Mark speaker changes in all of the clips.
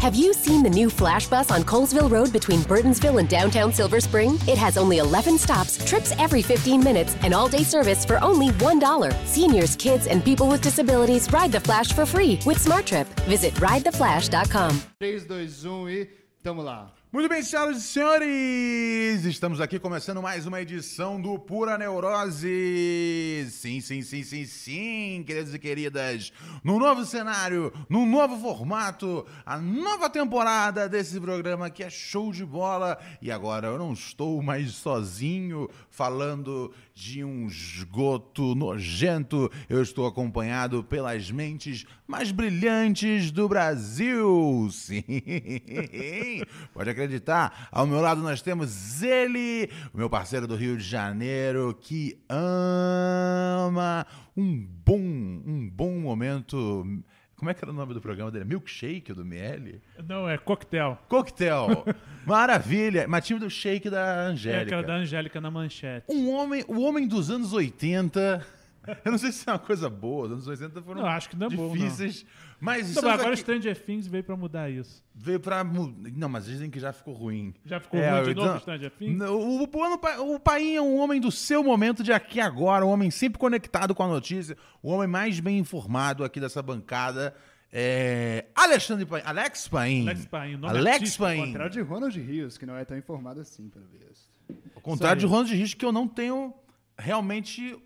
Speaker 1: Have you seen the new Flash Bus on Colesville Road between Burtonsville and downtown Silver Spring? It has only 11 stops, trips every 15 minutes, and all day service for only $1. Seniors, kids, and people with disabilities ride the Flash for free with Smart Trip. Visit ridetheflash.com.
Speaker 2: 3, 2, 1 e tamo lá.
Speaker 3: Muito bem, senhoras e senhores! Estamos aqui começando mais uma edição do Pura Neurose! Sim, sim, sim, sim, sim, queridos e queridas! Num novo cenário, num novo formato, a nova temporada desse programa que é show de bola. E agora eu não estou mais sozinho falando de um esgoto nojento. Eu estou acompanhado pelas mentes mais brilhantes do Brasil. Sim, pode acreditar. Ao meu lado nós temos ele, o meu parceiro do Rio de Janeiro, que ama um bom, um bom momento. Como é que era o nome do programa dele? Milkshake o do ML?
Speaker 4: Não, é coquetel.
Speaker 3: Coquetel. Maravilha. Matilde do Shake da
Speaker 4: É
Speaker 3: Angélica.
Speaker 4: aquela da Angélica na manchete.
Speaker 3: Um homem, o homem dos anos 80. Eu não sei se é uma coisa boa, os anos 80 foram
Speaker 4: Não, acho que não é bom,
Speaker 3: difíceis, mas
Speaker 4: Então,
Speaker 3: estamos
Speaker 4: agora o
Speaker 3: aqui-
Speaker 4: Stranger Things veio pra mudar isso.
Speaker 3: veio pra... mu- Não, mas dizem que já ficou ruim. É,
Speaker 4: Já ficou ruim de
Speaker 3: eu-
Speaker 4: novo,
Speaker 3: não-
Speaker 4: Stranger Things?
Speaker 3: não, O, o, ano pa- o Paim é um homem do seu momento de aqui e agora, um homem sempre conectado com a notícia, o homem mais bem informado aqui dessa bancada, é... Alexandre Paim, Alex Paim.
Speaker 4: Alex Paim, o nome
Speaker 3: Alex
Speaker 4: artístico,
Speaker 3: Paim.
Speaker 2: Contrário de Ronald Rios, que não é tão informado assim, pelo visto.
Speaker 3: Ao contrário de
Speaker 4: Isso aí.
Speaker 3: Ronald Rios, que eu não tenho realmente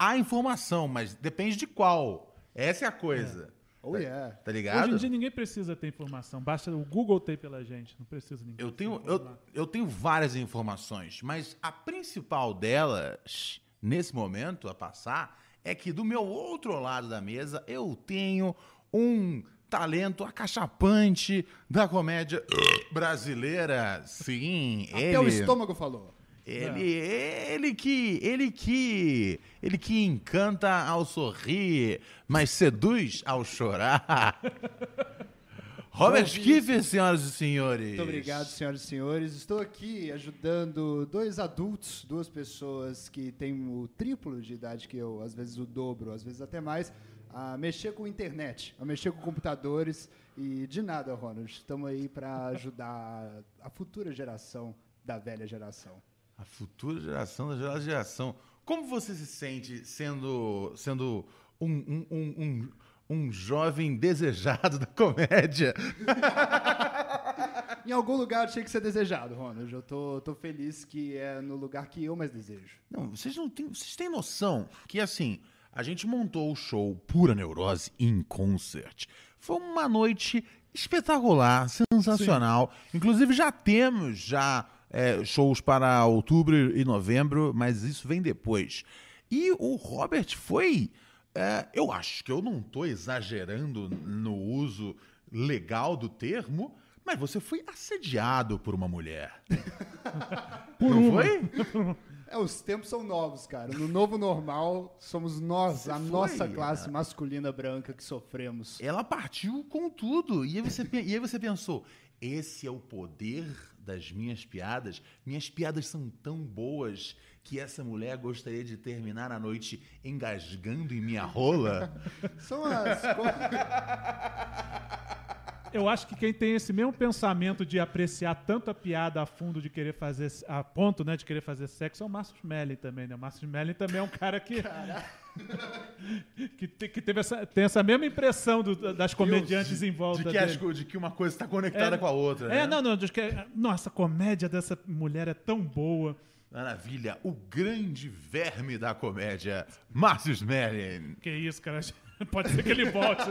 Speaker 3: a informação, mas depende de qual. Essa é a coisa.
Speaker 2: Oh yeah.
Speaker 4: Hoje
Speaker 3: Tá
Speaker 4: em
Speaker 3: ligado?
Speaker 4: dia ninguém precisa ter informação. Basta o Google ter pela gente. Não precisa ninguém.
Speaker 3: Eu
Speaker 4: ter
Speaker 3: tenho, eu,
Speaker 4: informação.
Speaker 3: eu tenho várias informações, mas a principal delas, nesse momento a passar, é que do meu outro lado da mesa eu tenho um talento acachapante da comédia brasileira. Sim,
Speaker 2: Até
Speaker 3: ele.
Speaker 2: o estômago falou.
Speaker 3: Ele,
Speaker 2: É.
Speaker 3: ele que, ele que, ele que encanta ao sorrir, mas seduz ao chorar. Robert
Speaker 2: Ouvi
Speaker 3: Kiefer, senhoras e senhores.
Speaker 2: Muito obrigado, senhoras e senhores. Estou aqui ajudando dois adultos, duas pessoas que têm o triplo de idade que eu, às vezes o dobro, às vezes até mais, a mexer com internet, a mexer com computadores. E de nada, Ronald. Estamos aí para ajudar a futura geração da velha geração.
Speaker 3: A futura geração da gera- geração. Como você se sente sendo, sendo um, um, um, um, um jovem desejado da comédia?
Speaker 2: Em algum lugar tinha que ser desejado, Ronald. Eu tô, tô feliz que é no lugar que eu mais desejo.
Speaker 3: Não, vocês não têm, vocês têm noção que assim, a gente montou o show Pura Neurose in Concert. Foi uma noite espetacular, sensacional. Inclusive já temos já é, shows para outubro e novembro, mas isso vem depois. E o Robert foi, é, eu acho que eu não estou exagerando no uso legal do termo, mas você foi assediado por uma mulher. por não foi?
Speaker 2: É, os tempos são novos, cara. No novo normal, somos nós,
Speaker 3: Você
Speaker 2: a
Speaker 3: foi,
Speaker 2: nossa
Speaker 3: né?
Speaker 2: classe masculina branca que sofremos.
Speaker 3: Ela partiu com tudo. E aí você, pe- e aí você pensou: esse é o poder das minhas piadas? Minhas piadas são tão boas que essa mulher gostaria de terminar a noite engasgando em minha rola?
Speaker 2: São as. co-
Speaker 4: Eu acho que quem tem esse mesmo pensamento de apreciar tanto a piada a fundo, de querer fazer a ponto, né, de querer fazer sexo, é o Márcio Smelly também, né? O Márcio Smelly também é um cara que que, te- que teve essa, tem essa mesma impressão do- das comediantes
Speaker 3: de,
Speaker 4: em volta
Speaker 3: de que,
Speaker 4: dele.
Speaker 3: as co- de que uma coisa está conectada com a outra.
Speaker 4: É,
Speaker 3: né?
Speaker 4: não, não, diz que, nossa, a comédia dessa mulher é tão boa.
Speaker 3: Maravilha. O grande verme da comédia, Márcio Smerlin.
Speaker 4: Que isso, cara. Pode ser que ele volte.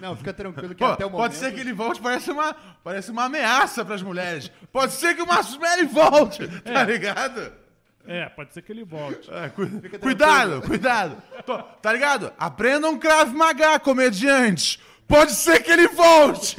Speaker 2: Não, fica tranquilo que
Speaker 3: Pô,
Speaker 2: até o momento.
Speaker 3: Pode ser que ele volte, parece uma, parece uma ameaça para as mulheres. Pode ser que o Márcio Smerlin volte, tá ligado?
Speaker 4: é, pode ser que ele volte.
Speaker 3: É, cu- cuidado, cuidado. Tô- tá ligado? Aprenda um Krav Maga, comediante. Pode ser que ele volte.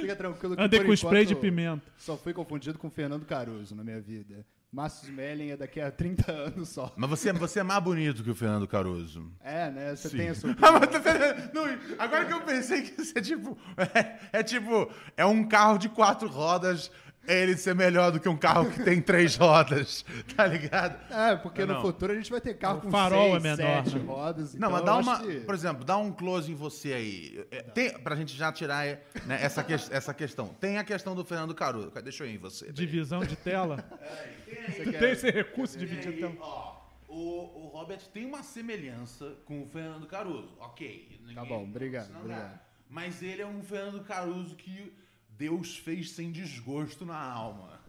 Speaker 2: Fica tranquilo que
Speaker 4: Andei
Speaker 2: por
Speaker 4: com spray de
Speaker 2: enquanto,
Speaker 4: pimenta.
Speaker 2: Só fui confundido com Fernando Caruso na minha vida. Márcio Smelling é daqui a 30 anos só.
Speaker 3: Mas você, você é mais bonito que o Fernando Caruso.
Speaker 2: É, né? Você tem essa
Speaker 3: Ah,
Speaker 2: opinião.
Speaker 3: mas tá vendo? Não, agora que eu pensei que isso é tipo. É, é tipo. É um carro de quatro rodas é ele ser melhor do que um carro que tem três rodas, tá ligado?
Speaker 2: É, porque
Speaker 3: Não,
Speaker 2: no
Speaker 3: não.
Speaker 2: futuro a gente vai ter carro
Speaker 4: O
Speaker 2: Ah, com
Speaker 4: farol
Speaker 2: seis,
Speaker 4: é menor,
Speaker 2: sete
Speaker 4: né?
Speaker 2: rodas.
Speaker 3: Não,
Speaker 2: então
Speaker 3: mas dá
Speaker 2: eu acho
Speaker 3: uma.
Speaker 2: que-
Speaker 3: Por exemplo, dá um close em você aí. É, Tem, pra gente já tirar é, né, essa, que- essa questão. Tem a questão do Fernando Caruso. Cadê- Deixa eu ir em você.
Speaker 4: Divisão de tela? tu
Speaker 2: quer-
Speaker 4: tem esse recurso de
Speaker 3: E
Speaker 4: dividir
Speaker 3: aí,
Speaker 2: então.
Speaker 4: tela?
Speaker 3: ó, o, o Robert tem uma semelhança com o Fernando Caruso. Ok. ninguém-
Speaker 2: Tá bom, obrigado,
Speaker 3: isso não
Speaker 2: obrigado.
Speaker 3: dá. Mas ele é um Fernando Caruso que Deus fez sem desgosto na alma.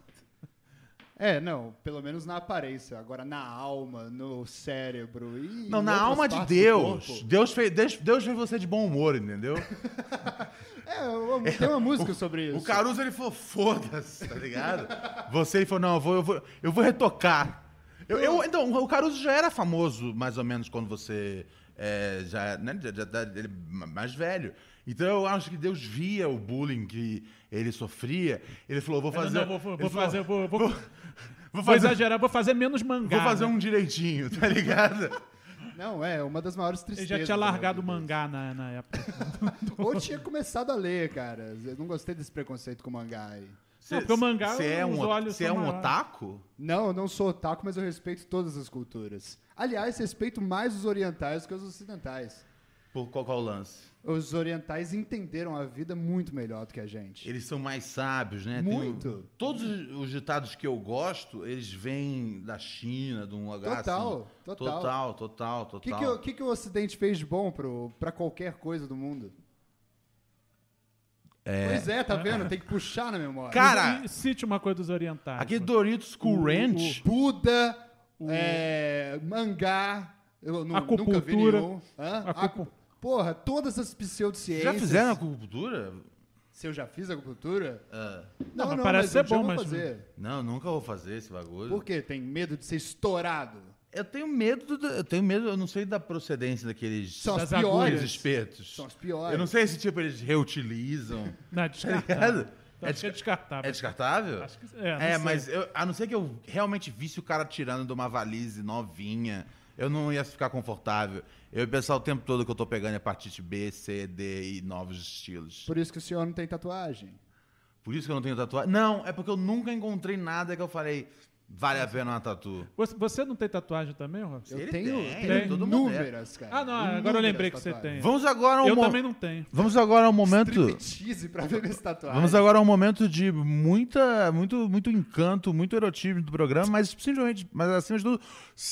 Speaker 2: É, não, pelo menos na aparência. Agora, na alma, no cérebro e.
Speaker 3: Não,
Speaker 2: em
Speaker 3: na
Speaker 2: outras
Speaker 3: alma de
Speaker 2: partes do
Speaker 3: Deus.
Speaker 2: corpo.
Speaker 3: Deus fez, Deus, Deus fez você de bom humor, entendeu?
Speaker 2: É, eu- eu- tem uma música sobre isso.
Speaker 3: O Caruso, ele falou, foda-se, tá ligado? Você, ele falou, não, eu vou, eu vou, eu vou retocar. Eu, eu- então, o Caruso já era famoso, mais ou menos, quando você é, já, né, já- já tá- ele é mais velho. Então, eu acho que Deus via o bullying que ele sofria. Ele falou, vou
Speaker 4: Não,
Speaker 3: fazer...
Speaker 4: não, vou- vou
Speaker 3: ele falou,
Speaker 4: fazer, um vou- vou-
Speaker 3: vou
Speaker 4: Vou
Speaker 3: fazer,
Speaker 4: exagerar, né, vou fazer menos mangá.
Speaker 3: vou fazer
Speaker 4: né?
Speaker 3: um direitinho, tá ligado?
Speaker 2: Não, é, uma das maiores
Speaker 4: Ele
Speaker 2: tristezas.
Speaker 3: né,
Speaker 4: já tinha
Speaker 2: da minha
Speaker 4: largado o
Speaker 2: vida.
Speaker 4: mangá na, na época.
Speaker 2: Ou tinha começado a ler, cara. Eu não gostei desse preconceito com mangá aí.
Speaker 3: Cê-
Speaker 4: porque o mangá,
Speaker 3: cê é
Speaker 4: os
Speaker 3: um,
Speaker 4: olhos
Speaker 3: Você é
Speaker 4: são
Speaker 3: um
Speaker 4: maiores.
Speaker 3: otaku?
Speaker 2: Não, eu não sou otaku, mas eu respeito todas as culturas. Aliás, respeito mais os orientais que os ocidentais.
Speaker 3: Por qual, qual o lance?
Speaker 2: Os orientais entenderam a vida muito melhor do que a gente.
Speaker 3: Eles são mais sábios, né? Tem
Speaker 2: Muito.
Speaker 3: o- todos os- os ditados que eu gosto, eles vêm da China, de um lugar
Speaker 2: Total,
Speaker 3: assim.
Speaker 2: total.
Speaker 3: Total, total, total.
Speaker 2: O que, que, o- que que o Ocidente fez de bom pro, pra qualquer coisa do mundo? Pois é, tá vendo? Tem que puxar na memória.
Speaker 3: Cara,
Speaker 4: E cite uma coisa dos orientais.
Speaker 3: aquele
Speaker 4: pô.
Speaker 3: Doritos Cool Ranch,
Speaker 2: Buda, é, mangá, eu nu- nunca vi
Speaker 4: Acupuntura.
Speaker 2: nenhum. Hã?
Speaker 4: Acupu-
Speaker 2: Acu- Porra, todas as pseudociências.
Speaker 3: já fizeram acupuntura?
Speaker 2: Se eu já fiz acupuntura?
Speaker 3: Ah,
Speaker 2: Não,
Speaker 4: mas
Speaker 2: não,
Speaker 4: parece
Speaker 2: mas um
Speaker 4: ser
Speaker 2: dia eu
Speaker 4: bom,
Speaker 2: vou
Speaker 4: mas-
Speaker 2: fazer.
Speaker 3: não, nunca vou fazer esse bagulho.
Speaker 2: Por quê? Tem medo de ser estourado?
Speaker 3: Eu tenho medo, do- eu tenho medo, eu não sei da procedência daqueles
Speaker 2: São as
Speaker 4: Das agulhas.
Speaker 2: piores.
Speaker 3: aqueles espetos.
Speaker 2: São as piores.
Speaker 3: Eu não sei se tipo eles reutilizam.
Speaker 4: Não, é
Speaker 3: Tá
Speaker 4: descartável.
Speaker 3: ligado?
Speaker 4: Acho que é descartável.
Speaker 3: É descartável?
Speaker 4: Acho que- é, não
Speaker 3: É,
Speaker 4: sei.
Speaker 3: mas eu- a não ser que eu realmente visse o cara tirando de uma valise novinha, eu não ia ficar confortável. Eu ia pensar o tempo todo que eu tô pegando é hepatite B, C, D e novos estilos.
Speaker 2: Por isso que o senhor não tem tatuagem.
Speaker 3: Por isso que eu não tenho tatuagem. Não, é porque eu nunca encontrei nada que eu falei, vale a pena uma tatu.
Speaker 4: Você, você não tem tatuagem também, Rob?
Speaker 2: Eu
Speaker 3: Ele
Speaker 2: tenho,
Speaker 3: tem,
Speaker 2: tenho
Speaker 3: todo mundo é.
Speaker 2: inúmeras, cara.
Speaker 4: Ah, não, agora eu
Speaker 2: Inúmeras
Speaker 4: lembrei que você
Speaker 2: tatuagens.
Speaker 4: tem.
Speaker 3: Vamos agora ao
Speaker 4: É. eu
Speaker 3: mo-
Speaker 4: também não tenho.
Speaker 3: Vamos agora ao momento.
Speaker 2: Striptease pra ver minhas tatuagens.
Speaker 3: Vamos agora ao momento de muita, muito, muito encanto, muito erotismo do programa, mas principalmente, mas acima de tudo,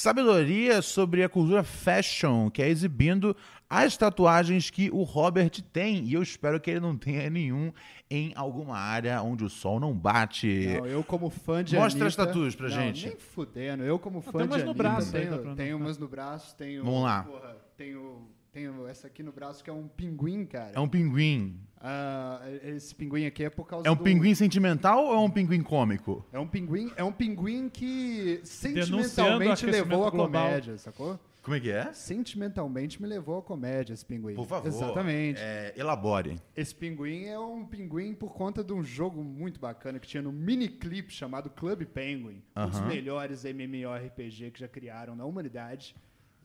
Speaker 3: sabedoria sobre a cultura fashion, que é exibindo as tatuagens que o Robert tem. E eu espero que ele não tenha nenhum em alguma área onde o sol não bate.
Speaker 2: Não, eu como fã de
Speaker 3: Mostra as
Speaker 2: Anitta-
Speaker 3: tatuas pra
Speaker 2: Não,
Speaker 3: gente.
Speaker 2: nem fudendo. Eu como fã de
Speaker 4: tem umas no
Speaker 2: Anitta,
Speaker 4: braço ainda pra
Speaker 2: tenho,
Speaker 4: não-
Speaker 2: tenho umas no braço, tenho...
Speaker 3: Vamos lá.
Speaker 2: Porra, tenho, tenho essa aqui no braço que é um pinguim, cara.
Speaker 3: É um pinguim.
Speaker 2: Ah, esse pinguim aqui é por causa
Speaker 3: É um
Speaker 2: do-
Speaker 3: pinguim sentimental ou é um pinguim cômico?
Speaker 2: É um pinguim, é um pinguim que
Speaker 4: o
Speaker 2: sentimentalmente
Speaker 4: aquecimento
Speaker 2: levou à
Speaker 4: global.
Speaker 2: comédia, sacou?
Speaker 3: Como é que é?
Speaker 2: Sentimentalmente me levou à comédia esse pinguim.
Speaker 3: Por favor.
Speaker 2: Exatamente.
Speaker 3: é, elabore.
Speaker 2: Esse pinguim é um pinguim por conta de um jogo muito bacana que tinha no miniclip chamado Club Penguin. Um dos
Speaker 3: Aham.
Speaker 2: melhores MMORPG que já criaram na humanidade.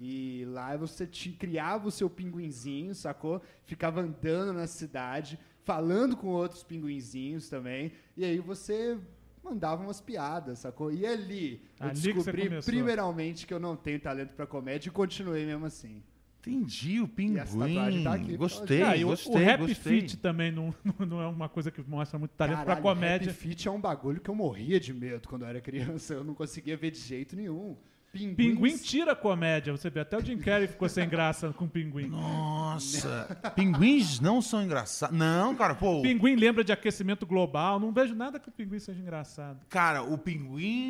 Speaker 2: E lá você ti- criava o seu pinguinzinho, sacou? Ficava andando na cidade, falando com outros pinguinzinhos também. E aí você mandava umas piadas, sacou? E ali eu
Speaker 4: Ali que você
Speaker 2: descobri,
Speaker 4: começou.
Speaker 2: primeiramente, que eu não tenho talento pra comédia e continuei mesmo assim.
Speaker 3: Entendi, o pinguim.
Speaker 2: essa tatuagem tá aqui.
Speaker 3: gostei,
Speaker 4: Ah, e o,
Speaker 3: gostei,
Speaker 4: o rap
Speaker 3: gostei.
Speaker 4: fit também não, não- não é uma coisa que mostra muito talento
Speaker 2: Caralho,
Speaker 4: Tá pra comédia.
Speaker 2: Rap fit é um bagulho que eu morria de medo quando eu era criança. Eu não conseguia ver de jeito nenhum. Pinguins,
Speaker 4: Pinguim tira a comédia, você vê. Até o Jim Carrey ficou sem graça com o pinguim.
Speaker 3: Nossa, pinguins não são engraçados. Não, cara, pô. o-
Speaker 4: Pinguim lembra de aquecimento global. Não vejo nada que o pinguim seja engraçado.
Speaker 3: Cara, o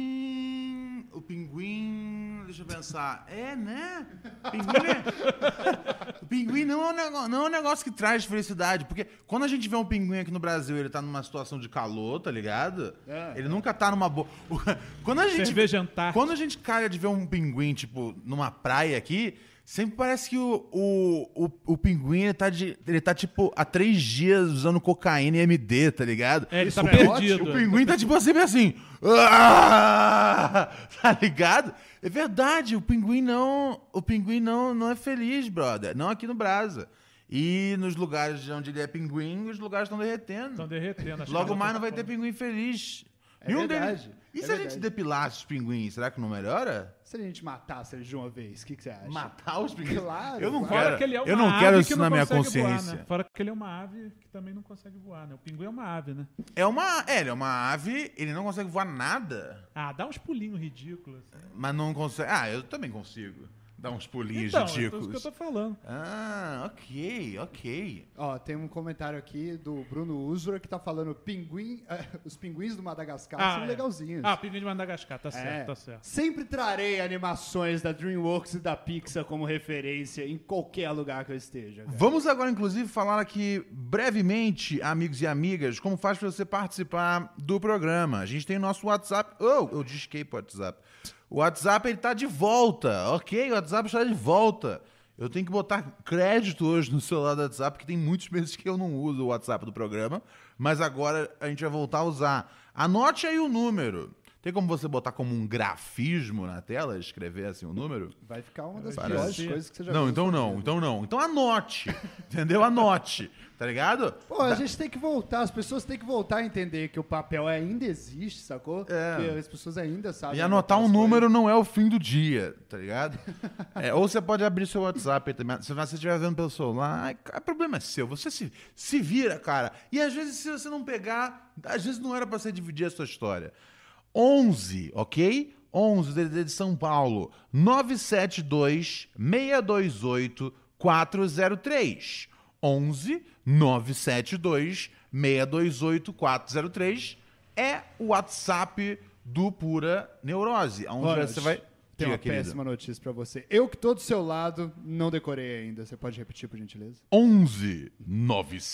Speaker 3: pinguim. O pinguim. Deixa eu pensar. É, né? Pinguim, é- o pinguim não é, um negócio, não é um negócio que traz felicidade. Porque quando a gente vê um pinguim aqui no Brasil, ele tá numa situação de calor, tá ligado?
Speaker 2: É.
Speaker 3: Ele nunca tá numa boa. Quando a gente.
Speaker 4: Cerveja Antártica.
Speaker 3: Quando a gente calha de ver um pinguim, tipo, numa praia aqui, sempre parece que o, o, o, o pinguim, ele tá, de, ele tá, tipo, há três dias usando cocaína e MD, tá ligado?
Speaker 4: É, ele
Speaker 2: Isso
Speaker 4: tá
Speaker 2: é
Speaker 4: perdido.
Speaker 2: ótimo,
Speaker 3: O pinguim tá, tipo, sempre assim... "Ah!" Tá ligado? É verdade, o pinguim não... O pinguim não, não é feliz, brother. Não aqui no Brasa. E nos lugares onde ele é pinguim, os lugares estão derretendo.
Speaker 4: Estão derretendo. as
Speaker 3: Logo
Speaker 4: coisas
Speaker 3: mais
Speaker 4: tão
Speaker 3: não vai ter
Speaker 4: falando.
Speaker 3: pinguim feliz.
Speaker 2: É
Speaker 3: Nenhum
Speaker 2: verdade.
Speaker 3: deles- E
Speaker 2: é
Speaker 3: se a
Speaker 2: verdade.
Speaker 3: gente depilasse os pinguins, será que não melhora?
Speaker 2: Se a gente matasse eles de uma vez, o que, que você acha?
Speaker 3: Matar os pinguins?
Speaker 2: Claro,
Speaker 3: Eu não
Speaker 2: claro.
Speaker 3: quero,
Speaker 4: Fora que ele é uma
Speaker 3: eu não
Speaker 4: ave
Speaker 3: quero
Speaker 4: que
Speaker 3: isso
Speaker 4: não
Speaker 3: na minha
Speaker 4: consegue voar,
Speaker 3: consciência.
Speaker 4: né? Fora que ele é uma ave que também não consegue voar, né? O pinguim é uma ave, né?
Speaker 3: É uma. É, ele é uma ave, ele não consegue voar nada.
Speaker 4: Ah, dá uns pulinhos ridículos. assim.
Speaker 3: Mas não consegue. Ah, eu também consigo. Dar uns pulinhos
Speaker 4: Então, é isso que eu
Speaker 3: ridículos.
Speaker 4: tô falando.
Speaker 3: Ah, ok, ok.
Speaker 2: Ó, tem um comentário aqui do Bruno Usura que tá falando pinguim, eh, os pinguins do Madagascar são
Speaker 4: é.
Speaker 2: legalzinhos.
Speaker 4: Ah, pinguim de Madagascar, tá certo,
Speaker 2: É.
Speaker 4: tá certo.
Speaker 2: Sempre trarei animações da DreamWorks e da Pixar como referência em qualquer lugar que eu esteja. cara.
Speaker 3: Vamos agora, inclusive, falar aqui brevemente, amigos e amigas, como faz para você participar do programa. A gente tem o nosso WhatsApp. Oh, eu disquei pro WhatsApp. O WhatsApp ele tá de volta, ok? O WhatsApp está de volta. Eu tenho que botar crédito hoje no celular do WhatsApp, porque tem muitos meses que eu não uso o WhatsApp do programa, mas agora a gente vai voltar a usar. Anote aí o número. Tem como você botar como um grafismo na tela, escrever assim o número?
Speaker 2: Vai ficar um uma das
Speaker 3: Parece.
Speaker 2: piores coisas que você já
Speaker 3: Não,
Speaker 2: viu.
Speaker 3: então não, então não. Então anote, entendeu? Anote, tá ligado?
Speaker 2: Pô, a gente tem que voltar, as pessoas têm que voltar a entender que o papel ainda existe, sacou?
Speaker 3: É.
Speaker 2: Que as pessoas ainda sabem.
Speaker 3: E anotar
Speaker 2: botar
Speaker 3: um
Speaker 2: as
Speaker 3: número não é o fim do dia, tá ligado? É, ou você pode abrir seu WhatsApp aí também. Se você estiver vendo pelo celular, ai, cara, problema é seu. Você se, se vira, cara. E às vezes, se você não pegar, às vezes não era pra você dividir a sua história. 11, ok? 11, DDD de São Paulo. 972 628 403. 11 972 628 403 é o WhatsApp do Pura Neurose. Onde
Speaker 2: Ronald,
Speaker 3: você vai.
Speaker 2: Tem uma
Speaker 3: Diga, querido.
Speaker 2: péssima notícia pra você. Eu que tô do seu lado, não decorei ainda. Você pode repetir, por gentileza?
Speaker 3: 11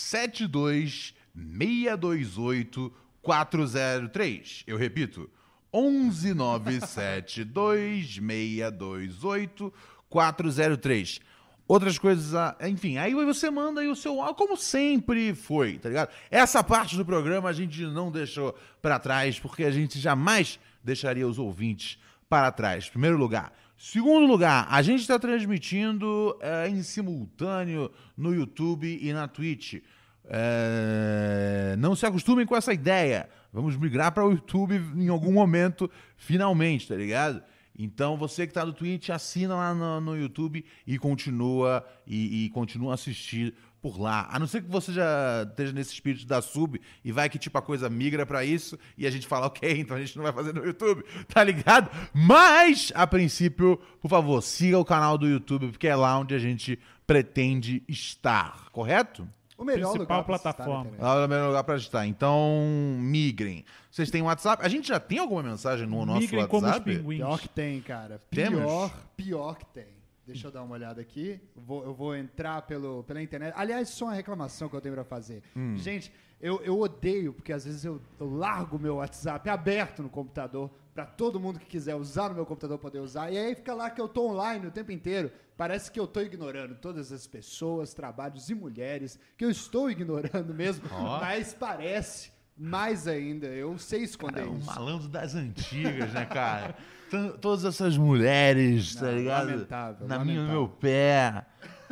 Speaker 3: 972 628 403. Eu repito. 11 972 628 403. Outras coisas, a- enfim, aí você manda aí o seu áudio, como sempre foi, tá ligado? Essa parte do programa a gente não deixou pra trás, porque a gente jamais deixaria os ouvintes para trás. Primeiro lugar, Segundo lugar, a gente está transmitindo eh, em simultâneo no YouTube e na Twitch. Eh, não se acostumem com essa ideia. Vamos migrar para o YouTube em algum momento, finalmente, tá ligado? Então você que tá no Twitch, assina lá no, no YouTube e continua e, e continua a assistir por lá. A não ser que você já esteja nesse espírito da sub e vai que tipo a coisa migra pra isso e a gente fala, ok, então a gente não vai fazer no YouTube, tá ligado? Mas, a princípio, por favor, siga o canal do YouTube, porque é lá onde a gente pretende estar, correto?
Speaker 2: O melhor
Speaker 4: Principal
Speaker 2: lugar pra se estar na
Speaker 4: plataforma.
Speaker 2: internet.
Speaker 3: Lá é o melhor lugar pra estar. Então, migrem. Vocês têm WhatsApp? A gente já tem alguma mensagem no nosso
Speaker 4: Migrem como os
Speaker 3: WhatsApp?
Speaker 4: pinguins.
Speaker 2: Pior que
Speaker 3: tá
Speaker 2: tem, cara.
Speaker 3: Temos?
Speaker 2: Pior, pior que tem. Deixa eu dar uma olhada aqui. Vou- eu vou entrar pelo, pela internet. Aliás, só uma reclamação que eu tenho pra fazer.
Speaker 3: Hum.
Speaker 2: Gente, eu, eu odeio, porque às vezes eu, eu largo meu WhatsApp aberto no computador pra todo mundo que quiser usar no meu computador poder usar. E aí fica lá que eu tô online o tempo inteiro. Parece que eu tô ignorando todas as pessoas, trabalhos e mulheres, que eu estou ignorando mesmo,
Speaker 3: Ó.
Speaker 2: mas parece mais ainda. Eu sei esconder
Speaker 3: Cara, um
Speaker 2: isso.
Speaker 3: malandro das antigas, né, cara? Tan- Todas essas mulheres, tá
Speaker 2: Não,
Speaker 3: ligado?
Speaker 2: lamentável,
Speaker 3: Na minha, no
Speaker 2: lamentável.
Speaker 3: meu pé.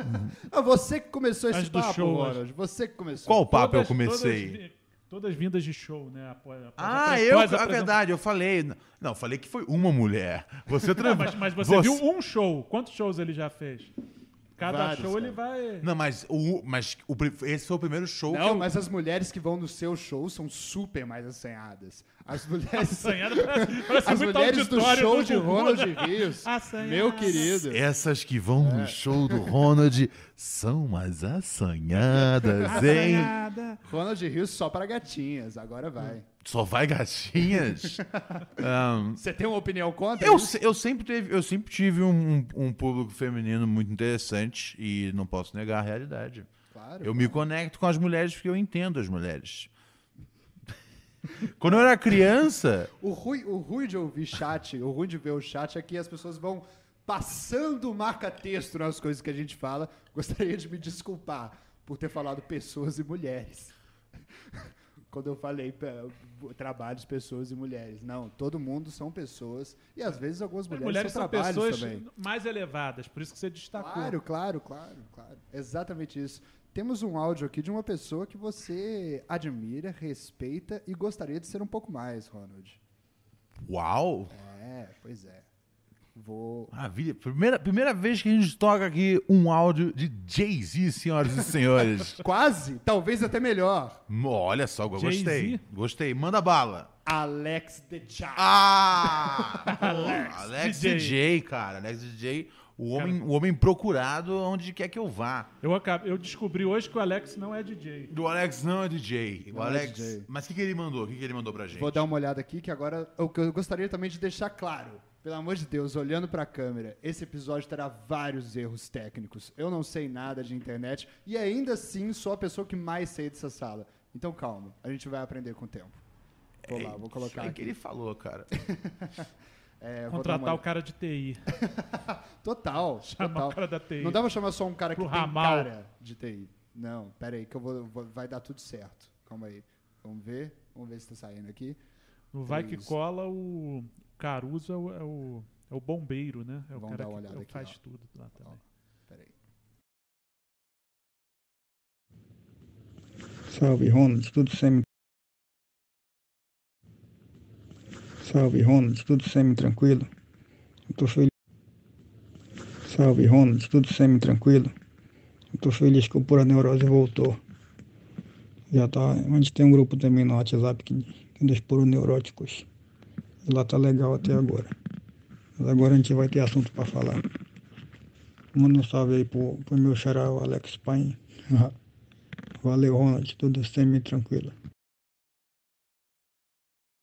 Speaker 2: Ah, você que começou esse
Speaker 4: Antes do
Speaker 2: papo,
Speaker 4: show,
Speaker 2: Ronald. Você que começou.
Speaker 3: Qual papo eu
Speaker 4: Todas-
Speaker 3: comecei?
Speaker 4: Todas, vi- todas vindas de show, né? Após, após
Speaker 3: ah,
Speaker 4: após-
Speaker 3: eu,
Speaker 4: após
Speaker 3: é
Speaker 4: apresenta-
Speaker 3: verdade, eu falei. Não, eu falei que foi uma mulher. Você
Speaker 4: Não,
Speaker 3: tra-
Speaker 4: mas, mas você, viu um show. Quantos shows ele já fez? Cada
Speaker 2: Vários,
Speaker 4: show
Speaker 2: cara.
Speaker 4: ele vai.
Speaker 3: Não, mas, o, mas o pri- esse foi o primeiro show que
Speaker 2: Não,
Speaker 3: eu...
Speaker 2: mas as mulheres que vão no seu show são super mais assanhadas. As mulheres,
Speaker 4: Assanhado parece, parece
Speaker 2: as
Speaker 4: muito
Speaker 2: mulheres do
Speaker 4: auditório
Speaker 2: show de
Speaker 4: Gugu, né?
Speaker 2: Ronald Rios.
Speaker 4: Assanhadas.
Speaker 2: Meu querido. É.
Speaker 3: Essas que vão no show do Ronald são mais assanhadas, hein?
Speaker 4: Assanhada.
Speaker 2: Ronald Rios só para gatinhas. Agora vai.
Speaker 3: Só vai gatinhas? Ahn,
Speaker 2: Você tem uma opinião contra?
Speaker 3: Eu,
Speaker 2: isso?
Speaker 3: se- eu sempre teve, eu sempre tive um, um- um público feminino muito interessante e não posso negar a realidade.
Speaker 2: Claro.
Speaker 3: Eu me conecto com as mulheres porque eu entendo as mulheres. Quando eu era criança,
Speaker 2: O, ruim, o ruim de ouvir chat, o ruim de ver o chat é que as pessoas vão passando marca-texto nas coisas que a gente fala. Gostaria de me desculpar por ter falado pessoas e mulheres. Quando eu falei pra- trabalhos, pessoas e mulheres. Não, todo mundo são pessoas e às vezes algumas
Speaker 4: As
Speaker 2: mulheres,
Speaker 4: mulheres
Speaker 2: são,
Speaker 4: são
Speaker 2: trabalhos
Speaker 4: pessoas
Speaker 2: também.
Speaker 4: mais elevadas, por isso que você destacou.
Speaker 2: Claro, claro, claro, claro. Exatamente isso. Temos um áudio aqui de uma pessoa que você admira, respeita e gostaria de ser um pouco mais, Ronald.
Speaker 3: Uau!
Speaker 2: É, pois é. Vou.
Speaker 3: Maravilha. Primeira, primeira vez que a gente toca aqui um áudio de Jay-Z, senhoras e senhores.
Speaker 2: Quase, talvez até melhor.
Speaker 3: Olha só, eu
Speaker 4: Jay-Z?
Speaker 3: gostei. Gostei. Manda bala.
Speaker 2: Alex the Child.
Speaker 3: Ah! Alex, DJ.
Speaker 4: DJ.
Speaker 3: cara. Alex DJ, o homem, o homem procurado onde quer que eu vá.
Speaker 4: Eu, acabo, eu descobri hoje que o Alex não é DJ.
Speaker 3: O Alex não é DJ. O
Speaker 2: Não é
Speaker 3: Alex.
Speaker 2: DJ.
Speaker 3: Mas o que, que ele mandou? O que, que ele mandou pra gente?
Speaker 2: Vou dar uma olhada aqui, que agora o que eu gostaria também de deixar claro. Pelo amor de Deus, olhando pra câmera, esse episódio terá vários erros técnicos. Eu não sei nada de internet e ainda assim sou a pessoa que mais sei dessa sala. Então calma, a gente vai aprender com o tempo. Vou lá, vou colocar
Speaker 3: Isso aí
Speaker 2: aqui.
Speaker 3: É que ele falou, cara.
Speaker 2: É, vou dar uma
Speaker 4: Contratar o
Speaker 2: olhada.
Speaker 4: cara de TI.
Speaker 2: Total,
Speaker 4: Chamar
Speaker 2: total.
Speaker 4: o cara da TI.
Speaker 2: Não dá pra chamar só um cara que
Speaker 4: Pro
Speaker 2: tem
Speaker 4: ramal.
Speaker 2: cara de TI. Não, pera aí que eu vou, vou- vai dar tudo certo. Calma aí. Vamos ver, vamos ver se tá saindo aqui.
Speaker 4: No Vai Que
Speaker 2: Isso.
Speaker 4: Cola, o Caruso é o, é o, é o bombeiro, né? É o
Speaker 2: Vamos
Speaker 4: cara
Speaker 2: dar uma
Speaker 4: que
Speaker 2: olhada aqui,
Speaker 4: faz
Speaker 2: ó.
Speaker 4: tudo lá também.
Speaker 2: Pera aí.
Speaker 5: Salve, Ronald, tudo semi. Salve, Ronald, tudo semi tranquilo. Eu tô feliz. Salve, Ronald, tudo semi tranquilo. Eu tô feliz que o Pura Neurose voltou. Já tá. A gente tem um grupo também no WhatsApp que tem dos Puro Neuróticos. E lá tá legal até agora. Mas agora a gente vai ter assunto pra falar. Manda um salve aí pro, pro meu xará, o Alex Pain. Valeu, Ronald. Tudo semi-tranquilo.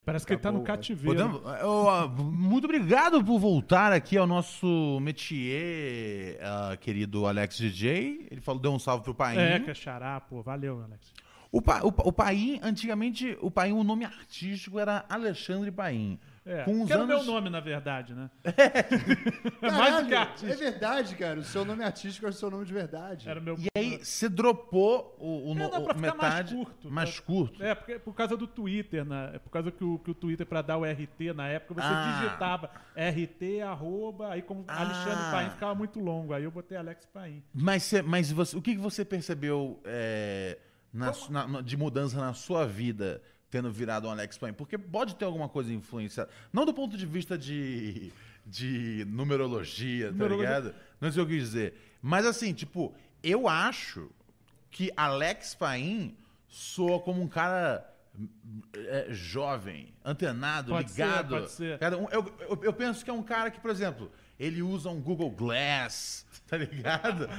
Speaker 4: Parece que ele tá no
Speaker 2: Acabou,
Speaker 4: cativeiro.
Speaker 3: Podemos- Ô, ah, muito obrigado por voltar aqui ao nosso métier, ah, querido Alex DJ. Ele falou, deu um salve pro Paim.
Speaker 4: É, que é xará, pô. Valeu, Alex.
Speaker 3: O, pa, o, Pa- o Paim, antigamente, o Paim, o nome artístico era Alexandre Paim.
Speaker 4: É,
Speaker 3: Com uns
Speaker 4: que era o meu
Speaker 3: anos...
Speaker 4: nome, na verdade, né? É mais do que
Speaker 2: Caralho, É
Speaker 4: artista.
Speaker 2: verdade, cara. O seu nome artístico é o seu nome de verdade.
Speaker 4: Era o meu...
Speaker 3: E aí, você dropou o, o, no-
Speaker 4: É, dá pra
Speaker 3: o
Speaker 4: ficar mais
Speaker 3: metade.
Speaker 4: curto,
Speaker 3: mais curto.
Speaker 4: É, porque, por causa do Twitter, né? É por causa que o, que o Twitter, pra dar o RT na época, você
Speaker 3: Ah.
Speaker 4: digitava RT, arroba, aí como
Speaker 3: Ah.
Speaker 4: Alexandre Paim ficava muito longo, aí eu botei Alex Paim.
Speaker 3: Mas, cê- mas você- o que que você percebeu é, na su- na- na- de mudança na sua vida tendo virado um Alex Paim? Porque pode ter alguma coisa influenciada. Não do ponto de vista de, de numerologia,
Speaker 4: Numerologia.
Speaker 3: tá ligado? Não sei o que dizer. Mas assim, tipo, eu acho que Alex Paim soa como um cara é, jovem, antenado,
Speaker 4: Pode ser,
Speaker 3: ligado.
Speaker 4: pode ser.
Speaker 3: Cara, um- Eu, eu- eu penso que é um cara que, por exemplo, ele usa um Google Glass, tá ligado?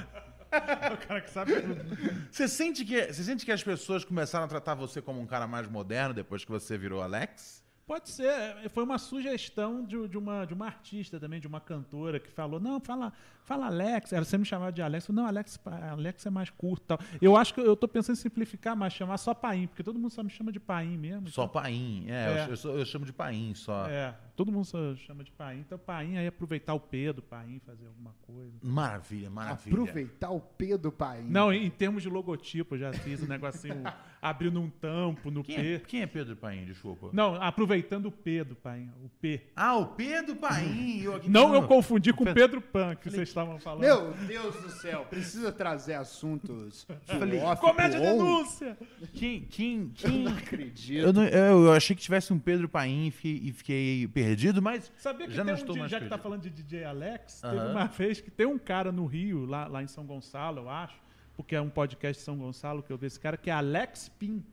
Speaker 4: É o cara que sabe tudo.
Speaker 3: Você sente, que, você sente que as pessoas começaram a tratar você como um cara mais moderno depois que você virou Alex?
Speaker 4: Pode ser, é, foi uma sugestão de, de uma, de uma artista também, de uma cantora que falou, não, fala, fala Alex, era você me chamava de Alex, Eu, não, Alex, Pa- Alex é mais curto e tal. Eu acho que eu tô pensando em simplificar mais, chamar só Paim, porque todo mundo só me chama de Paim mesmo.
Speaker 3: Só Paim. É,
Speaker 4: É.
Speaker 3: Eu, eu sou- eu chamo de Paim só.
Speaker 4: É, todo mundo só chama de Paim, então Paim aí aproveitar o P do Paim, fazer alguma coisa.
Speaker 3: Maravilha, maravilha.
Speaker 2: Aproveitar o P do pai.
Speaker 4: Não, em em termos de logotipo, eu já fiz um negocinho abrindo um tampo no
Speaker 3: Quem é,
Speaker 4: P.
Speaker 3: quem é Pedro Paim? Desculpa.
Speaker 4: Não, aproveitando o P do pai, o P.
Speaker 3: Ah, o Pedro Paim. Eu aqui
Speaker 4: Não,
Speaker 3: pensando-
Speaker 4: eu confundi com o Pedro Pan, que vocês estavam falando.
Speaker 2: Meu Deus do céu, precisa trazer assuntos. do
Speaker 3: Falei,
Speaker 2: off
Speaker 4: Comédia
Speaker 2: pro on?
Speaker 4: denúncia!
Speaker 3: Quem, quem,
Speaker 2: Eu
Speaker 3: quem...
Speaker 2: não acredito.
Speaker 3: Eu, não- eu- eu achei que tivesse um Pedro Paim e fi- e fiquei perdido, mas
Speaker 4: Sabia que
Speaker 3: já
Speaker 4: tem
Speaker 3: não
Speaker 4: um,
Speaker 3: estou
Speaker 4: di-
Speaker 3: mais
Speaker 4: já que tá
Speaker 3: perdido.
Speaker 4: falando de DJ Alex,
Speaker 3: Aham.
Speaker 4: teve uma vez que tem um cara no Rio, lá, lá em São Gonçalo, eu acho, porque é um podcast de São Gonçalo que eu vi esse cara, que é Alex Pim.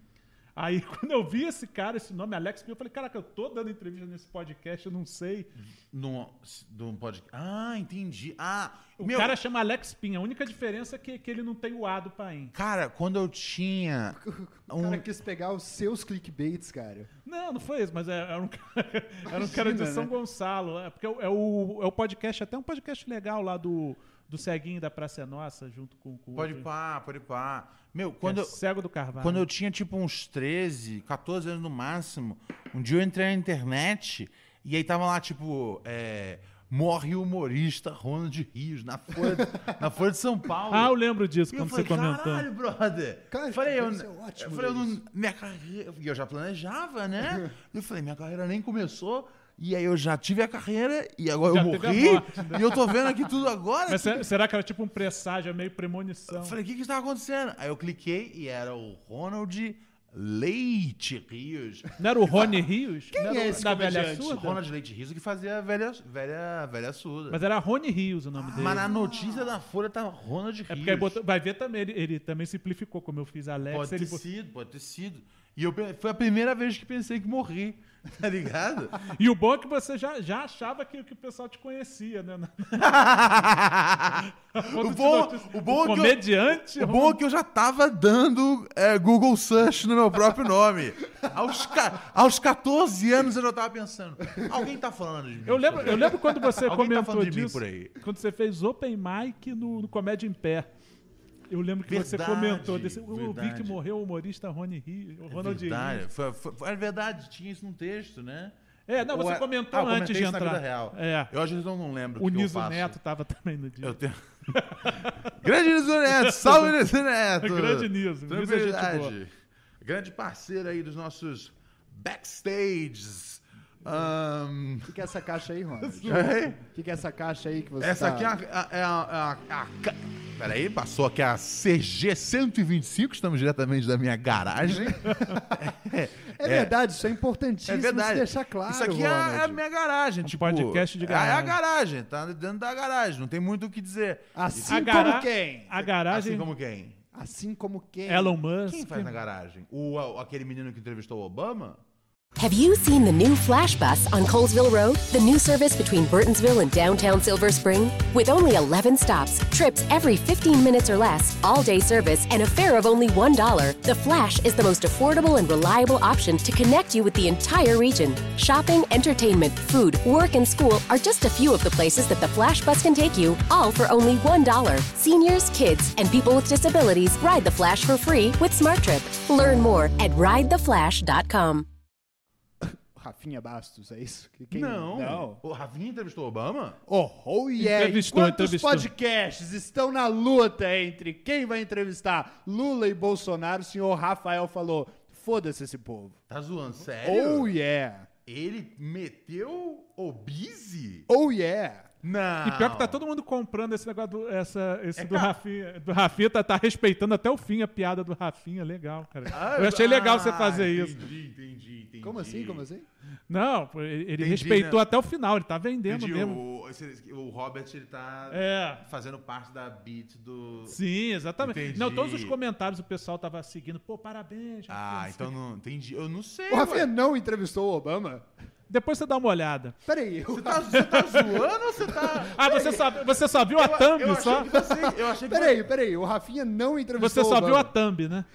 Speaker 4: Aí, quando eu vi esse cara, esse nome, Alex Pim, eu falei, caraca, eu tô dando entrevista nesse podcast, eu não sei.
Speaker 3: Num, num podcast. Ah, entendi. Ah,
Speaker 4: O
Speaker 3: meu,
Speaker 4: cara chama Alex Pim, a única diferença é que, que ele não tem o A do Paim.
Speaker 3: cara, quando eu tinha.
Speaker 2: O cara
Speaker 3: um-
Speaker 2: quis pegar os seus clickbaits, cara.
Speaker 4: Não, não foi isso, mas é- era um cara, era um
Speaker 2: Imagina,
Speaker 4: cara de
Speaker 2: né?
Speaker 4: São Gonçalo. É porque é o, é o- é o podcast, até um podcast legal lá do, do Ceguinho da Praça é Nossa, junto com, com
Speaker 3: Pode
Speaker 4: outro,
Speaker 3: pá, pode pá. Meu,
Speaker 4: que é
Speaker 3: quando, eu-
Speaker 4: Cego do Carvalho.
Speaker 3: quando eu tinha tipo uns 13, 14 anos no máximo, um dia eu entrei na internet e aí tava lá tipo. é, Morre o humorista Ronald Rios na Folha, na Folha de São Paulo.
Speaker 4: Ah, eu lembro disso,
Speaker 3: E eu
Speaker 4: quando
Speaker 3: falei,
Speaker 4: você comentou.
Speaker 3: caralho, brother.
Speaker 2: Cara,
Speaker 3: falei, eu,
Speaker 2: deve ser
Speaker 3: eu
Speaker 2: ótimo
Speaker 3: falei, eu não,
Speaker 2: isso.
Speaker 3: minha carreira, e eu já planejava, né? eu falei, minha carreira nem começou. E aí eu já tive a carreira e agora
Speaker 4: Já
Speaker 3: eu
Speaker 4: teve a
Speaker 3: morri.
Speaker 4: morte, né?
Speaker 3: E eu tô vendo aqui tudo agora.
Speaker 4: Mas
Speaker 3: que-
Speaker 4: se- será que era tipo um presságio, é meio premonição?
Speaker 3: Eu falei, o que que estava acontecendo? Aí eu cliquei e era o Ronald Leite Rios.
Speaker 4: Não era o Rony Rios? Quem
Speaker 2: é esse
Speaker 4: da velha
Speaker 2: comediante?
Speaker 4: surda?
Speaker 3: Ronald Leite Rios que fazia a velha, velha, velha surda.
Speaker 4: Mas
Speaker 3: Mas,
Speaker 4: era Rony Rios o nome dele.
Speaker 3: na notícia da Folha tava Ronald Rios.
Speaker 4: É porque aí botou- vai ver também, ele, ele também simplificou, como eu fiz a Alexa.
Speaker 3: Pode
Speaker 4: ele
Speaker 3: ter
Speaker 4: bo-
Speaker 3: sido, pode ter sido. E eu, pe- foi a primeira vez que pensei que morri, tá ligado?
Speaker 4: E o bom é que você já, já achava que, que o pessoal te conhecia, né? Quando
Speaker 3: o
Speaker 4: te
Speaker 3: bom,
Speaker 4: notici-
Speaker 3: o bom é que eu-
Speaker 4: comediante,
Speaker 3: O bom é que eu já tava dando é, Google Search no meu próprio nome. Aos, ca- aos 14 anos eu já tava pensando. Alguém tá falando de mim.
Speaker 4: Eu lembro, eu lembro quando você
Speaker 3: Alguém tá
Speaker 4: comentou
Speaker 3: falando de mim
Speaker 4: disso,
Speaker 3: por aí.
Speaker 4: quando você fez Open Mic no, no Comédia em Pé. Eu lembro que você
Speaker 3: Verdade,
Speaker 4: comentou desse. Eu vi
Speaker 3: verdade.
Speaker 4: que morreu o humorista Rony Rio, o Ronald Rio.
Speaker 3: verdade, foi, foi- foi- é verdade, tinha isso num texto, né?
Speaker 4: É, não,
Speaker 3: Ou
Speaker 4: você
Speaker 3: é-
Speaker 4: comentou
Speaker 3: Ah, eu
Speaker 4: antes
Speaker 3: comentei
Speaker 4: de
Speaker 3: isso na
Speaker 4: entrar.
Speaker 3: vida real.
Speaker 4: É.
Speaker 3: Então, Eu às vezes não não lembro
Speaker 4: O
Speaker 3: que eu
Speaker 4: Niso
Speaker 3: faço.
Speaker 4: Neto tava também no dia.
Speaker 3: Eu tenho... Grande Niso Neto! Salve, Niso Neto!
Speaker 4: Grande Niso, Niso é gente boa.
Speaker 3: Tranquilidade. Grande parceiro aí dos nossos backstages. Ahn,
Speaker 2: O que, que é essa caixa aí, Ronald?
Speaker 3: é?
Speaker 2: O que, que é essa caixa aí que você
Speaker 3: Essa
Speaker 2: tá-
Speaker 3: aqui é a. a- é a- a- a ca- Peraí, passou aqui a CG 125, estamos diretamente da minha garagem.
Speaker 2: É verdade, isso é importantíssimo
Speaker 3: É verdade.
Speaker 2: se deixar claro,
Speaker 3: Isso aqui é, a- é a
Speaker 2: Ronald.
Speaker 3: minha garagem. tipo,
Speaker 4: Um podcast de
Speaker 3: é- É a
Speaker 4: garagem.
Speaker 3: garagem, tá dentro da garagem, não tem muito o que dizer.
Speaker 2: Assim
Speaker 4: A
Speaker 2: como
Speaker 4: gara-
Speaker 2: quem?
Speaker 4: A garagem,
Speaker 3: Assim como quem?
Speaker 2: Assim como quem?
Speaker 4: Elon Musk.
Speaker 3: Quem faz na garagem? O, a- aquele menino que entrevistou o Obama?
Speaker 1: Have you seen the new Flash Bus on Colesville Road? The new service between Burtonsville and downtown Silver Spring? With only 11 stops, trips every 15 minutes or less, all day service, and a fare of only $1, the Flash is the most affordable and reliable option to connect you with the entire region. Shopping, entertainment, food, work, and school are just a few of the places that the Flash Bus can take you, all for only $1. Seniors, kids, and people with disabilities ride the Flash for free with Smart Trip. Learn more at ridetheflash.com.
Speaker 2: Rafinha Bastos, é isso? Que quem-
Speaker 3: Não.
Speaker 2: Não.
Speaker 3: O Rafinha entrevistou o Obama?
Speaker 2: Oh, oh yeah.
Speaker 4: Entrevistou,
Speaker 2: Enquanto
Speaker 4: entrevistou.
Speaker 2: os podcasts estão na luta entre quem vai entrevistar Lula e Bolsonaro, o senhor Rafael falou, foda-se esse povo.
Speaker 3: Tá zoando, sério?
Speaker 2: Oh yeah.
Speaker 3: Ele meteu o Bizi?
Speaker 2: Oh yeah.
Speaker 3: Não.
Speaker 4: E pior que tá todo mundo comprando esse negócio do, essa, esse do
Speaker 3: cara.
Speaker 4: Rafinha. Do Rafinha tá, tá respeitando até o fim a piada do Rafinha. Legal, cara.
Speaker 3: Ah,
Speaker 4: eu achei legal você
Speaker 3: ah,
Speaker 4: fazer isso.
Speaker 3: Entendi, entendi, entendi.
Speaker 2: Como assim, como assim?
Speaker 4: Não, pô, ele, ele
Speaker 3: Entendi,
Speaker 4: respeitou
Speaker 3: né?
Speaker 4: até o final, ele tá vendendo
Speaker 3: Entendi,
Speaker 4: mesmo.
Speaker 3: o, esse- o Robert, ele tá
Speaker 4: É.
Speaker 3: fazendo parte da beat do...
Speaker 4: Sim, exatamente.
Speaker 3: Entendi.
Speaker 4: Não, todos os comentários o pessoal tava seguindo. Pô, parabéns.
Speaker 3: Ah,
Speaker 4: Rafinha.
Speaker 3: então não... Entendi. Eu não sei,
Speaker 2: O Rafinha
Speaker 3: ué.
Speaker 2: não entrevistou o Obama?
Speaker 4: Depois você dá uma olhada.
Speaker 2: Peraí, o
Speaker 3: Você tá, você tá zoando ou você tá...
Speaker 4: Ah, você só, você só viu a thumb,
Speaker 3: eu achei
Speaker 4: só?
Speaker 3: que você- eu achei que
Speaker 2: Peraí, peraí, o Rafinha não
Speaker 4: Você
Speaker 2: entrevistou
Speaker 4: só
Speaker 2: o
Speaker 4: viu a
Speaker 2: Obama.
Speaker 4: thumb, né?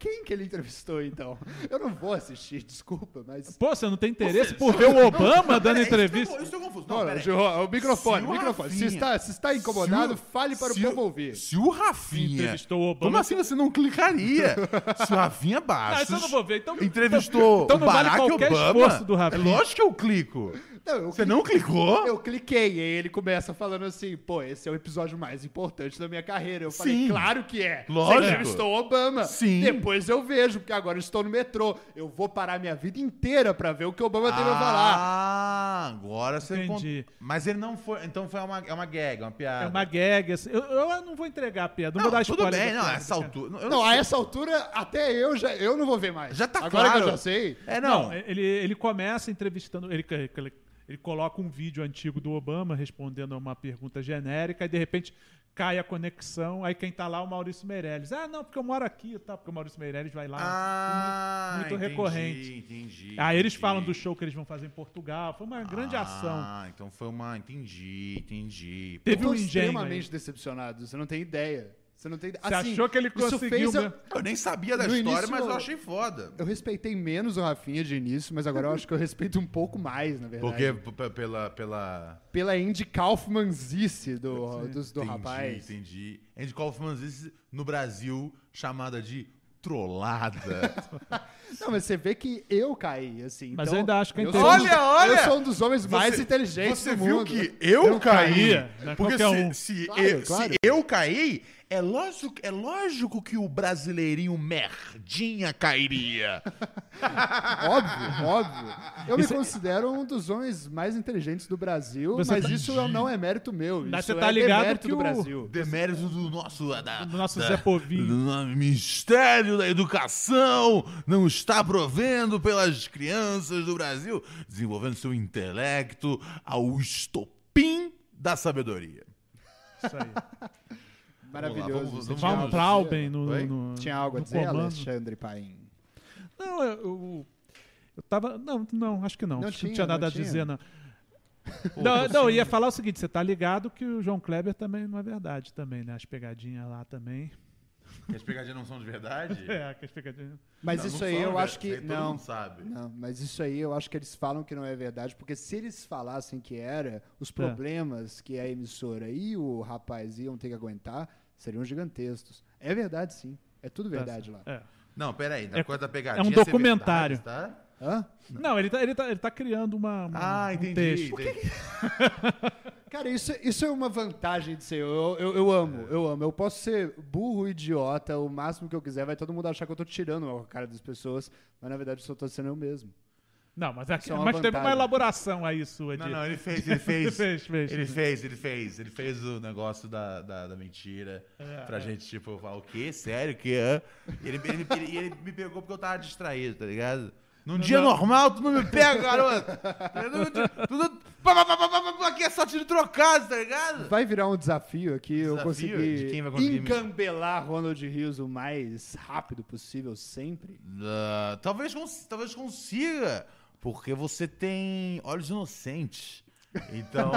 Speaker 2: Quem que ele entrevistou, então? Eu não vou assistir, desculpa, mas...
Speaker 4: Pô, você não tem interesse por ver o Obama
Speaker 3: Peraí,
Speaker 4: dando
Speaker 3: isso
Speaker 4: entrevista?
Speaker 3: ficou- Isso eu confuso. Não,
Speaker 2: Olha,
Speaker 3: peraí.
Speaker 2: Gil, ó, o microfone,
Speaker 3: Se
Speaker 2: o
Speaker 3: o
Speaker 2: microfone. Se
Speaker 3: Rafinha-
Speaker 2: está, se está incomodado,
Speaker 3: Se o-
Speaker 2: fale para
Speaker 3: se
Speaker 2: o povo ouvir.
Speaker 3: Se o Rafinha.
Speaker 4: Entrevistou o Obama.
Speaker 3: Como assim você não clicaria? se o Rafinha
Speaker 4: Ah,
Speaker 3: Bastos.
Speaker 4: isso eu não vou ver. Então,
Speaker 3: Entrevistou
Speaker 4: então
Speaker 3: o
Speaker 4: não vale
Speaker 3: Barack
Speaker 4: qualquer
Speaker 3: Obama.
Speaker 4: esforço do Rafinha.
Speaker 3: É lógico que eu clico.
Speaker 2: Não, eu
Speaker 3: Você
Speaker 2: cliquei-
Speaker 3: não clicou?
Speaker 2: Eu cliquei, e aí ele começa falando assim, pô, esse é o episódio mais importante da minha carreira. Eu falei,
Speaker 3: Sim.
Speaker 2: claro que é.
Speaker 3: Lógico.
Speaker 2: Você entrevistou o Obama.
Speaker 3: Sim.
Speaker 2: Depois eu vejo, porque agora eu estou no metrô. Eu vou parar minha vida inteira para ver o que o Obama teve a falar.
Speaker 3: Ah, agora você
Speaker 4: Entendi.
Speaker 3: cont- Mas ele não foi. Então foi uma, é uma gag, uma piada.
Speaker 4: É uma gag. assim. Eu, eu não vou entregar a piada. Não,
Speaker 3: Não,
Speaker 4: vou dar
Speaker 3: tudo
Speaker 4: spoiler.
Speaker 3: bem,
Speaker 4: da
Speaker 3: não,
Speaker 4: piada,
Speaker 3: essa
Speaker 4: cara.
Speaker 3: altura. eu
Speaker 2: Não,
Speaker 3: sei.
Speaker 2: a essa altura, até eu já eu não vou ver mais.
Speaker 3: Já tá
Speaker 2: Agora
Speaker 3: claro.
Speaker 2: que eu já sei.
Speaker 3: É, não.
Speaker 4: Não, ele, ele começa entrevistando. Ele, ele, ele coloca um vídeo antigo do Obama respondendo a uma pergunta genérica e de repente cai a conexão. Aí quem tá lá é o Maurício Meirelles. Ah, não, porque eu moro aqui, tá? Porque o Maurício Meirelles vai lá.
Speaker 3: Ah,
Speaker 4: muito
Speaker 3: entendi,
Speaker 4: recorrente.
Speaker 3: Entendi.
Speaker 4: Aí eles
Speaker 3: entendi.
Speaker 4: falam do show que eles vão fazer em Portugal. Foi uma grande ação.
Speaker 3: Ah, então foi uma. Entendi, entendi.
Speaker 4: Teve
Speaker 2: eu
Speaker 4: um
Speaker 2: tô
Speaker 4: engenho. aí.
Speaker 2: extremamente decepcionado. Você não tem ideia. Você não tem ideia.
Speaker 4: Você achou que ele
Speaker 2: isso
Speaker 4: conseguiu
Speaker 2: fez eu-
Speaker 4: mesmo?
Speaker 3: Eu nem sabia da
Speaker 2: No
Speaker 3: história,
Speaker 2: início,
Speaker 3: mas eu
Speaker 2: eu-
Speaker 3: achei foda.
Speaker 2: Eu respeitei menos o Rafinha de início, mas agora eu acho que eu respeito um pouco mais, na verdade.
Speaker 3: Porque p- p- pela. pela...
Speaker 2: Pela Andy Kaufmanzice do, do, do
Speaker 3: entendi,
Speaker 2: rapaz.
Speaker 3: Entendi. Andy Kaufman, às vezes, no Brasil, chamada de trollada.
Speaker 2: Não, mas você vê que eu caí, assim.
Speaker 4: Mas
Speaker 2: então,
Speaker 4: eu ainda acho que é
Speaker 2: eu sou um
Speaker 4: interessante.
Speaker 2: dos-
Speaker 3: Olha, olha!
Speaker 2: Eu sou um dos homens mais
Speaker 3: Você-
Speaker 2: inteligentes
Speaker 3: Você
Speaker 2: do
Speaker 3: viu
Speaker 2: mundo.
Speaker 3: que eu, caí?
Speaker 4: caía, né?
Speaker 3: Porque se,
Speaker 4: Qualquer um.
Speaker 3: se
Speaker 2: Claro,
Speaker 3: eu, se
Speaker 2: claro.
Speaker 3: eu caí, é lógico, é lógico que o brasileirinho merdinha cairia.
Speaker 2: óbvio, óbvio. Eu me considero um dos homens mais inteligentes do Brasil,
Speaker 4: é- Você
Speaker 2: mas
Speaker 4: tá-
Speaker 2: isso eu- não é mérito meu.
Speaker 4: Mas
Speaker 2: isso
Speaker 4: você tá
Speaker 2: é
Speaker 4: ligado
Speaker 2: demérito
Speaker 4: que
Speaker 2: do
Speaker 4: o-
Speaker 2: Brasil.
Speaker 3: Demérito do nosso, da,
Speaker 4: Do nosso
Speaker 3: da-
Speaker 4: Zé Povinho.
Speaker 3: do no- Ministério da Educação não está provendo pelas crianças do Brasil, desenvolvendo seu intelecto ao estopim da sabedoria.
Speaker 4: Isso aí.
Speaker 2: Maravilhoso.
Speaker 3: vamos- vamos-
Speaker 2: Você tinha
Speaker 4: Van
Speaker 2: algo a
Speaker 4: Plauben
Speaker 2: dizer?
Speaker 4: no,
Speaker 3: Oi?
Speaker 4: no-
Speaker 2: Tinha algo a
Speaker 4: no
Speaker 2: dizer,
Speaker 4: comando.
Speaker 2: Alexandre Paim?
Speaker 4: Não, eu, eu, eu tava. Não, não, acho que não.
Speaker 2: Não
Speaker 4: acho que não
Speaker 2: tinha,
Speaker 4: tinha nada
Speaker 2: não
Speaker 4: a
Speaker 2: tinha.
Speaker 4: dizer, não. Não, não, eu ia falar o seguinte: você tá ligado que o João Kleber também não é verdade, também, né? As pegadinhas lá também.
Speaker 3: As pegadinhas não são de verdade?
Speaker 4: É, que as pegadinhas.
Speaker 2: Mas
Speaker 3: Não,
Speaker 2: isso
Speaker 3: não
Speaker 2: aí
Speaker 3: são,
Speaker 2: eu
Speaker 3: né?
Speaker 2: acho
Speaker 3: Isso
Speaker 2: que.
Speaker 3: aí todo
Speaker 2: Não,
Speaker 3: mundo sabe.
Speaker 2: não, mas isso aí eu acho que eles falam que não é verdade, porque se eles falassem que era,
Speaker 4: É.
Speaker 2: os problemas que a emissora e o rapaz iam ter que aguentar seriam gigantescos. É verdade, sim. É tudo verdade lá.
Speaker 4: É.
Speaker 3: Não, peraí, na
Speaker 4: É-
Speaker 3: coisa da
Speaker 4: é
Speaker 3: pegadinha.
Speaker 4: um
Speaker 3: ser verdade,
Speaker 4: documentário.
Speaker 3: tá?
Speaker 2: Hã?
Speaker 4: Não, ele tá, ele, tá, ele tá criando uma. uma-
Speaker 3: Ah,
Speaker 4: um
Speaker 3: entendi.
Speaker 4: texto.
Speaker 3: entendi.
Speaker 2: Cara, isso, isso é uma vantagem de ser. Eu, eu, eu amo, eu amo. Eu posso ser burro, idiota, o máximo que eu quiser, vai todo mundo achar que eu tô tirando a cara das pessoas, mas na verdade eu só tô sendo eu mesmo.
Speaker 4: Não, mas, aqui,
Speaker 2: Isso é uma
Speaker 4: mas teve
Speaker 2: vantagem.
Speaker 4: uma elaboração aí sua de.
Speaker 3: Não, não, ele fez, ele fez.
Speaker 4: Fez, fez.
Speaker 3: Ele fez, ele fez. Ele fez o negócio da, da, da mentira. pra gente, tipo, falar o quê? Sério? O quê? Hã? E ele, ele- ele- ele me pegou porque eu tava distraído, tá ligado? Num dia normal, tu não me pega, garoto. Tu- tu- tu- pá, pá, pá, pá, pá, pá, pá, Aqui é só tiro trocado, tá ligado?
Speaker 2: Vai virar um desafio aqui, eu
Speaker 3: Desafio
Speaker 2: consegui
Speaker 3: de quem vai conseguir
Speaker 2: engambelar Ronald Rios o mais rápido possível, sempre.
Speaker 3: Ah, talvez, cons- talvez consiga, porque você tem olhos inocentes. Então,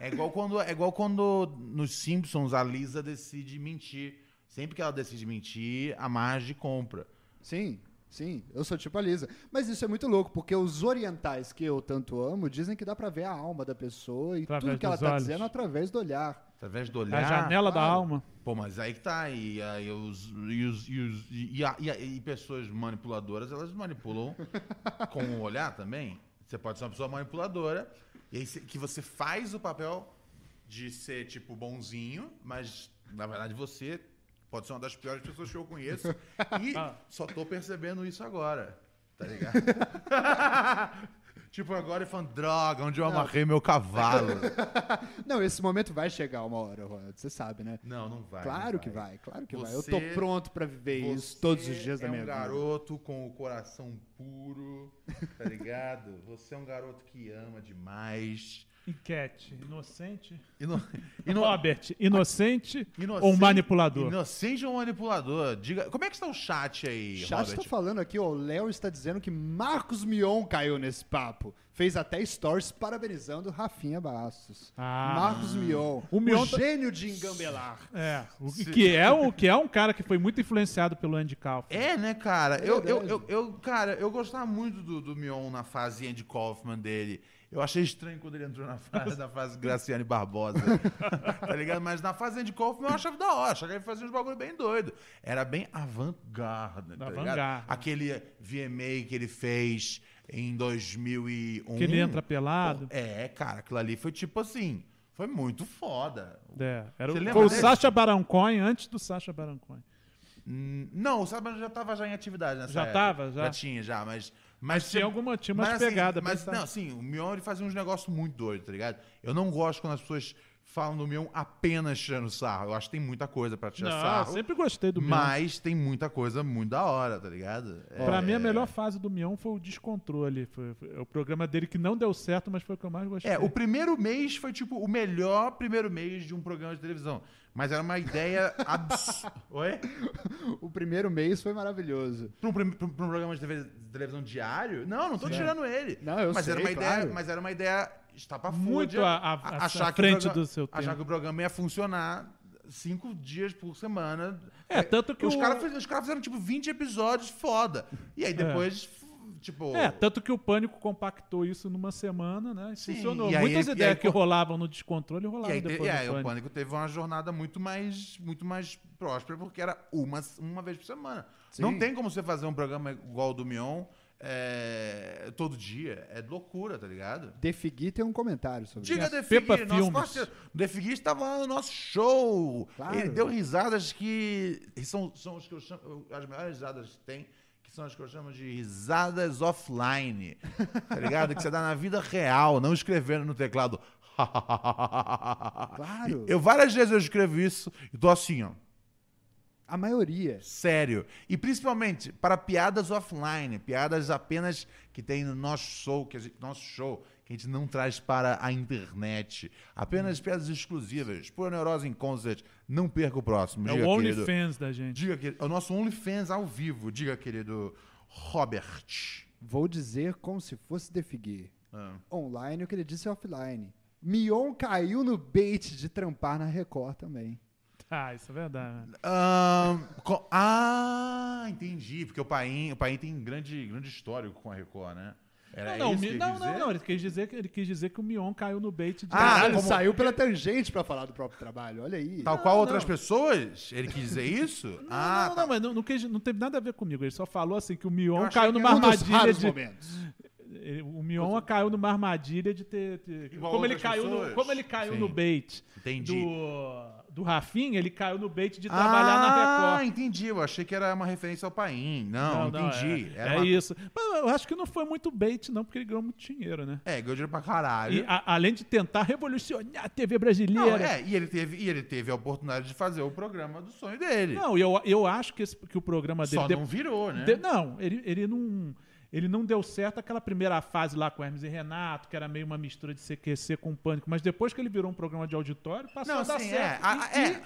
Speaker 3: é igual quando é igual quando nos Simpsons a Lisa decide mentir. Sempre que ela decide mentir, a Marge compra.
Speaker 2: Sim, sim, eu sou tipo a Lisa. Mas isso é muito louco, porque os orientais que eu tanto amo dizem que dá pra ver a alma da pessoa e
Speaker 4: Através
Speaker 2: tudo que ela
Speaker 4: dos
Speaker 2: tá
Speaker 4: olhos.
Speaker 2: dizendo através do olhar.
Speaker 3: Através do
Speaker 4: A
Speaker 3: olhar.
Speaker 4: janela da
Speaker 2: claro.
Speaker 4: alma.
Speaker 3: Pô, mas aí que tá. E, aí os, e, os, e, os- e a- e a- e pessoas manipuladoras, elas manipulam com o olhar também. Você pode ser uma pessoa manipuladora, e aí cê- que você faz o papel de ser, tipo, bonzinho, mas na verdade você pode ser uma das piores pessoas que eu conheço. E só tô percebendo isso agora. Tá ligado? tipo, agora eu falando, droga, onde eu amarrei meu cavalo.
Speaker 2: Não, esse momento vai chegar uma hora, Ronald, você sabe, né?
Speaker 3: Não, não vai.
Speaker 2: Claro
Speaker 3: não
Speaker 2: que vai, claro que vai. Eu
Speaker 3: Você-
Speaker 2: tô pronto pra viver isso todos os dias
Speaker 3: é
Speaker 2: da minha
Speaker 3: um
Speaker 2: vida.
Speaker 3: garoto com o coração puro, tá ligado? Você é um garoto que ama demais.
Speaker 4: Enquete. Inocente.
Speaker 3: Ino... ino-
Speaker 4: Robert, inocente,
Speaker 3: Ah, inocente-
Speaker 4: ou um manipulador?
Speaker 3: Inocente ou um manipulador? Diga, como é que está o chat aí,
Speaker 2: O chat
Speaker 3: Robert?
Speaker 2: tá falando aqui, ó, o Léo está dizendo que Marcos Mion caiu nesse papo. Fez até stories parabenizando Rafinha Bastos.
Speaker 4: Ah.
Speaker 2: Marcos Mion, o,
Speaker 4: O Mion tá-
Speaker 2: gênio de engambelar.
Speaker 4: É, o que é o que é um cara que foi muito influenciado pelo Andy Kaufman.
Speaker 3: É, né, cara? eu, eu,
Speaker 2: verdade.
Speaker 3: eu, eu- cara, eu gostava muito do, do Mion na fase Andy Kaufman dele. Eu achei estranho quando ele entrou na fase, na fase Graciane Barbosa. tá ligado? Mas na fase Andy Kaufman eu achava da hora. Achava que ele fazia uns bagulho bem doido. Era bem avant-garde, tá ligado?
Speaker 4: Avant-garde.
Speaker 3: Aquele VMA que ele fez em 2001.
Speaker 4: Que ele entra pelado.
Speaker 3: É, cara, aquilo ali foi tipo assim... Foi muito foda.
Speaker 4: É, era
Speaker 3: Você
Speaker 4: o,
Speaker 3: lembra
Speaker 4: foi o
Speaker 3: desse?
Speaker 4: Sacha Baron Cohen antes do Sacha Baron Cohen.
Speaker 3: Hum, Não, o Sábado já tava já em atividade nessa
Speaker 4: Já
Speaker 3: época.
Speaker 4: tava, já?
Speaker 3: Já tinha, já, mas... Mas
Speaker 4: tinha
Speaker 3: você-
Speaker 4: alguma- tinha umas
Speaker 3: mas, assim,
Speaker 4: pegadas,
Speaker 3: Mas,
Speaker 4: pensava.
Speaker 3: não, assim, o Mion ele fazia uns negócios muito doidos, tá ligado? Eu não gosto quando as pessoas falam do Mion apenas tirando sarro. Eu acho que tem muita coisa pra tirar
Speaker 4: Não,
Speaker 3: sarro.
Speaker 4: sempre gostei do Mion.
Speaker 3: Mas tem muita coisa muito da hora, tá ligado? É,
Speaker 4: Pra mim, a melhor fase do Mion foi o Descontrole. Foi, foi o programa dele que não deu certo, mas foi o que eu mais gostei.
Speaker 3: É, o primeiro mês foi, tipo, o melhor primeiro mês de um programa de televisão. Mas era uma ideia absurda. Oi?
Speaker 2: O primeiro mês foi maravilhoso.
Speaker 3: Pra um, prim- pra um- pra um programa de TV televisão diário? Não, não tô tirando ele.
Speaker 2: Não, eu
Speaker 3: mas
Speaker 2: sei,
Speaker 3: era uma
Speaker 2: claro.
Speaker 3: ideia, mas era uma ideia estapafúrdia.
Speaker 4: Muito à- à- à
Speaker 3: o
Speaker 4: frente
Speaker 3: programa-
Speaker 4: do seu
Speaker 3: Achar
Speaker 4: tempo.
Speaker 3: que o programa ia funcionar cinco dias por semana.
Speaker 4: É, tanto que
Speaker 3: os
Speaker 4: o-
Speaker 3: caras fiz- os caras fizeram tipo 20 episódios foda. E aí depois f- tipo
Speaker 4: É, tanto que o Pânico compactou isso numa semana, né? E Funcionou.
Speaker 3: e aí
Speaker 4: Muitas
Speaker 3: ele- e
Speaker 4: ideias
Speaker 3: aí
Speaker 4: que
Speaker 3: co-
Speaker 4: rolavam no Descontrole
Speaker 3: e
Speaker 4: rolavam
Speaker 3: aí, te-
Speaker 4: depois
Speaker 3: e
Speaker 4: do
Speaker 3: aí o
Speaker 4: Pânico.
Speaker 3: pânico teve uma jornada muito mais muito mais próspera porque era uma uma vez por semana. Não tem como você fazer um programa igual o do Mion é, todo dia, é loucura, tá ligado?
Speaker 2: Defigui tem um comentário sobre
Speaker 3: Diga
Speaker 4: Minha
Speaker 3: The
Speaker 4: Peppa
Speaker 3: Figuir, nosso
Speaker 4: Filmes.
Speaker 3: parceiro. O The Figuir estava lá no nosso show.
Speaker 2: Claro.
Speaker 3: Ele deu risadas que são, são os que eu chamo, as melhores risadas que tem, que são as que eu chamo de risadas offline, tá ligado? que você dá na vida real, não escrevendo no teclado.
Speaker 2: Claro.
Speaker 3: Eu várias vezes eu escrevo isso e tô assim, ó.
Speaker 2: A maioria.
Speaker 3: Sério. E principalmente para piadas offline, piadas apenas que tem no nosso show, que a gente, nosso show, que a gente não traz para a internet. Apenas piadas exclusivas. Pura Neurose em Concert. Não perca o próximo.
Speaker 4: É
Speaker 3: Diga,
Speaker 4: o
Speaker 3: querido.
Speaker 4: OnlyFans da gente.
Speaker 3: Diga, querido. É o nosso OnlyFans ao vivo. Diga, querido Robert.
Speaker 2: Vou dizer como se fosse de Figuier.
Speaker 3: Ah.
Speaker 2: Online o que ele disse é offline. Mion caiu no bait de trampar na Record também.
Speaker 4: Ah, isso é verdade. né?
Speaker 3: Ahn, co- ah, entendi. Porque o Paim, o Paim tem grande, grande histórico com a Record, né? Era
Speaker 4: não,
Speaker 3: isso
Speaker 4: Mi-
Speaker 3: que ele
Speaker 4: não,
Speaker 3: quis
Speaker 4: não,
Speaker 3: dizer?
Speaker 4: não, Ele quis dizer que, ele quis dizer que o Mion caiu no bait de.
Speaker 3: Ah,
Speaker 2: Caralho,
Speaker 3: como-
Speaker 2: saiu pela tangente pra falar do próprio trabalho. Olha aí.
Speaker 3: Tal qual
Speaker 4: não.
Speaker 3: outras pessoas? Ele quis dizer isso?
Speaker 4: Não,
Speaker 3: ah,
Speaker 4: não,
Speaker 3: tá.
Speaker 4: não, mas não, não, quis- não teve nada a ver comigo. Ele só falou assim que o Mion
Speaker 3: Eu achei
Speaker 4: caiu
Speaker 3: que
Speaker 4: numa
Speaker 3: era um dos
Speaker 4: armadilha
Speaker 2: raros
Speaker 4: de.
Speaker 2: momentos.
Speaker 4: ele- O Mion caiu numa armadilha de ter. de-
Speaker 3: Igual
Speaker 4: como, ele
Speaker 3: outras
Speaker 4: caiu no,
Speaker 3: pessoas.
Speaker 4: como ele caiu
Speaker 3: Sim.
Speaker 4: no bait
Speaker 3: Entendi.
Speaker 4: do, do Rafinha, ele caiu no bait de trabalhar na Record.
Speaker 3: Ah, entendi. Eu achei que era uma referência ao Paim. Não, entendi.
Speaker 4: é,
Speaker 3: Era
Speaker 4: é
Speaker 3: uma-
Speaker 4: isso. Mas eu acho que não foi muito bait, não, porque ele ganhou muito dinheiro, né?
Speaker 3: É, ganhou dinheiro pra
Speaker 4: E
Speaker 3: caralho.
Speaker 4: a- além de tentar revolucionar a TV
Speaker 3: Não,
Speaker 4: brasileira.
Speaker 3: é, e ele, teve, e ele teve a oportunidade de fazer o programa do sonho dele.
Speaker 4: Não, eu, eu acho que, esse- que o programa dele.
Speaker 3: Só
Speaker 4: de-
Speaker 3: não virou, né?
Speaker 4: de- não, ele, ele não. Ele não deu certo aquela primeira fase lá com Hermes e Renato, que era meio uma mistura de CQC com pânico. Mas depois que ele virou um programa de auditório, passou
Speaker 3: Não,
Speaker 4: a dar
Speaker 3: sim,
Speaker 4: certo.
Speaker 3: é. A-
Speaker 4: E-
Speaker 3: a-
Speaker 4: e
Speaker 3: é.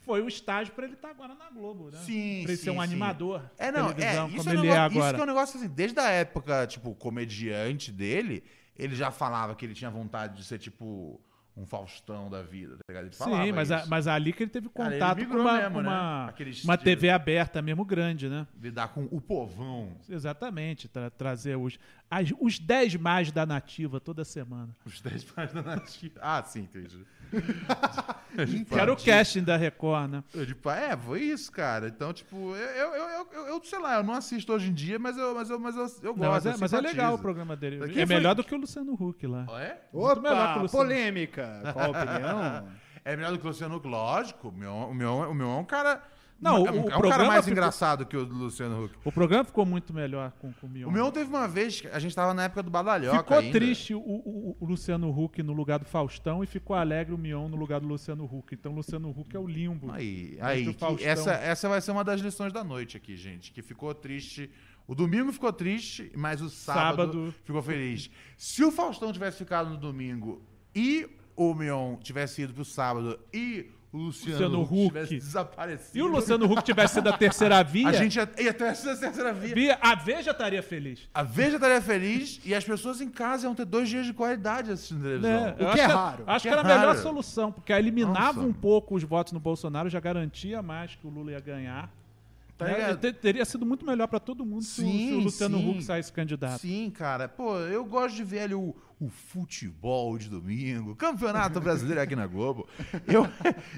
Speaker 4: foi o estágio pra ele estar agora na Globo, né?
Speaker 3: Sim,
Speaker 4: Pra ele ser
Speaker 3: sim,
Speaker 4: um
Speaker 3: sim.
Speaker 4: animador.
Speaker 3: É, não,
Speaker 4: de
Speaker 3: é,
Speaker 4: televisão,
Speaker 3: isso,
Speaker 4: como
Speaker 3: é um
Speaker 4: ele é
Speaker 3: negócio, isso
Speaker 4: agora.
Speaker 3: que é um negócio assim, desde a época, tipo, comediante dele, ele já falava que ele tinha vontade de ser, tipo, um Faustão da vida, tá ligado? Ele falava
Speaker 4: Sim, mas, a-
Speaker 3: isso.
Speaker 4: mas ali que ele teve
Speaker 3: Cara, ele
Speaker 4: contato com
Speaker 3: migrou
Speaker 4: uma,
Speaker 3: mesmo, né?
Speaker 4: uma,
Speaker 3: Aqueles
Speaker 4: uma
Speaker 3: de-
Speaker 4: TV aberta mesmo grande, né?
Speaker 3: Lidar com o povão,
Speaker 4: Exatamente, tra- trazer os, as- os 10 mais da nativa toda semana.
Speaker 3: os 10 páginas nativas. Ah, sim, entendi.
Speaker 4: Que era o casting da Record, né?
Speaker 3: Eu, tipo, é, foi isso, cara. Então, tipo, eu, eu, eu, eu- eu- eu, sei lá, eu não assisto hoje em dia, mas eu, mas eu, mas eu, eu gosto.
Speaker 4: Não, mas, é,
Speaker 3: eu
Speaker 4: mas é
Speaker 3: simpatizo.
Speaker 4: legal o programa dele.
Speaker 3: Quem
Speaker 4: é
Speaker 3: foi-
Speaker 4: melhor do que o Luciano Huck lá.
Speaker 3: É?
Speaker 4: Muito melhor que o
Speaker 2: Opa,
Speaker 4: Luciano.
Speaker 2: polêmica. Qual a opinião?
Speaker 3: É melhor do que o Luciano Huck, lógico. O meu, o meu, o meu é um cara.
Speaker 4: Não,
Speaker 3: é um,
Speaker 4: o- o
Speaker 3: é um cara
Speaker 4: programa
Speaker 3: mais
Speaker 4: ficou-
Speaker 3: engraçado que o do Luciano Huck.
Speaker 4: O programa ficou muito melhor com, com o Mion.
Speaker 3: O meu teve uma vez, que a gente tava na época do Badalhoca.
Speaker 4: Ficou
Speaker 3: ainda.
Speaker 4: triste o, o- o Luciano Huck no lugar do Faustão e ficou alegre o Mion no lugar do Luciano Huck. Então o Luciano Huck é o limbo.
Speaker 3: Aí,
Speaker 4: do
Speaker 3: aí que
Speaker 4: Faustão.
Speaker 3: essa, essa vai ser uma das lições da noite aqui, gente. Que ficou triste. O domingo ficou triste, mas o sábado,
Speaker 4: Sábado.
Speaker 3: ficou feliz. Se o Faustão tivesse ficado no domingo e o Mion tivesse ido pro sábado e o Luciano,
Speaker 4: Luciano
Speaker 3: Huck tivesse
Speaker 4: Huck.
Speaker 3: desaparecido.
Speaker 4: Se o Luciano Huck tivesse sido a terceira via,
Speaker 3: A gente ia, ia ter essa terceira via.
Speaker 4: via, a Veja estaria feliz.
Speaker 3: A Veja estaria feliz e as pessoas em casa iam ter dois dias de qualidade assistindo televisão.
Speaker 4: Né?
Speaker 2: O
Speaker 4: Eu
Speaker 2: que
Speaker 4: acho
Speaker 2: é
Speaker 4: que-
Speaker 2: raro.
Speaker 4: Acho que
Speaker 3: que é
Speaker 4: era a melhor
Speaker 3: raro.
Speaker 4: solução, porque aí eliminava
Speaker 3: Nossa.
Speaker 4: um pouco os votos no Bolsonaro, já garantia mais que o Lula ia ganhar.
Speaker 3: Tá
Speaker 4: Né?
Speaker 3: ligado?
Speaker 4: E te- Teria sido muito melhor pra todo mundo se o- se o
Speaker 3: Sim,
Speaker 4: Luciano
Speaker 3: sim.
Speaker 4: Huck saísse candidato.
Speaker 3: Sim, cara. Pô, eu gosto de ver ali o, o futebol de domingo, campeonato brasileiro aqui na Globo. Eu,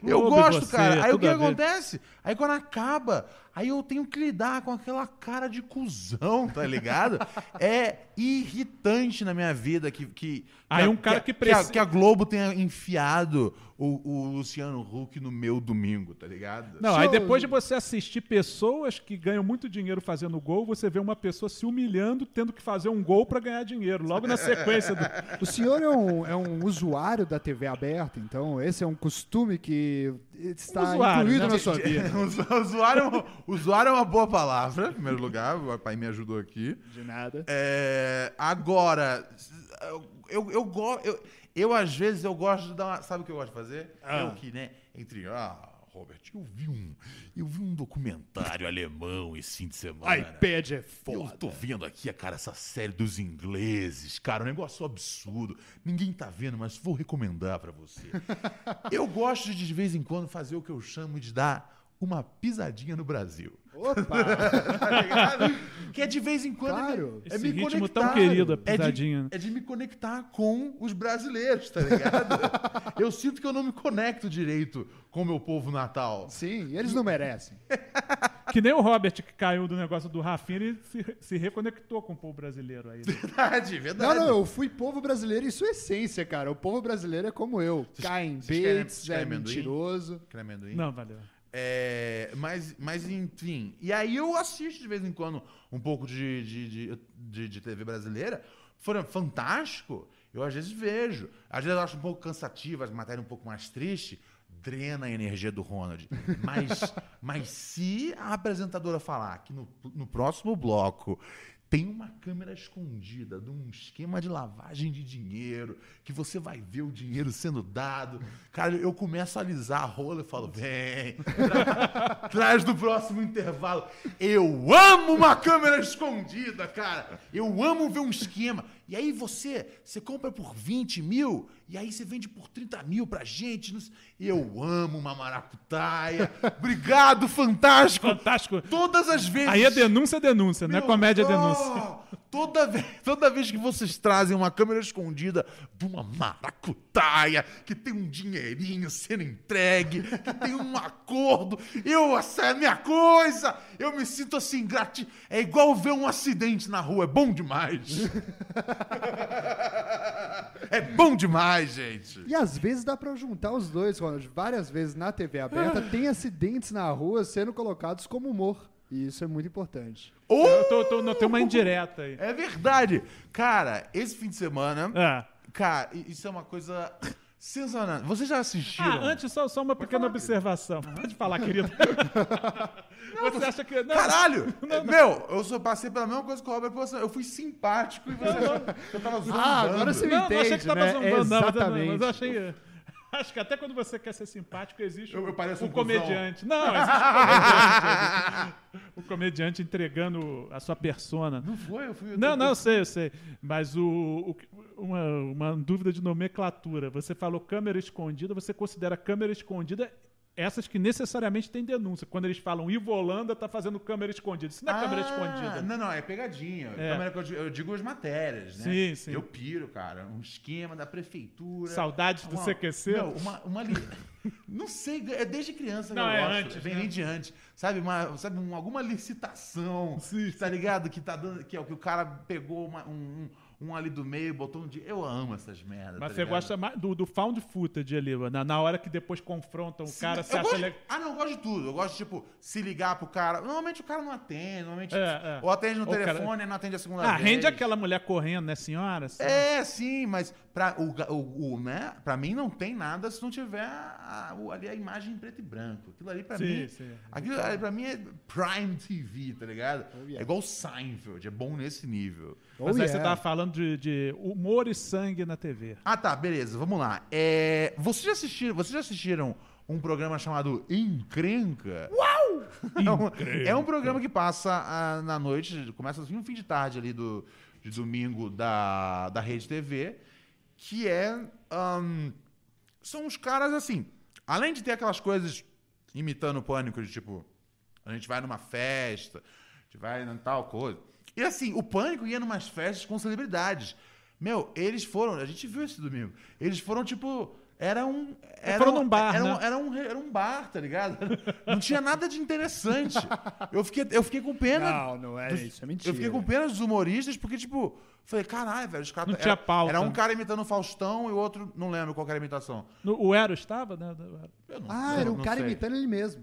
Speaker 3: eu
Speaker 4: Globo e
Speaker 3: gosto,
Speaker 4: você,
Speaker 3: cara. Aí o
Speaker 4: tudo
Speaker 3: que
Speaker 4: a ver.
Speaker 3: acontece? Aí quando acaba, aí eu tenho que lidar com aquela cara de cuzão, tá ligado? é irritante na minha vida que. que
Speaker 4: Aí
Speaker 3: que a-
Speaker 4: um cara que
Speaker 3: a-
Speaker 4: preci-
Speaker 3: a, que a Globo tenha enfiado o, o Luciano Huck no meu domingo, tá ligado?
Speaker 4: Não,
Speaker 2: Só-
Speaker 4: aí depois de você assistir pessoas que ganham muito dinheiro fazendo gol, você vê uma pessoa se humilhando, tendo que fazer um gol pra ganhar dinheiro, logo na sequência do.
Speaker 2: O senhor é um, é um usuário da TV aberta, então esse é um costume que está
Speaker 4: Usuário,
Speaker 2: Tá incluído
Speaker 4: né?
Speaker 2: na sua vida.
Speaker 3: Usu- usuário, é uma- usuário é uma boa palavra, em primeiro lugar. O pai me ajudou aqui.
Speaker 2: De nada.
Speaker 3: É, agora, eu, eu, go- eu, eu, às vezes, eu gosto de dar uma... Sabe o que eu gosto de fazer?
Speaker 2: Ah.
Speaker 3: Eu que, né? Entre... Ah, Robert, eu vi um, eu vi um documentário alemão esse fim de semana. né?
Speaker 2: iPad é
Speaker 3: Eu
Speaker 2: foda.
Speaker 3: tô vendo aqui, cara, essa série dos ingleses, cara, um negócio absurdo. Ninguém tá vendo, mas vou recomendar pra você. eu gosto de, de vez em quando, fazer o que eu chamo de dar uma pisadinha no Brasil.
Speaker 2: Opa!
Speaker 3: Tá ligado? que é de vez em quando.
Speaker 2: Claro.
Speaker 3: É,
Speaker 4: Esse
Speaker 3: me
Speaker 4: ritmo
Speaker 3: conectar.
Speaker 4: tão querido, a
Speaker 3: É de-
Speaker 4: pisadinha, né?
Speaker 3: É de, me conectar com os brasileiros, tá ligado? eu sinto que eu não me conecto direito com o meu povo natal.
Speaker 2: Sim, eles não merecem.
Speaker 4: Que nem o Robert que caiu do negócio do Rafinha, ele se, se reconectou com o povo brasileiro aí. né?
Speaker 3: Verdade,
Speaker 2: Não,
Speaker 3: verdade.
Speaker 2: não, eu fui povo brasileiro em sua essência, cara. O povo brasileiro é como eu.
Speaker 3: Vocês-
Speaker 2: Caem
Speaker 3: vocês querem-
Speaker 2: baits,
Speaker 3: vocês querem
Speaker 2: é
Speaker 3: amendoim?
Speaker 2: mentiroso.
Speaker 3: Quer amendoim?
Speaker 4: Não, valeu.
Speaker 3: É, mas, mas, enfim. E aí eu assisto de vez em quando um pouco de, de, de, de- de TV brasileira. Foi fantástico. Eu às vezes vejo. Às vezes eu acho um pouco cansativo, as matérias um pouco mais tristes. Drena a energia do Ronald. Mas, mas se a apresentadora falar que no, no próximo bloco tem uma câmera escondida de um esquema de lavagem de dinheiro, que você vai ver o dinheiro sendo dado. Cara, eu começo a alisar a rola e falo, vem, tra- traz do próximo intervalo. Eu amo uma câmera escondida, cara. Eu amo ver um esquema. E aí você, você compra por 20 mil, e aí você vende por 30 mil pra gente. não sei- Eu amo uma maracutaia. Obrigado, fantástico.
Speaker 4: Fantástico.
Speaker 3: Todas as vezes.
Speaker 4: Aí é denúncia, é denúncia, não é
Speaker 3: Meu,
Speaker 4: comédia, é
Speaker 3: oh,
Speaker 4: denúncia.
Speaker 3: Toda vez, toda vez que vocês trazem uma câmera escondida de uma maracutaia que tem um dinheirinho sendo entregue, que tem um acordo, eu, essa é a minha coisa! Eu me sinto assim, grati... é igual ver um acidente na rua, é bom demais! é bom demais, gente!
Speaker 2: E às vezes dá pra juntar os dois, Ronald. Várias vezes na TV aberta tem acidentes na rua sendo colocados como humor. E isso é muito importante.
Speaker 3: Ou...
Speaker 4: Eu tô, tô, não, tem uma indireta aí.
Speaker 3: É verdade! Cara, esse fim de semana.
Speaker 4: Ah.
Speaker 3: Cara, i- isso é uma coisa sensacional. Vocês já assistiram?
Speaker 4: Ah, antes, só, só uma pequena observação. Pode falar, querido. Você acha que. Não,
Speaker 3: Caralho! Meu, eu só passei pela mesma coisa que o Robert passou. Eu fui simpático e você. Eu tava zoando.
Speaker 2: Ah, agora você me
Speaker 4: não, não achei
Speaker 2: entende,
Speaker 4: que tava
Speaker 2: né?
Speaker 4: zombando, não, mas eu-
Speaker 2: Exatamente.
Speaker 4: Não, mas eu achei. Acho que até quando você quer ser simpático, existe
Speaker 3: Eu- eu pareço um
Speaker 4: um
Speaker 3: cuzão.
Speaker 4: comediante. Não, existe um comediante. o comediante entregando a sua persona.
Speaker 3: Não foi? Eu fui. eu-
Speaker 4: Não, não,
Speaker 3: eu-
Speaker 4: eu sei, eu sei. Mas o, o que- uma, uma dúvida de nomenclatura. Você falou câmera escondida, você considera câmera escondida essas que necessariamente têm denúncia. Quando eles falam Ivo Holanda tá fazendo câmera escondida. Isso não é câmera escondida.
Speaker 3: Ah, Não, não, é pegadinha.
Speaker 4: É.
Speaker 3: Câmera que eu, digo, eu digo as matérias, né?
Speaker 4: Sim, sim.
Speaker 3: Eu piro, cara. Um esquema da prefeitura.
Speaker 4: Saudades do
Speaker 3: Uma-
Speaker 4: CQC?
Speaker 3: Não, uma, uma li- não sei, é desde criança
Speaker 4: Não,
Speaker 3: que eu
Speaker 4: é
Speaker 3: gosto.
Speaker 4: antes,
Speaker 3: vem
Speaker 4: né?
Speaker 3: vem de antes. Sabe, uma, sabe um- alguma licitação, tá ligado? Que tá dando, que é o que o cara pegou uma- um, um, um ali do meio, botou um de... Eu amo essas merdas,
Speaker 4: Mas
Speaker 3: tá
Speaker 4: você
Speaker 3: ligado?
Speaker 4: gosta mais do, do found footage ali, na, na hora que depois confrontam o cara,
Speaker 3: Sim,
Speaker 4: você
Speaker 3: eu
Speaker 4: acha
Speaker 3: gosto-
Speaker 4: legal.
Speaker 3: Ah, não, eu gosto de tudo. Eu gosto, tipo, se ligar pro cara. Normalmente o cara não atende, normalmente.
Speaker 4: É, é.
Speaker 3: Ou atende no
Speaker 4: Ou o cara-
Speaker 3: telefone, não atende a segunda
Speaker 4: Ah,
Speaker 3: vez.
Speaker 4: rende aquela mulher correndo, né, senhora?
Speaker 3: É, sim, mas pra, o, ga- o, o, né, pra mim não tem nada se não tiver a- o- ali a imagem em preto e branco. Aquilo ali pra
Speaker 4: Sim,
Speaker 3: mim.
Speaker 4: sim.
Speaker 3: Aquilo ali pra mim é Prime TV, tá ligado?
Speaker 2: Oh, yeah.
Speaker 3: É igual Seinfeld, é bom nesse nível.
Speaker 4: Mas
Speaker 2: Oh,
Speaker 4: aí
Speaker 2: yeah.
Speaker 4: você tava falando de, de humor e sangue na TV.
Speaker 3: Ah, tá, beleza, vamos lá. É, vocês, já assistiram, vocês já assistiram um programa chamado Encrenca? Uau! É um, é um programa que passa ah, na noite, começa assim, um fim de tarde ali do, de domingo da, da Rede TV, que é. ahn, são os caras assim. Além de ter aquelas coisas imitando o pânico, de tipo, a gente vai numa festa, a gente vai em tal coisa. E assim, o pânico ia numas festas com celebridades. Meu, eles foram, a gente viu esse domingo. Eles foram tipo. Era um. Era
Speaker 4: foram
Speaker 3: um-
Speaker 4: num bar,
Speaker 3: era
Speaker 4: né?
Speaker 3: um- era um, era um bar, tá ligado? Não tinha nada de interessante. Eu fiquei, eu fiquei com pena.
Speaker 2: Não, não é isso, é mentira.
Speaker 3: Eu fiquei com pena dos humoristas, porque, tipo, falei, caralho, velho, os caras.
Speaker 4: Não
Speaker 3: era,
Speaker 4: tinha pauta.
Speaker 3: Era um cara imitando o Faustão e o outro, não lembro qual que era a imitação.
Speaker 4: No- o Eros estava, né? do-
Speaker 3: Eu não-
Speaker 2: Ah,
Speaker 3: eu
Speaker 2: era um
Speaker 3: não
Speaker 2: cara
Speaker 3: sei.
Speaker 2: imitando ele mesmo.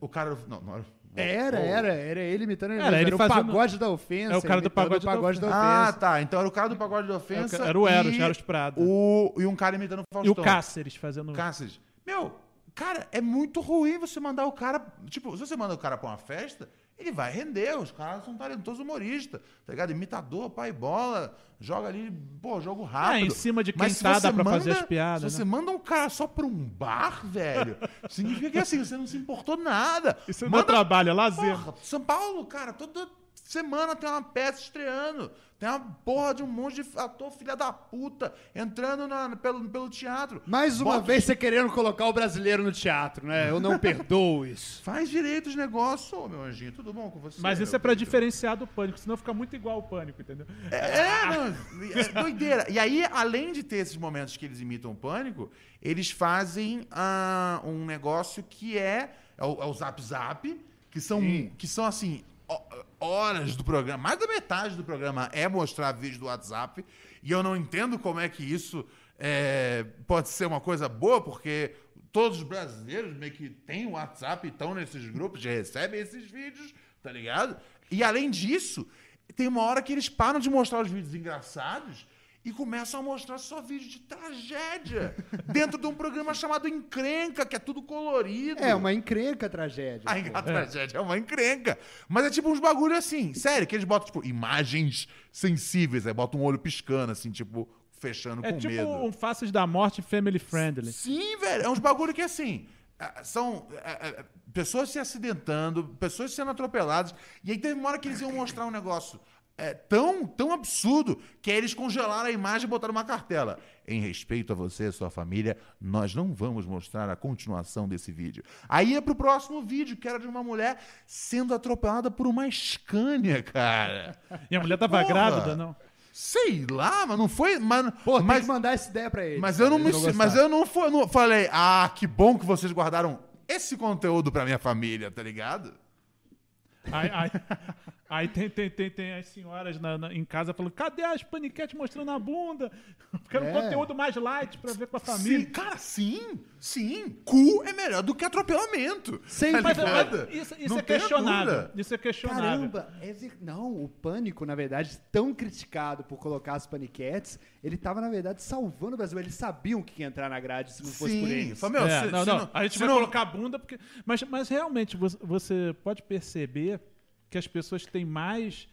Speaker 3: O cara. Não, não era.
Speaker 2: Era, era, era ele imitando ele
Speaker 4: Era,
Speaker 2: mesmo.
Speaker 4: ele
Speaker 2: era o
Speaker 4: fazendo-
Speaker 2: pagode da ofensa.
Speaker 4: É o cara do
Speaker 2: imitando
Speaker 4: pagode
Speaker 2: o
Speaker 4: da É
Speaker 2: pagode da ofensa.
Speaker 3: Ah, tá. Então era o cara do pagode da ofensa.
Speaker 4: Era o Eros,
Speaker 3: e
Speaker 4: Eros Prado.
Speaker 3: O, e um cara imitando o
Speaker 4: E
Speaker 3: Faustão.
Speaker 4: o Cáceres fazendo.
Speaker 3: Cáceres. Meu, Cara, é muito ruim você mandar o cara. Tipo, se você manda o cara pra uma festa, ele vai render. Os caras são talentosos humoristas, tá ligado? Imitador, pai bola, joga ali, pô, jogo rápido.
Speaker 4: Ah, em cima de
Speaker 3: Mas
Speaker 4: quem
Speaker 3: se
Speaker 4: tá,
Speaker 3: você
Speaker 4: dá pra fazer
Speaker 3: manda-
Speaker 4: as piadas,
Speaker 3: Se
Speaker 4: né?
Speaker 3: você manda um cara só pra um bar, velho, significa que assim, você não se importou nada.
Speaker 4: Isso não é
Speaker 3: manda
Speaker 4: trabalho, é lazer.
Speaker 3: Porra, São Paulo, cara, toda semana tem uma peça estreando. Tem uma porra de um monte de ator filha da puta entrando na- pelo, pelo teatro.
Speaker 2: Mais uma
Speaker 3: Bota-
Speaker 2: vez você querendo colocar o brasileiro no teatro, né? Eu não perdoo isso.
Speaker 3: Faz direito os negócios, ô, meu anjinho. Tudo bom com você?
Speaker 4: Mas isso
Speaker 3: meu
Speaker 4: é pra
Speaker 3: querido?
Speaker 4: diferenciar do pânico, senão fica muito igual o pânico, entendeu?
Speaker 3: É,
Speaker 4: ah.
Speaker 3: não, é doideira. E aí, além de ter esses momentos que eles imitam o pânico, eles fazem ah, um negócio que é, é, o, é o Zap Zap, que são, que são assim, ho- horas do programa, mais da metade do programa é mostrar vídeo do WhatsApp, e eu não entendo como é que isso é, pode ser uma coisa boa, porque todos os brasileiros meio que têm o WhatsApp e estão nesses grupos, e recebem esses vídeos, tá ligado? E além disso, tem uma hora que eles param de mostrar os vídeos engraçados e começam a mostrar só vídeos de tragédia dentro de um programa chamado Encrenca, que é tudo colorido.
Speaker 2: É uma encrenca a tragédia.
Speaker 3: A engra- tragédia é uma encrenca. Mas é tipo uns bagulho assim, sério, que eles botam, tipo, imagens sensíveis, aí botam um olho piscando, assim, tipo, fechando
Speaker 4: É
Speaker 3: com
Speaker 4: tipo
Speaker 3: medo.
Speaker 4: um Faces da Morte family friendly.
Speaker 3: Sim, velho. É uns bagulho que assim. ah, São ah, ah, pessoas se acidentando, pessoas sendo atropeladas. E aí teve uma hora que eles iam mostrar um negócio é, tão, tão absurdo que aí eles congelaram a imagem e botaram uma cartela. Em respeito a você e sua família, nós não vamos mostrar a continuação desse vídeo. Aí ia pro próximo vídeo, que era de uma mulher sendo atropelada por uma Scania, cara.
Speaker 4: E a mulher tava
Speaker 3: Porra!
Speaker 4: grávida, não?
Speaker 3: Sei lá, mas não foi. Mas,
Speaker 2: Pô, tem
Speaker 3: mas,
Speaker 2: que mandar essa ideia pra ele.
Speaker 3: mas eu não me, mas eu não, fui, não falei, ah, que bom que vocês guardaram esse conteúdo pra minha família, tá ligado?
Speaker 4: Aí, aí- aí tem, tem, tem, tem as senhoras na- na- em casa falando: cadê as paniquetes mostrando a bunda? Eu Quero um
Speaker 2: É.
Speaker 4: conteúdo mais light pra ver com a
Speaker 3: Sim,
Speaker 4: família.
Speaker 3: cara, sim, sim. Cu é melhor do que atropelamento.
Speaker 2: Sim,
Speaker 3: tá
Speaker 4: Mas,
Speaker 3: ligado?
Speaker 4: mas isso, isso
Speaker 3: Não
Speaker 4: é
Speaker 3: tenha
Speaker 4: questionável.
Speaker 3: dúvida.
Speaker 4: Isso é questionável.
Speaker 2: Caramba, é ver- não, o Pânico, na verdade, tão criticado por colocar as paniquetes, ele tava, na verdade, salvando o Brasil. Eles sabiam o que ia entrar na grade se não fosse por
Speaker 3: Sim,
Speaker 2: eles.
Speaker 3: só, meu,
Speaker 4: É,
Speaker 3: se-
Speaker 4: não,
Speaker 3: se
Speaker 4: não,
Speaker 3: não-
Speaker 4: A gente
Speaker 3: se
Speaker 4: vai
Speaker 3: não-
Speaker 4: colocar a bunda porque. Mas, mas realmente vo- você pode perceber que as pessoas têm mais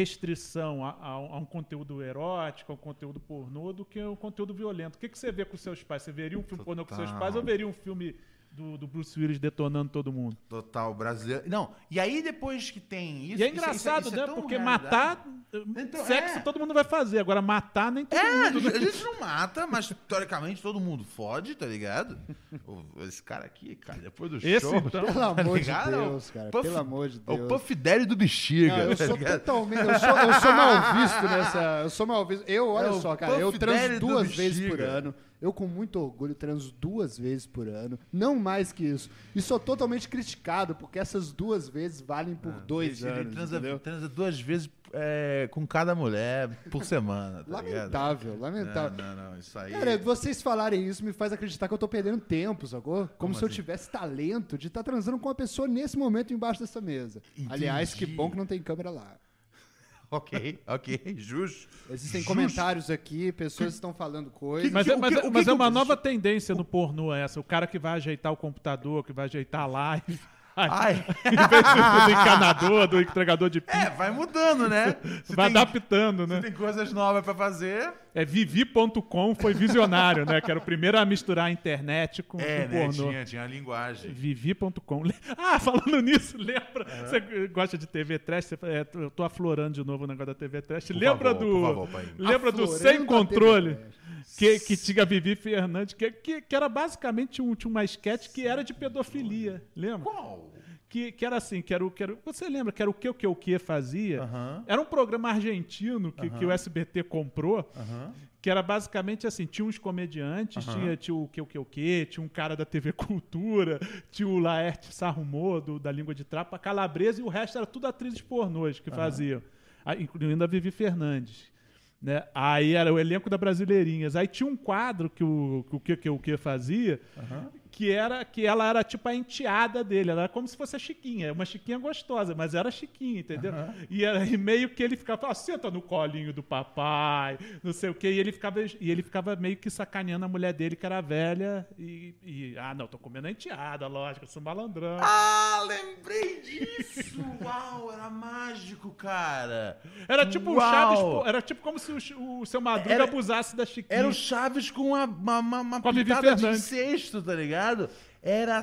Speaker 4: restrição a, a- a um conteúdo erótico, a um conteúdo pornô, do que a um conteúdo violento. O que, que você vê com seus pais? Você veria um filme pornô com seus
Speaker 3: Total.
Speaker 4: pais ou veria um filme do, do Bruce Willis detonando todo mundo?
Speaker 3: Total, brasileiro. Não, e aí depois que tem isso.
Speaker 4: e é
Speaker 3: isso-
Speaker 4: engraçado,
Speaker 3: isso- isso é
Speaker 4: né?
Speaker 3: tão
Speaker 4: porque
Speaker 3: realidade.
Speaker 4: matar. eh,
Speaker 3: Então,
Speaker 4: sexo
Speaker 3: é.
Speaker 4: todo mundo vai fazer, agora matar nem todo
Speaker 3: É, a
Speaker 4: mundo. né?
Speaker 3: gente, a gente não mata, mas teoricamente todo mundo fode, tá ligado? O- Esse cara aqui, cara, depois do
Speaker 4: Esse,
Speaker 3: show. tá
Speaker 4: então.
Speaker 2: Pelo amor de
Speaker 3: ligado?
Speaker 2: Deus, cara.
Speaker 3: Puff-
Speaker 2: Pelo amor de
Speaker 3: É
Speaker 2: Deus.
Speaker 3: o Puff Daddy do bexiga,
Speaker 2: Não, eu
Speaker 3: tá
Speaker 2: sou
Speaker 3: ligado?
Speaker 2: totalmente. Eu sou, eu sou mal visto nessa. Eu sou mal visto. Eu, olha
Speaker 3: É o
Speaker 2: só, cara, eu
Speaker 3: Puff Daddy
Speaker 2: transo
Speaker 3: do
Speaker 2: duas vezes por
Speaker 3: Bexiga.
Speaker 2: ano. Eu, com muito orgulho, transo duas vezes por ano. Não mais que isso. E sou totalmente criticado, porque essas duas vezes valem por dois
Speaker 3: Ah, Ele
Speaker 2: anos.
Speaker 3: transa,
Speaker 2: entendeu?
Speaker 3: transa duas vezes é, com cada mulher por semana, tá ligado?
Speaker 2: Lamentável, lamentável.
Speaker 3: Não, não, não, isso aí.
Speaker 2: Cara, vocês falarem isso me faz acreditar que eu tô perdendo tempo, sacou? Como, se eu
Speaker 3: assim?
Speaker 2: tivesse talento de estar transando com uma pessoa nesse momento embaixo dessa mesa.
Speaker 3: Entendi.
Speaker 2: Aliás, que bom que não tem câmera lá.
Speaker 3: Ok, ok, justo.
Speaker 2: Existem
Speaker 3: Justo.
Speaker 2: comentários aqui, pessoas estão falando coisas.
Speaker 4: Mas,
Speaker 3: que-
Speaker 4: é,
Speaker 3: o
Speaker 4: mas, é-
Speaker 3: que- o que
Speaker 4: mas
Speaker 3: que
Speaker 4: é
Speaker 3: eu
Speaker 4: uma
Speaker 3: preciso?
Speaker 4: nova tendência no pornô essa. O cara que vai ajeitar o computador, que vai ajeitar a live.
Speaker 3: Ai.
Speaker 4: em vez do, do encanador, do entregador de pizza.
Speaker 3: É, vai mudando, né? Se
Speaker 4: vai
Speaker 3: tem-
Speaker 4: adaptando,
Speaker 3: se
Speaker 4: né?
Speaker 3: tem coisas novas pra fazer.
Speaker 4: É Vivi.com foi visionário, né? Que era o primeiro a misturar a internet com, tipo,
Speaker 3: É,
Speaker 4: com
Speaker 3: né?
Speaker 4: pornô.
Speaker 3: Tinha, tinha a linguagem.
Speaker 4: Vivi.com. Le- Ah, falando nisso, lembra? Você gosta de TV Trash? Você- é, eu tô aflorando de novo o negócio da TV Trash. lembra
Speaker 3: favor,
Speaker 4: do.
Speaker 3: por favor, pai.
Speaker 4: lembra do
Speaker 2: Aflorando a
Speaker 4: Sem
Speaker 2: TV
Speaker 4: Controle? Que, que tinha a Vivi Fernandes, que, que, que era basicamente um, tinha uma sketch que era de pedofilia. Lembra?
Speaker 3: Qual?
Speaker 4: que, que era assim, que era o que era, você lembra que era o que o que o que fazia? Era um programa argentino que, que o SBT comprou, que era basicamente assim, tinha uns comediantes, tinha, tinha o que o que o que, tinha um cara da TV Cultura, tinha o Laerte Sarrumô, do, da Língua de Trapa, Calabresa, e o resto era tudo atrizes pornôs que faziam, a- incluindo a Vivi Fernandes. Né? Aí era o elenco da Brasileirinhas. Aí tinha um quadro que o que o que, o que fazia, que era que ela era tipo a enteada dele, ela era como se fosse a Chiquinha, uma Chiquinha gostosa, mas era Chiquinha, entendeu? E, era- e meio que ele ficava, ó, senta no colinho do papai, não sei o quê, e ele ficava e ele ficava meio que sacaneando a mulher dele que era velha e, e, ah, não, tô comendo a enteada, lógico, eu sou um malandrão.
Speaker 3: Ah, lembrei disso! Uau, era mágico, cara!
Speaker 4: Era tipo o
Speaker 3: Uau!
Speaker 4: Chaves, pô, era tipo como se o, Ch- o seu Madruga
Speaker 3: Era-
Speaker 4: abusasse da Chiquinha.
Speaker 3: Era o Chaves com uma, uma, uma, uma
Speaker 4: Com a Vivi
Speaker 3: pitada de
Speaker 4: Fernandes.
Speaker 3: incesto, tá ligado? Era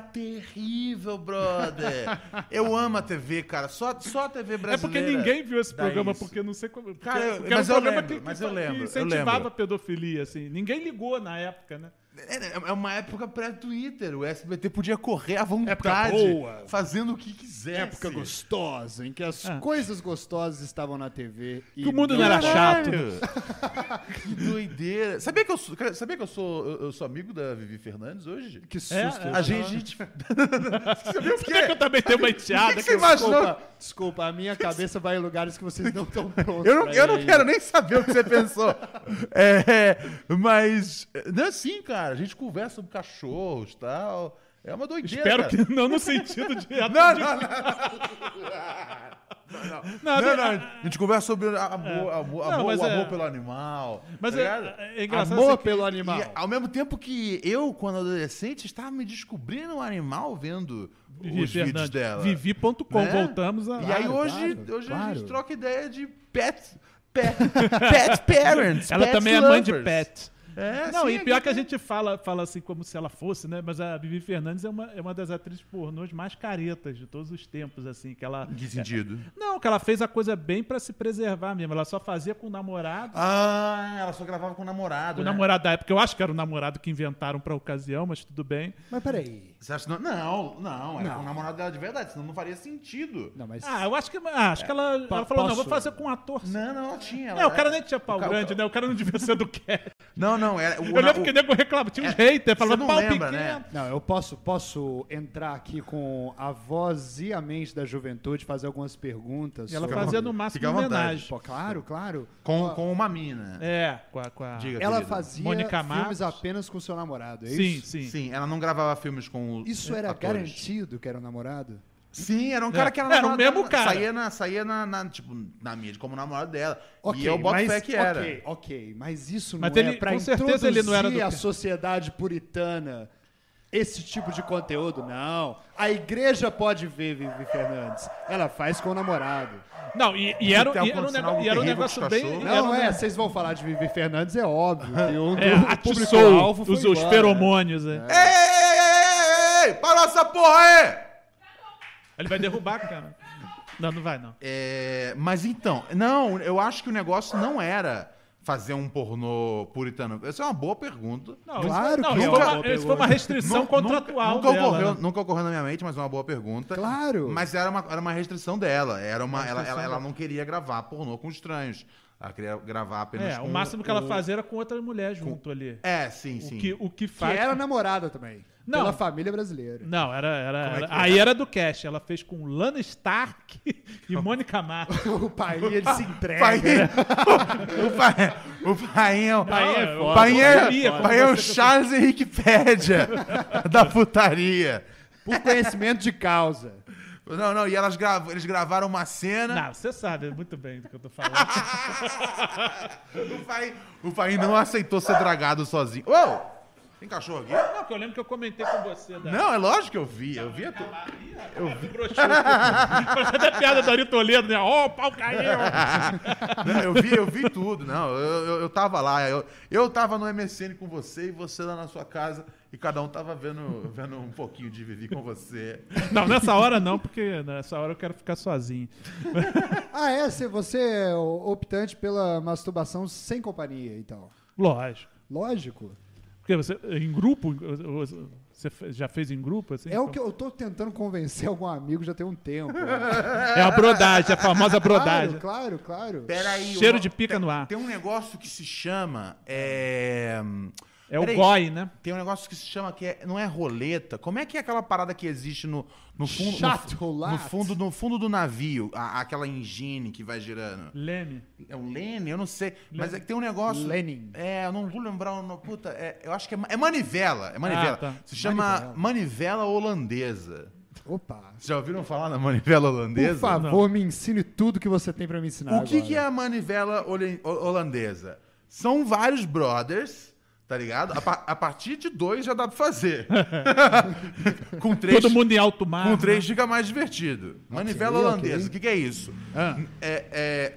Speaker 3: terrível, brother. Eu amo a TV, cara. Só, só a TV
Speaker 4: É
Speaker 3: brasileira.
Speaker 4: porque ninguém viu esse
Speaker 3: dá
Speaker 4: programa,
Speaker 3: isso.
Speaker 4: porque não sei como. porque-
Speaker 3: Cara, eu-
Speaker 4: porque era
Speaker 3: mas
Speaker 4: um
Speaker 3: eu
Speaker 4: programa
Speaker 3: lembro, mas eu lembro, eu
Speaker 4: incentivava
Speaker 3: lembro.
Speaker 4: a pedofilia, assim. Ninguém ligou na época, né?
Speaker 3: É é uma época pré-Twitter. O SBT podia correr à vontade,
Speaker 2: Época boa.
Speaker 3: fazendo o que quisesse.
Speaker 2: Época gostosa, em que as coisas gostosas estavam na TV. E
Speaker 4: Ah. Que o mundo não era
Speaker 3: Caralho! que doideira. Sabia que eu sou, cara, sabia que eu sou, eu, eu sou amigo da Vivi Fernandes hoje?
Speaker 2: Que susto.
Speaker 4: É, é.
Speaker 3: A gente... gente... Sabia o
Speaker 4: Por que
Speaker 3: quê?
Speaker 4: eu também tenho uma
Speaker 3: O que
Speaker 4: enteada?
Speaker 3: que você imaginou?
Speaker 2: Desculpa, desculpa, a minha cabeça vai em lugares que vocês não estão prontos.
Speaker 3: Eu não,
Speaker 2: pra
Speaker 3: eu não
Speaker 2: ir
Speaker 3: quero
Speaker 2: ainda.
Speaker 3: nem saber o que você pensou. É, mas. Não é assim, cara. A gente conversa sobre cachorros e tal. É uma doideira.
Speaker 4: Espero
Speaker 3: cara.
Speaker 4: que não no sentido de.
Speaker 3: Não, não, não. Não, não, A gente conversa sobre a- amor, amor,
Speaker 4: Não,
Speaker 3: amor-
Speaker 4: mas
Speaker 3: o amor
Speaker 4: é-
Speaker 3: pelo animal.
Speaker 4: Mas
Speaker 3: tá
Speaker 4: é-
Speaker 3: ligado?
Speaker 4: é engraçado
Speaker 2: Amor
Speaker 4: assim que-
Speaker 2: pelo animal.
Speaker 3: E, ao mesmo tempo que eu, quando adolescente, estava me descobrindo um animal vendo
Speaker 4: Vivi
Speaker 3: os vídeos
Speaker 4: Fernandes.
Speaker 3: dela.
Speaker 4: Vivi.com,
Speaker 3: Né?
Speaker 4: voltamos a.
Speaker 3: E aí hoje,
Speaker 2: claro,
Speaker 3: hoje a
Speaker 2: claro.
Speaker 3: gente troca ideia de pet, pet, pet parents.
Speaker 4: Ela
Speaker 3: pet
Speaker 4: também é mãe de
Speaker 3: lovers.
Speaker 4: pet.
Speaker 3: É,
Speaker 4: Não,
Speaker 3: sim,
Speaker 4: e pior que a gente fala, fala assim como se ela fosse, né? Mas a Vivi Fernandes é uma, é uma das atrizes pornôs mais caretas de todos os tempos, assim, que ela...
Speaker 3: Em que sentido?
Speaker 4: Não, que ela fez a coisa bem pra se preservar mesmo. Ela só fazia com o namorado.
Speaker 3: Ah, ela só gravava com o namorado.
Speaker 4: O
Speaker 3: né?
Speaker 4: namorado da época, eu acho que era o namorado que inventaram pra ocasião, mas tudo bem.
Speaker 2: Mas peraí.
Speaker 3: Você acha que não? Não, não, era com o namorado dela de verdade, senão não faria sentido.
Speaker 2: Não, mas.
Speaker 4: Ah, eu acho que, ah, acho que ela,
Speaker 2: Pa-
Speaker 4: ela falou, não,
Speaker 2: posso-
Speaker 4: vou fazer com um ator. Não,
Speaker 3: É, Não, não, ela tinha.
Speaker 4: o cara nem tinha pau
Speaker 3: o ca- o
Speaker 4: grande,
Speaker 3: ca-
Speaker 4: né? O cara não devia ser do cast.
Speaker 3: Não, não, era. O, é,
Speaker 4: Eu lembro que o nego reclama, tinha uns haters falando
Speaker 3: não
Speaker 4: pau
Speaker 3: lembra,
Speaker 4: pequeno.
Speaker 3: né?
Speaker 2: Não, eu posso, posso entrar aqui com a voz e a mente da juventude, fazer algumas perguntas.
Speaker 4: E ela
Speaker 2: sobre-
Speaker 4: fazia no
Speaker 3: Fica
Speaker 4: máximo
Speaker 3: à
Speaker 4: uma
Speaker 3: vontade.
Speaker 4: homenagem.
Speaker 2: Pô, claro, claro.
Speaker 3: Com, com uma mina.
Speaker 4: É, com a... Com a...
Speaker 3: Diga,
Speaker 2: Ela
Speaker 3: querida.
Speaker 2: fazia
Speaker 4: Mônica Matos.
Speaker 2: filmes apenas com seu namorado, é
Speaker 4: Sim,
Speaker 2: isso?
Speaker 4: sim.
Speaker 3: Sim, ela não gravava filmes com. os
Speaker 2: Isso era
Speaker 3: atores.
Speaker 2: garantido que era um namorado?
Speaker 3: Sim, era um
Speaker 4: É.
Speaker 3: cara que ela
Speaker 4: Era o
Speaker 3: namorava-
Speaker 4: mesmo cara.
Speaker 3: Saía na, saía na, na, tipo, na mídia como namorado dela.
Speaker 2: Ok,
Speaker 3: e eu boto
Speaker 2: mas-
Speaker 3: fé que era.
Speaker 2: Ok, ok, mas isso não
Speaker 4: Mas
Speaker 2: é
Speaker 4: ele-
Speaker 2: pra
Speaker 4: com certeza ele não era
Speaker 2: introduzir
Speaker 4: do-
Speaker 2: a sociedade puritana esse tipo de conteúdo, não. A igreja pode ver Vivi Fernandes. Ela faz com o namorado.
Speaker 4: Não, e, e era,
Speaker 3: Tem
Speaker 4: e era um nego-
Speaker 3: algum sinal
Speaker 4: e era um
Speaker 3: terrível
Speaker 4: negócio
Speaker 3: dos
Speaker 4: bem...
Speaker 3: cachorros?
Speaker 4: e era
Speaker 2: Não
Speaker 4: um
Speaker 2: é,
Speaker 4: negócio-
Speaker 2: vocês vão falar de Vivi Fernandes, é óbvio. Que um
Speaker 4: É,
Speaker 2: do, o
Speaker 4: atiçou
Speaker 2: público-alvo foi
Speaker 4: os, os
Speaker 2: embora.
Speaker 4: feromônios, né?
Speaker 2: É,
Speaker 3: Ei, ei, ei, ei, ei, parou essa porra aí!
Speaker 4: Ele vai derrubar a câmera. Não, não vai, não.
Speaker 3: É, mas então, não, eu acho que o negócio não era fazer um pornô puritano. Essa é uma boa pergunta.
Speaker 4: Não,
Speaker 2: Claro
Speaker 4: isso, não,
Speaker 2: que
Speaker 4: isso
Speaker 2: é
Speaker 4: foi
Speaker 2: uma
Speaker 4: uma,
Speaker 2: boa
Speaker 4: isso foi uma
Speaker 2: pergunta.
Speaker 4: restrição
Speaker 3: Nunca-
Speaker 4: contratual
Speaker 3: nunca,
Speaker 4: dela.
Speaker 3: ocorreu,
Speaker 4: né?
Speaker 3: nunca ocorreu na minha mente, mas é uma boa pergunta.
Speaker 2: Claro.
Speaker 3: Mas era uma, era uma restrição dela. Era uma, ela, ela, ela não queria gravar pornô com estranhos. Ela queria gravar apenas
Speaker 4: É,
Speaker 3: com
Speaker 4: o máximo que ela
Speaker 3: o-
Speaker 4: fazia era com outra mulher junto ali.
Speaker 3: É, sim,
Speaker 4: O
Speaker 3: sim.
Speaker 4: que, o que
Speaker 2: Que
Speaker 4: faz...
Speaker 2: era namorada também.
Speaker 4: Não.
Speaker 2: Pela família brasileira.
Speaker 4: Não, era... era,
Speaker 3: Como é que
Speaker 4: era- Aí era do cast. Ela fez com Lana Stark e Mônica Matos.
Speaker 2: O pai, ele se entrega.
Speaker 3: Painha, o pai, né? o um painho,
Speaker 4: Painha é foda.
Speaker 3: painha,
Speaker 4: Painha é
Speaker 3: é,
Speaker 4: foda.
Speaker 3: painha é o Charles Henrique Pédia da putaria.
Speaker 2: Por conhecimento de causa.
Speaker 3: Não, não, e elas gravam, eles gravaram uma cena.
Speaker 4: Não, você sabe muito bem do que eu tô falando. é
Speaker 3: O pai, o pai não aceitou ser dragado sozinho. Uou! Tem cachorro aqui?
Speaker 4: Não, que eu lembro que eu comentei com você. Da...
Speaker 3: Não, é lógico que eu vi, eu vi tudo.
Speaker 4: eu vi. Até a piada da Ari Toledo, né? Ó, o pau caiu!
Speaker 3: Não, eu vi, eu vi tudo, não. Eu, eu, eu tava lá, eu, eu tava no MSN com você e você lá na sua casa e cada um tava vendo, vendo um pouquinho de Vivi com você.
Speaker 4: Não, é nessa hora não, porque nessa hora eu quero ficar sozinho.
Speaker 2: Ah, é? Se Você é o- optante pela masturbação sem companhia, então.
Speaker 4: Lógico.
Speaker 2: Lógico.
Speaker 4: Porque você, em grupo, você fe- já fez em grupo? Assim,
Speaker 2: É o que eu tô tentando convencer algum amigo já tem um tempo.
Speaker 4: É a brodagem, a
Speaker 2: claro,
Speaker 4: famosa brodagem.
Speaker 2: claro, claro.
Speaker 3: Peraí,
Speaker 4: Cheiro
Speaker 3: o-
Speaker 4: de pica
Speaker 3: tem- um
Speaker 4: no ar.
Speaker 3: Tem um negócio que se chama. é,
Speaker 4: É o
Speaker 3: Peraí,
Speaker 4: goi, né?
Speaker 3: Tem um negócio que se chama que é- não é roleta. Como é que é aquela parada que existe no, no fundo no
Speaker 2: Chato,
Speaker 3: fu- no,
Speaker 2: roulette.
Speaker 3: fundo no fundo do navio, a- aquela engine que vai girando.
Speaker 4: Leme.
Speaker 3: É um Lene, eu não sei, mas é que tem um negócio.
Speaker 2: Lenin.
Speaker 3: É, eu não vou lembrar o nome. Puta, é- eu acho que é, ma- é manivela, é manivela.
Speaker 4: Ah, tá.
Speaker 3: Se chama manivela. holandesa.
Speaker 2: Opa.
Speaker 3: Vocês já ouviram falar na manivela holandesa?
Speaker 2: Por favor, me ensine tudo que você tem pra me ensinar
Speaker 3: O que,
Speaker 2: agora.
Speaker 3: que é a manivela holen- ho- holandesa? São vários brothers, tá ligado? A, pa- a partir de dois já dá pra fazer. com três,
Speaker 4: Todo mundo em alto mar.
Speaker 3: com
Speaker 4: né?
Speaker 3: três fica mais divertido. Manivela
Speaker 2: ok. Ah.
Speaker 3: holandesa, o que, que é isso? É, é,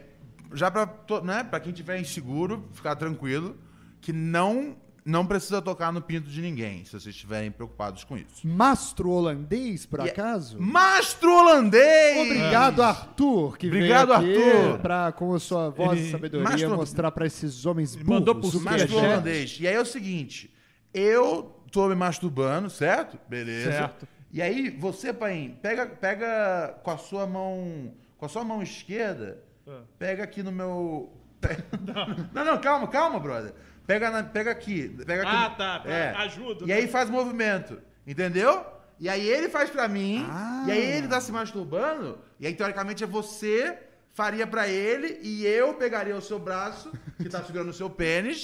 Speaker 3: já pra, to- né, pra quem tiver inseguro, ficar tranquilo, que não, não precisa tocar no pinto de ninguém, se vocês estiverem preocupados com isso. é
Speaker 2: Mastro holandês, por acaso?
Speaker 3: Mastro holandês!
Speaker 2: Obrigado, Arthur, que
Speaker 3: Obrigado,
Speaker 2: veio aqui
Speaker 3: Arthur.
Speaker 2: pra, com a sua voz
Speaker 4: É. Ele-
Speaker 2: e sabedoria,
Speaker 3: Mastro-
Speaker 2: mostrar pra esses homens burros.
Speaker 4: mandou né?
Speaker 2: o
Speaker 4: por
Speaker 2: que
Speaker 3: Mastro
Speaker 2: é gente.
Speaker 3: holandês. E aí é o seguinte: eu tô me masturbando, certo? Beleza.
Speaker 4: Certo.
Speaker 3: E aí, você, Paim, pega, pega com a sua mão. Com a sua mão esquerda, pega aqui no meu. Não, não, calma, calma, brother. Pega, na- pega aqui. Pega aqui
Speaker 4: Ah,
Speaker 3: no- É.
Speaker 4: tá, tá, ajuda,
Speaker 3: E
Speaker 4: né?
Speaker 3: aí faz movimento. Entendeu? E aí ele faz pra mim. E aí ele tá
Speaker 2: Ah.
Speaker 3: se masturbando. E aí, teoricamente, é você faria pra ele e eu pegaria o seu braço, que tá segurando o seu pênis.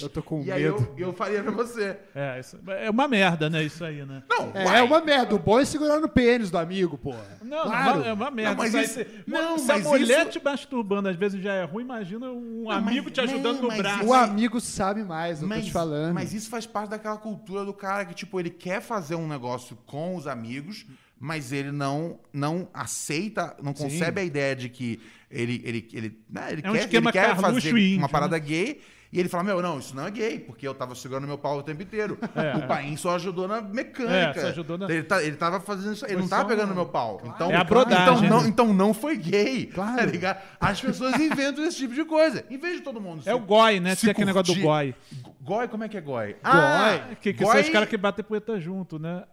Speaker 2: Eu tô com
Speaker 3: e aí
Speaker 2: medo.
Speaker 3: eu, eu faria pra você.
Speaker 4: É, isso- é uma merda, né? Isso aí, né?
Speaker 3: Não,
Speaker 2: É,
Speaker 3: uai.
Speaker 2: é uma merda. O bom é segurar no pênis do amigo, porra.
Speaker 4: Não,
Speaker 2: Claro.
Speaker 4: não, é uma merda.
Speaker 3: Não, mas
Speaker 4: Isso aí
Speaker 3: isso-
Speaker 4: se-
Speaker 3: não,
Speaker 4: se a
Speaker 3: mas
Speaker 4: mulher
Speaker 3: isso-
Speaker 4: te masturbando às vezes já é ruim, imagina um
Speaker 3: mas-
Speaker 4: amigo te ajudando
Speaker 3: não,
Speaker 4: no
Speaker 3: mas
Speaker 4: braço.
Speaker 2: O amigo sabe mais, eu tô te falando.
Speaker 3: mas isso faz parte daquela cultura do cara que, tipo, ele quer fazer um negócio com os amigos, mas ele não, não aceita, não concebe a ideia de que ele, ele, ele, né, ele
Speaker 4: É um
Speaker 3: quer,
Speaker 4: esquema
Speaker 3: ele quer
Speaker 4: Carluxo
Speaker 3: fazer
Speaker 4: e índio, né?
Speaker 3: uma parada gay. E ele fala, meu, não, isso não é gay, porque eu tava segurando meu pau o tempo inteiro. o Paim só ajudou na mecânica.
Speaker 4: É, só ajudou na-
Speaker 3: ele, tá, ele tava fazendo isso, ele não tava pegando meu pau. Então,
Speaker 4: É a brodagem,
Speaker 3: então, não,
Speaker 4: né?
Speaker 3: então não foi gay, tá
Speaker 2: Claro.
Speaker 3: ligado? As pessoas inventam esse tipo de coisa. Em vez de todo mundo
Speaker 4: É
Speaker 3: se-
Speaker 4: o goi, né?
Speaker 3: se
Speaker 4: Tem aquele negócio do goi.
Speaker 3: curtir. Goi, como é que é goi?
Speaker 4: Ah, que, que são os caras que batem punheta junto, né?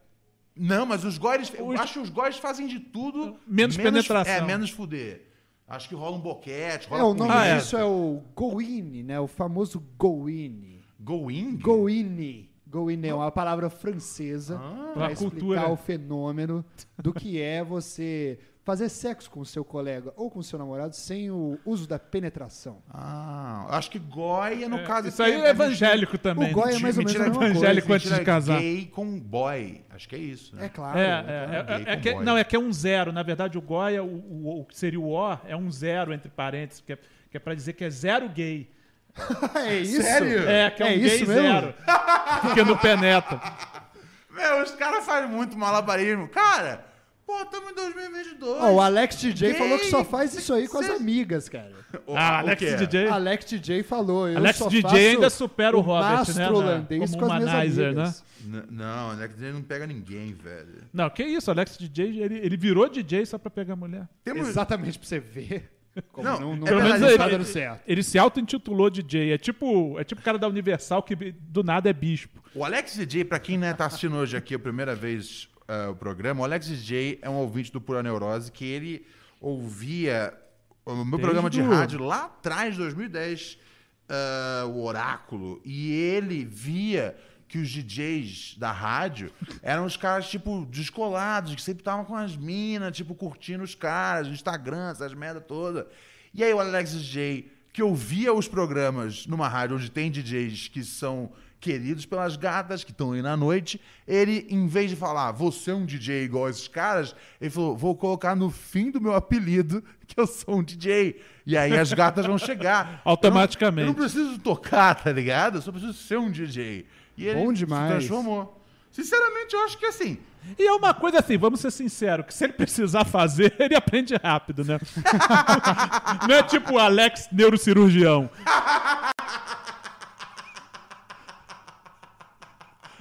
Speaker 3: Não, mas os góis...
Speaker 4: Os-
Speaker 3: Eu acho que os góis fazem de tudo...
Speaker 4: Menos penetração.
Speaker 3: É, menos fuder. Acho que rola um boquete, rola
Speaker 2: É, o nome
Speaker 4: Ah, é.
Speaker 2: disso é o Goine, né? O famoso Goine.
Speaker 3: Going?
Speaker 2: Goine. Goine é uma palavra francesa para explicar
Speaker 4: Uma Ah. cultura.
Speaker 2: o fenômeno do que é você fazer sexo com o seu colega ou com o seu namorado sem o uso da penetração.
Speaker 3: Ah, acho que goi é no caso...
Speaker 4: Isso aí é evangélico também.
Speaker 2: O goi
Speaker 4: né?
Speaker 2: é mais ou menos a
Speaker 4: Mentira é
Speaker 2: mesma coisa.
Speaker 4: evangélico antes de
Speaker 3: Mentira,
Speaker 4: casar.
Speaker 3: gay com boy. Acho que é isso, né?
Speaker 2: É claro.
Speaker 4: É, é, é,
Speaker 3: Gay
Speaker 4: é, é
Speaker 3: com
Speaker 4: que-
Speaker 3: boy.
Speaker 4: não, é que é um zero. Na verdade, o goi, é o, o, o que seria o O, é um zero entre parênteses, que é, que é pra dizer que é zero gay.
Speaker 2: É isso?
Speaker 3: Sério?
Speaker 4: É, que é um
Speaker 2: É
Speaker 4: gay
Speaker 2: isso mesmo?
Speaker 4: zero. Porque não penetra.
Speaker 3: Meu, os caras fazem muito malabarismo. Cara, pô, estamos em 2022.
Speaker 2: Ó, o Alex DJ falou que só
Speaker 3: Gay.
Speaker 2: faz isso aí com as
Speaker 3: Cê-
Speaker 2: amigas, cara.
Speaker 3: O-
Speaker 4: Ah,
Speaker 3: o
Speaker 4: Alex
Speaker 3: quê?
Speaker 4: DJ.
Speaker 2: Alex DJ falou. Eu
Speaker 4: Alex
Speaker 2: só
Speaker 4: DJ
Speaker 2: faço
Speaker 4: ainda supera o Robert, né,
Speaker 2: mastro
Speaker 4: na-
Speaker 2: holandês
Speaker 4: como
Speaker 2: com as minhas
Speaker 4: humanizer,
Speaker 2: amigas.
Speaker 4: né?
Speaker 3: N- Não, Alex DJ não pega ninguém, velho.
Speaker 4: Não, que isso, Alex DJ, ele, ele virou DJ só pra pegar mulher.
Speaker 3: Temos...
Speaker 2: Exatamente pra você ver. Como
Speaker 3: Não,
Speaker 2: não, não,
Speaker 3: é
Speaker 2: não
Speaker 3: verdade,
Speaker 2: tá
Speaker 3: ele-
Speaker 2: dando certo.
Speaker 4: Ele se auto-intitulou DJ. É tipo, é tipo o cara da Universal que do nada é bispo.
Speaker 3: O Alex DJ, pra quem né, tá assistindo hoje aqui a primeira vez eh, o programa, o Alex DJ é um ouvinte do Pura Neurose que ele ouvia o meu programa de
Speaker 4: o-
Speaker 3: rádio lá atrás, 2010, eh, o Oráculo, e ele via que os DJs da rádio eram os caras, tipo, descolados, que sempre estavam com as minas, tipo, curtindo os caras, no Instagram, essas merda toda. E aí o Alex DJ, que ouvia os programas numa rádio onde tem DJs que são queridos pelas gatas, que estão aí na noite, ele, em vez de falar, você é um DJ igual esses caras, ele falou, vou colocar no fim do meu apelido que eu sou um DJ. E aí as gatas vão chegar.
Speaker 4: Automaticamente.
Speaker 3: Eu não, eu não preciso tocar, tá ligado? Eu só preciso ser um DJ. E ele
Speaker 2: Bom
Speaker 3: se
Speaker 2: demais.
Speaker 3: transformou. Sinceramente, eu acho que assim,
Speaker 4: E é uma coisa assim, vamos ser sinceros, que se ele precisar fazer, ele aprende rápido, né? Não é tipo o Alex neurocirurgião.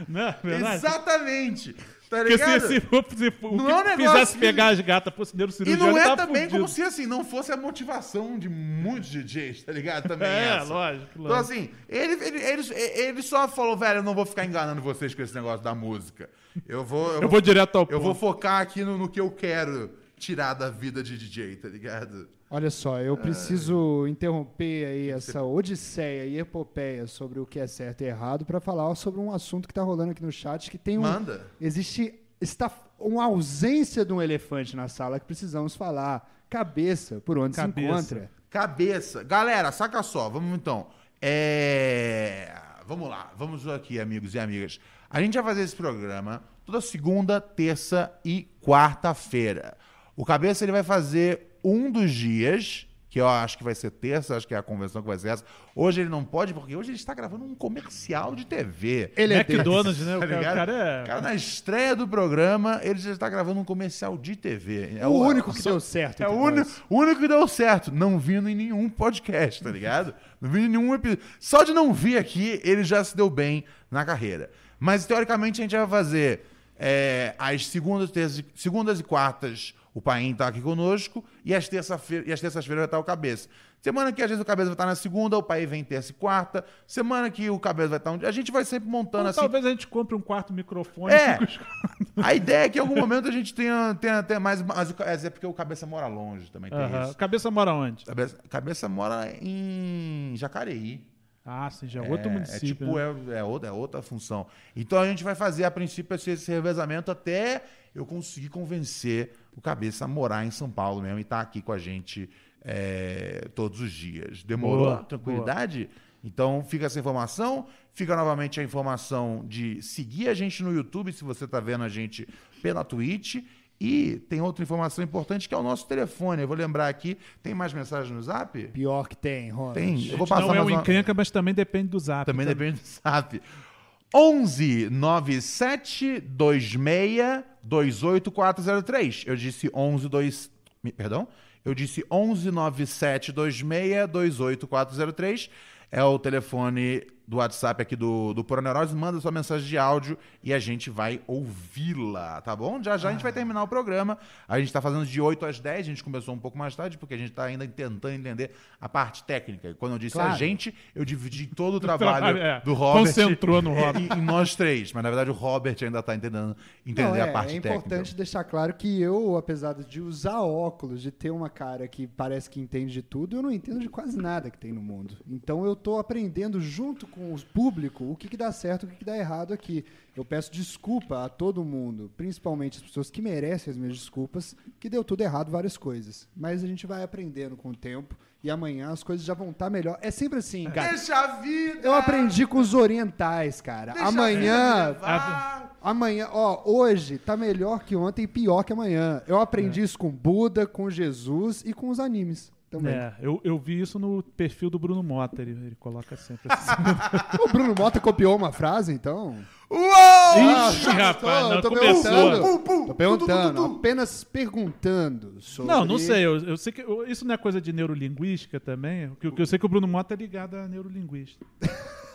Speaker 4: Não, é verdade?
Speaker 3: exatamente. Tá
Speaker 4: Porque
Speaker 3: ligado?
Speaker 4: se, se, se, se o
Speaker 3: Não é um
Speaker 4: que
Speaker 3: negócio
Speaker 4: fizesse
Speaker 3: que-
Speaker 4: pegar as gatas fosse
Speaker 3: E
Speaker 4: neurocirurgião,
Speaker 3: não
Speaker 4: ele
Speaker 3: é
Speaker 4: tava
Speaker 3: também
Speaker 4: fudido.
Speaker 3: como se assim não fosse a motivação de muitos DJs, tá ligado? Também
Speaker 4: É,
Speaker 3: essa.
Speaker 4: lógico, lógico.
Speaker 3: Então assim, ele, ele, ele, ele só falou, velho, eu não vou ficar enganando vocês com esse negócio da música. Eu vou, eu,
Speaker 4: Eu vou direto ao
Speaker 3: eu
Speaker 4: ponto.
Speaker 3: vou focar aqui no, no que eu quero. tirar da vida de DJ, tá ligado?
Speaker 2: Olha só, eu preciso interromper aí essa odisseia e epopeia sobre o que é certo e errado para falar sobre um assunto que tá rolando aqui no chat que tem um
Speaker 3: Manda.
Speaker 2: existe está uma ausência de um elefante na sala que precisamos falar. Cabeça, por onde se
Speaker 4: Cabeça.
Speaker 2: encontra.
Speaker 3: Cabeça. Galera, saca só, vamos então. É. Vamos lá, vamos aqui, amigos e amigas. A gente vai fazer esse programa toda segunda, terça e quarta-feira. O Cabeça ele vai fazer um dos dias, que eu acho que vai ser terça, acho que é a convenção que vai ser essa. Hoje ele não pode, porque hoje ele está gravando um comercial de TV.
Speaker 2: Ele é
Speaker 4: McDonald's, né? O
Speaker 3: Tá
Speaker 4: cara, o
Speaker 3: ligado?
Speaker 4: cara é.
Speaker 3: Cara, na estreia do programa, ele já está gravando um comercial de TV. É
Speaker 2: o único que deu certo.
Speaker 3: é o
Speaker 2: entre
Speaker 3: único,
Speaker 2: nós.
Speaker 3: o único que deu certo. Não vindo em nenhum podcast, tá ligado? Não vindo em nenhum episódio. Só de não vir aqui, ele já se deu bem na carreira. Mas, teoricamente, a gente vai fazer é, as segundas, terças, e- segundas e quartas. O Paim tá aqui conosco. E as terça-feira- e as terças-feiras vai estar o Cabeça. Semana que, às vezes, o Cabeça vai estar na segunda, o Paim vem terça e quarta. Semana que o Cabeça vai estar... um dia. A gente vai sempre
Speaker 4: Então,
Speaker 3: montando assim.
Speaker 4: Talvez a gente compre um quarto microfone.
Speaker 3: É.
Speaker 4: e fica-
Speaker 3: A ideia é que em algum momento a gente tenha, tenha até mais. Mas o ca- é porque o cabeça mora longe também, tem
Speaker 4: Aham.
Speaker 3: isso.
Speaker 4: Cabeça mora onde?
Speaker 3: Cabeça, cabeça mora em Jacareí.
Speaker 4: Ah, sim, já é
Speaker 3: É,
Speaker 4: outro
Speaker 3: é
Speaker 4: município.
Speaker 3: tipo,
Speaker 4: né?
Speaker 3: é, é outra, é outra função. Então a gente vai fazer, a princípio, esse, esse revezamento até eu conseguir convencer o cabeça a morar em São Paulo mesmo e estar aqui com a gente é, todos os dias. Demorou?
Speaker 4: Boa,
Speaker 3: Tranquilidade? Então fica essa informação, fica novamente a informação de seguir a gente no YouTube, se você está vendo a gente pela Twitch. E tem outra informação importante que é o nosso telefone. Eu vou lembrar aqui. Tem mais mensagem no zap?
Speaker 2: Pior que tem, Ronald.
Speaker 3: Tem. Eu vou passar
Speaker 4: Não é
Speaker 3: mais
Speaker 4: o
Speaker 3: uma-
Speaker 4: encrenca, mas também depende do zap.
Speaker 3: também depende do SAP. 11 97 26 28403. Eu disse 11 2, me- perdão? Eu disse 11 97 26 28403. É o telefone do WhatsApp aqui do, do Pura Neurose. Manda sua mensagem de áudio e a gente vai ouvi-la, tá bom? Já já a gente
Speaker 4: Ah.
Speaker 3: vai terminar o programa. A gente tá fazendo de 8 às 10. A gente começou um pouco mais tarde porque a gente tá ainda tentando entender a parte técnica. E Quando eu disse a
Speaker 2: Claro.
Speaker 3: gente, eu dividi todo o trabalho
Speaker 4: É,
Speaker 3: do Robert.
Speaker 4: concentrou no Robert.
Speaker 3: Em, em nós três. Mas na verdade o Robert ainda tá entendendo, entender
Speaker 2: Não, é,
Speaker 3: a parte
Speaker 2: é
Speaker 3: técnica.
Speaker 2: importante deixar claro que eu, apesar de usar óculos, de ter uma cara que parece que entende de tudo, eu não entendo de quase nada que tem no mundo. Então eu tô aprendendo junto com o público o que, que dá certo e o que, que dá errado aqui. Eu peço desculpa a todo mundo, principalmente as pessoas que merecem as minhas desculpas, que deu tudo errado várias coisas. Mas a gente vai aprendendo com o tempo e amanhã as coisas já vão estar melhor. É sempre assim, cara.
Speaker 3: Deixa a vida!
Speaker 2: Eu aprendi com os orientais, cara.
Speaker 3: deixa a vida me
Speaker 2: amanhã
Speaker 3: levar.
Speaker 2: Amanhã, ó, hoje tá melhor que ontem e pior que amanhã. Eu aprendi
Speaker 4: É.
Speaker 2: isso com Buda, com Jesus e com os animes também.
Speaker 4: É, eu, eu vi isso no perfil do Bruno Mota, ele, ele coloca sempre assim.
Speaker 2: O Bruno Mota copiou uma frase, então?
Speaker 3: Uou!
Speaker 4: Ixi, rapaz, não,
Speaker 2: tô
Speaker 4: começou.
Speaker 2: perguntando. Tô perguntando, apenas perguntando sobre...
Speaker 4: Não, não sei, eu, eu sei que eu- isso não é coisa de neurolinguística também, que, que eu sei que o Bruno Mota é ligado a neurolinguista.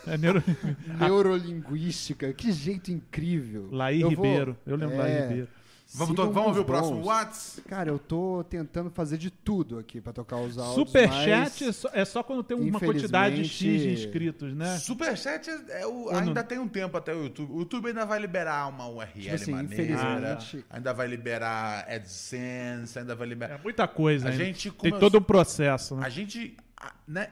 Speaker 4: É neuro...
Speaker 2: Neurolinguística, que jeito incrível.
Speaker 4: Laí
Speaker 2: Eu vou-
Speaker 4: Ribeiro, eu lembro da Laí
Speaker 2: É,
Speaker 4: Ribeiro.
Speaker 3: Vamos,
Speaker 2: sigam
Speaker 3: to- vamos
Speaker 2: os
Speaker 3: ver o próximo
Speaker 2: bons.
Speaker 3: Whats?
Speaker 2: Cara, eu tô tentando fazer de tudo aqui pra tocar os áudios,
Speaker 4: Superchat é
Speaker 2: mas-
Speaker 4: só, é só quando tem uma quantidade X de
Speaker 2: infelizmente-
Speaker 4: inscritos, né?
Speaker 3: Superchat é, é o-
Speaker 4: não-
Speaker 3: ainda tem um tempo até o YouTube. O YouTube ainda vai liberar uma URL
Speaker 2: Tipo assim,
Speaker 3: maneira,
Speaker 2: infelizmente-
Speaker 3: ainda vai liberar AdSense, ainda vai
Speaker 4: É
Speaker 3: liberar...
Speaker 4: muita coisa,
Speaker 3: A
Speaker 4: ainda.
Speaker 3: gente
Speaker 4: Tem
Speaker 3: começou-
Speaker 4: todo um processo, né?
Speaker 3: A gente a- né,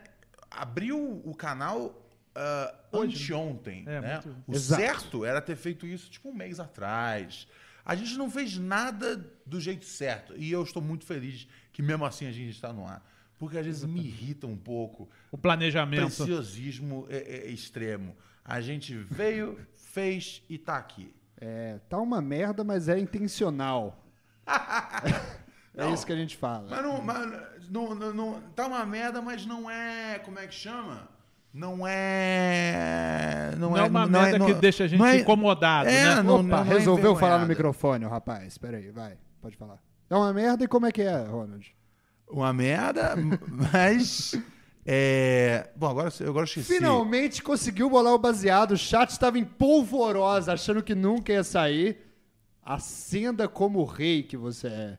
Speaker 3: abriu o canal ah, anteontem.
Speaker 4: É,
Speaker 3: né?
Speaker 4: muito-
Speaker 3: O
Speaker 2: Exato.
Speaker 3: certo era ter feito isso tipo um mês atrás. A gente não fez nada do jeito certo. E eu estou muito feliz que mesmo assim a gente está no ar. Porque às vezes me irrita um pouco
Speaker 4: O planejamento.
Speaker 3: preciosismo é- é extremo. A gente veio, fez e tá aqui.
Speaker 2: É, tá uma merda, mas é intencional. é
Speaker 3: Não.
Speaker 2: isso que a gente fala.
Speaker 3: Mas não, mas não, não, não- tá uma merda, mas não é, como é que chama? Não é, não,
Speaker 4: Não
Speaker 3: é
Speaker 4: é uma
Speaker 3: não
Speaker 4: merda
Speaker 3: não-
Speaker 4: que deixa a gente
Speaker 3: não é-
Speaker 4: incomodado,
Speaker 3: é,
Speaker 4: né?
Speaker 3: Não,
Speaker 2: Opa,
Speaker 3: não é
Speaker 2: resolveu falar no
Speaker 3: envergonhada.
Speaker 2: microfone, o rapaz. Espera aí, vai. Pode falar. É uma merda e como é que é, Ronald?
Speaker 3: Uma merda, mas é, bom, agora eu agora eu esqueci.
Speaker 2: Finalmente conseguiu bolar o baseado. O chat estava em polvorosa, achando que nunca ia sair. Acenda como o rei que você é.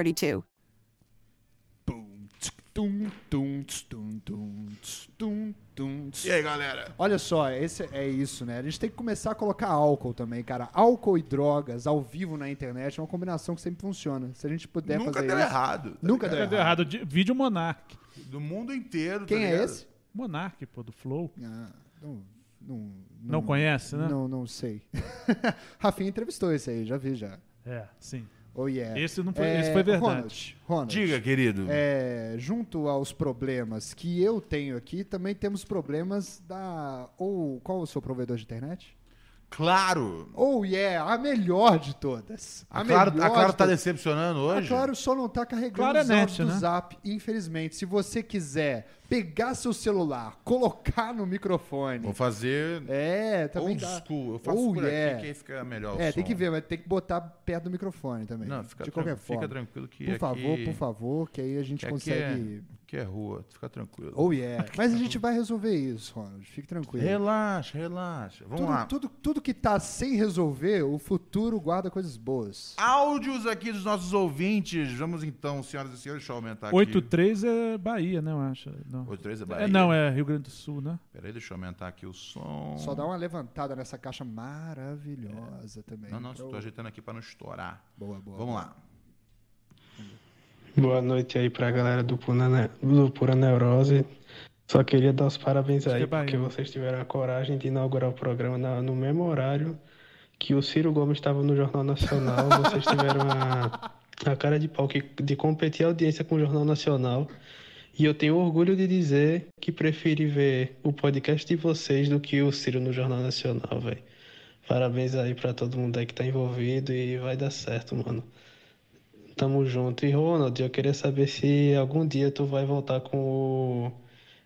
Speaker 2: Tum, tsk, tum, tum, tsk, tum, tum, tsk, tum, tum, tsk.
Speaker 3: E aí, galera?
Speaker 2: Olha só, esse é isso, né? A gente tem que começar a colocar álcool também, cara. Álcool e drogas ao vivo na internet é uma combinação que sempre funciona. Se a gente puder
Speaker 3: Nunca
Speaker 2: fazer
Speaker 3: deu
Speaker 2: isso.
Speaker 3: errado. tá
Speaker 2: Nunca
Speaker 3: ligado?
Speaker 2: deu
Speaker 4: Deu errado. De- Vídeo Monark.
Speaker 3: Do mundo inteiro. tá
Speaker 2: Quem é
Speaker 3: ligado?
Speaker 2: esse?
Speaker 4: Monark, pô, do Flow.
Speaker 2: Ah, não, não,
Speaker 4: Não conhece, né?
Speaker 2: Hum, Não, não sei. Rafinha entrevistou esse aí, já vi já.
Speaker 4: É, sim.
Speaker 2: Oh yeah.
Speaker 4: Esse não foi- esse
Speaker 3: É,
Speaker 4: foi verdade.
Speaker 2: Ronald, Ronald.
Speaker 3: Diga, querido.
Speaker 2: É, junto aos problemas que eu tenho aqui, também temos problemas da. Ou qual é o seu provedor de internet?
Speaker 3: Claro.
Speaker 2: Ou yeah, a melhor de todas.
Speaker 3: A Claro, a
Speaker 2: melhor de
Speaker 3: claro tá
Speaker 2: todas.
Speaker 3: decepcionando hoje?
Speaker 2: A Claro só não tá carregando
Speaker 4: Claro é
Speaker 2: os áudios
Speaker 4: net,
Speaker 2: do
Speaker 4: né?
Speaker 2: Zap, infelizmente. Se você quiser pegar seu celular, colocar no microfone.
Speaker 3: Vou fazer
Speaker 2: É, também
Speaker 3: old
Speaker 2: dá.
Speaker 3: school. Eu faço
Speaker 2: Oh,
Speaker 3: por
Speaker 2: yeah.
Speaker 3: aqui que aí fica melhor o
Speaker 2: É, tem
Speaker 3: som.
Speaker 2: que ver, mas tem que botar perto do microfone também.
Speaker 3: Não, fica
Speaker 2: de qualquer
Speaker 3: tran- fica
Speaker 2: forma.
Speaker 3: tranquilo que
Speaker 2: Por
Speaker 3: aqui-
Speaker 2: favor, por favor, que aí a gente
Speaker 3: Que aqui
Speaker 2: consegue.
Speaker 3: é, que é rua, fica tranquilo.
Speaker 2: Oh yeah. Mas a gente vai resolver isso, Ronald. Fique tranquilo.
Speaker 3: Relaxa, relaxa. Vamos lá.
Speaker 2: tudo, tudo, tudo que tá sem resolver, o futuro guarda coisas boas.
Speaker 3: Áudios aqui dos nossos ouvintes. Vamos então, senhoras e senhores, deixa eu aumentar aqui.
Speaker 4: 8-3 é Bahia, né, eu acho. Não.
Speaker 3: 83 é Bahia.
Speaker 4: É, não, é Rio Grande do Sul, né?
Speaker 3: Peraí, deixa eu aumentar aqui o som.
Speaker 2: Só dá uma levantada nessa caixa maravilhosa também.
Speaker 3: É. Não, não,
Speaker 2: Pra
Speaker 3: estou
Speaker 2: o-
Speaker 3: ajeitando aqui para não estourar.
Speaker 2: Boa, boa.
Speaker 3: Vamos lá.
Speaker 5: Boa noite aí pra galera do Pura, Ne- do Pura Neurose. Só queria dar os parabéns
Speaker 4: Acho que
Speaker 5: aí,
Speaker 4: é Bahia.
Speaker 5: porque vocês tiveram a coragem de inaugurar o programa na- no mesmo horário que o Ciro Gomes estava no Jornal Nacional. Vocês tiveram a, a cara de pau que- de competir a audiência com o Jornal Nacional. E eu tenho orgulho de dizer que preferi ver o podcast de vocês do que o Ciro no Jornal Nacional, velho. Parabéns aí pra todo mundo aí que tá envolvido e vai dar certo, mano. Tamo junto. E Ronald, eu queria saber se algum dia tu vai voltar com o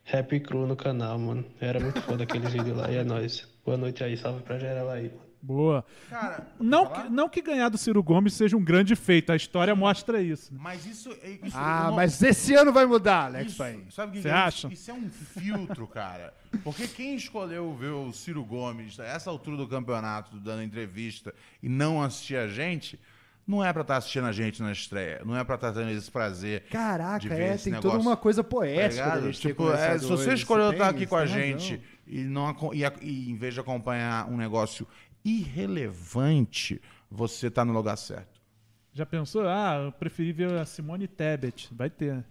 Speaker 5: Rap Cru no canal, mano. Era muito foda aqueles vídeos lá. E é nóis. Boa noite aí, salve pra geral aí.
Speaker 4: Boa.
Speaker 3: Cara,
Speaker 4: Não que, não que ganhar do Ciro Gomes seja um grande feito, a história mostra isso. né?
Speaker 3: mas isso, é- isso
Speaker 2: Ah,
Speaker 3: eu não-
Speaker 2: mas esse ano vai mudar, Alex
Speaker 3: Isso,
Speaker 2: Paim.
Speaker 3: sabe o que
Speaker 4: Cê
Speaker 3: que é
Speaker 4: acha?
Speaker 3: Isso, Isso é um filtro, cara. Porque quem escolheu ver o Ciro Gomes a essa altura do campeonato, dando entrevista, e não assistir a gente, não é pra estar assistindo a gente na estreia. Não é pra estar tendo esse prazer. de
Speaker 2: Caraca,
Speaker 3: ver
Speaker 2: é,
Speaker 3: esse
Speaker 2: tem
Speaker 3: negócio.
Speaker 2: toda uma coisa
Speaker 3: Tá
Speaker 2: poética da
Speaker 3: ligado?
Speaker 2: gente ter
Speaker 3: Tipo, é,
Speaker 2: começado
Speaker 3: se você
Speaker 2: hoje,
Speaker 3: escolheu
Speaker 2: tem
Speaker 3: estar aqui
Speaker 2: isso,
Speaker 3: com a
Speaker 2: tem razão.
Speaker 3: gente e, não, aco- e, a- e em vez de acompanhar um negócio irrelevante, você tá no lugar certo.
Speaker 4: Já pensou? Ah, eu preferi ver a Simone Tebet. Vai ter. né?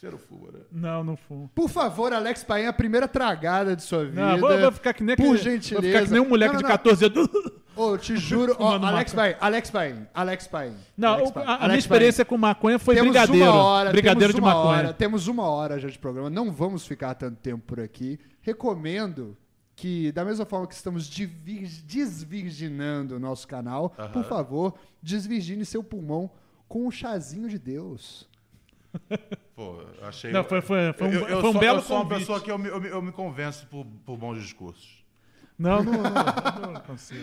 Speaker 3: Ciro
Speaker 2: né?
Speaker 3: Fúbara.
Speaker 4: Não, não fui.
Speaker 2: Por favor, Alex Paim, a primeira tragada de sua vida.
Speaker 4: Não, vou, vou ficar que nem
Speaker 2: Por
Speaker 4: aquele-
Speaker 2: gentileza.
Speaker 4: Vou ficar que nem um moleque
Speaker 2: Não, não,
Speaker 4: de 14 anos.
Speaker 2: Não. Ô, te juro. ó,
Speaker 4: Fumando
Speaker 2: Alex
Speaker 4: maconha.
Speaker 2: Paim, É, Alex Paim, Alex Paim.
Speaker 4: Não,
Speaker 2: Alex
Speaker 4: o-
Speaker 2: Paim,
Speaker 4: a, a
Speaker 2: Alex
Speaker 4: minha
Speaker 2: Paim.
Speaker 4: experiência com maconha foi
Speaker 2: Temos
Speaker 4: brigadeiro.
Speaker 2: uma hora,
Speaker 4: brigadeiro
Speaker 2: temos
Speaker 4: de
Speaker 2: uma
Speaker 4: maconha.
Speaker 2: Hora, temos uma hora já de programa. Não vamos ficar tanto tempo por aqui. Recomendo que, da mesma forma que estamos divir- desvirginando o nosso canal, por favor, desvirgine seu pulmão com um chazinho de Deus.
Speaker 3: Pô, eu achei.
Speaker 4: Não, foi- foi- foi um-
Speaker 3: eu, eu
Speaker 4: foi um
Speaker 3: sou,
Speaker 4: belo
Speaker 3: Eu sou uma
Speaker 4: convite.
Speaker 3: pessoa que eu me, eu me, eu me convenço por, por bons discursos.
Speaker 4: Não, não, não, não consigo.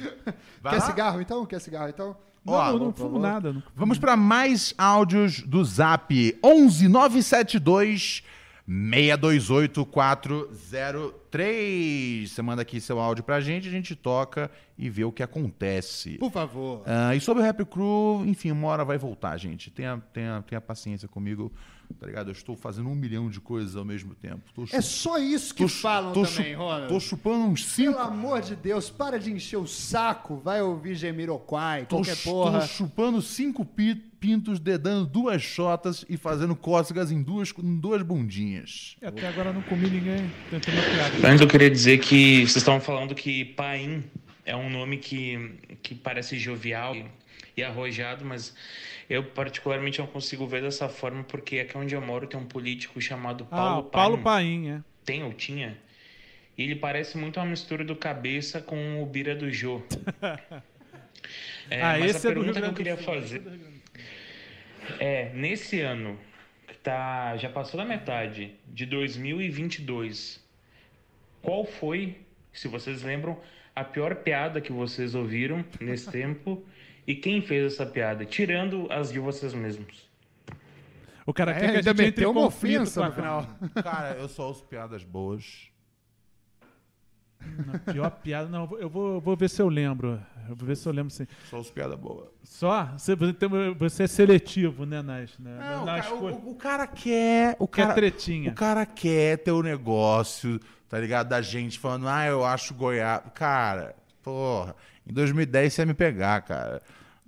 Speaker 3: Vai
Speaker 2: Quer
Speaker 3: lá?
Speaker 2: cigarro então? Quer cigarro então?
Speaker 4: Não, eu não fumo nada, não fumo
Speaker 3: Vamos para mais áudios do Zap 11972 628-403. Você manda aqui seu áudio pra gente, a gente toca e vê o que acontece.
Speaker 2: Por favor.
Speaker 3: Ah, e sobre o Rap Crew, enfim, uma hora vai voltar, gente. Tenha, tenha, tenha paciência comigo, tá ligado? Eu estou fazendo um milhão de coisas ao mesmo tempo. Tô
Speaker 2: É
Speaker 3: chu-
Speaker 2: só isso que
Speaker 3: tô chu-
Speaker 2: falam
Speaker 3: tô
Speaker 2: também,
Speaker 3: chu-
Speaker 2: Ronald.
Speaker 3: Tô chupando uns cinco.
Speaker 2: Pelo amor de Deus, para de encher o saco. Vai ouvir Gemiroquai,
Speaker 3: Tô,
Speaker 2: qualquer
Speaker 3: chu-
Speaker 2: porra.
Speaker 3: tô chupando cinco pi- pintos, dedando duas chotas e fazendo cócegas em duas, em duas bundinhas.
Speaker 4: E até agora eu não comi ninguém tentando a piada.
Speaker 6: Antes eu queria dizer que vocês estavam falando que Paim é um nome que, que parece jovial e, e arrojado, mas eu particularmente não consigo ver dessa forma porque aqui onde eu moro tem um político chamado
Speaker 4: Ah, o
Speaker 6: Paulo
Speaker 4: Paulo
Speaker 6: Paim.
Speaker 4: Paim, é.
Speaker 6: Tem ou tinha? E ele parece muito uma mistura do cabeça com o Bira do Jô. É,
Speaker 4: Ah,
Speaker 6: mas
Speaker 4: esse
Speaker 6: a
Speaker 4: é do Rio
Speaker 6: pergunta que
Speaker 4: Grande
Speaker 6: eu
Speaker 4: do
Speaker 6: queria
Speaker 4: Sul.
Speaker 6: fazer é, nesse ano, que tá, já passou da metade de 2022, qual foi, se vocês lembram, a pior piada que vocês ouviram nesse tempo e quem fez essa piada, tirando as de vocês mesmos?
Speaker 4: O cara quer
Speaker 2: É,
Speaker 4: que a
Speaker 2: ainda
Speaker 4: gente entre em
Speaker 2: meteu uma
Speaker 4: conflito
Speaker 2: ofensa
Speaker 4: com a-
Speaker 2: no final.
Speaker 3: Cara, eu só ouço piadas boas.
Speaker 4: Não, pior piada. Não, eu vou- eu vou, eu vou ver se eu lembro. Eu vou ver se eu lembro sim.
Speaker 3: Só ouço piada boa.
Speaker 4: Só? Você, você tem- você é seletivo, né, nas, na,
Speaker 3: Não, o,
Speaker 4: nas
Speaker 3: cara,
Speaker 4: coisas.
Speaker 3: o- o cara quer. É, O
Speaker 4: Quer
Speaker 3: cara,
Speaker 4: tretinha.
Speaker 3: O cara quer ter o negócio, tá ligado? Da gente falando, ah, eu acho goiaba. Cara, porra. Em 2010 você ia me pegar, cara.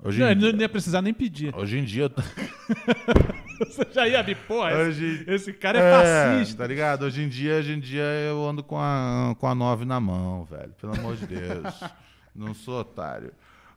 Speaker 3: Hoje,
Speaker 4: Não,
Speaker 2: é
Speaker 3: em,
Speaker 4: ele não ia precisar nem pedir.
Speaker 3: hoje em dia. eu tô-
Speaker 4: Você já ia vir, porra,
Speaker 3: Hoje-
Speaker 4: esse, esse cara é fascista.
Speaker 3: Tá ligado? Hoje em dia, hoje em dia eu ando com a, com a 9 na mão, velho. Pelo amor de Deus. não sou otário.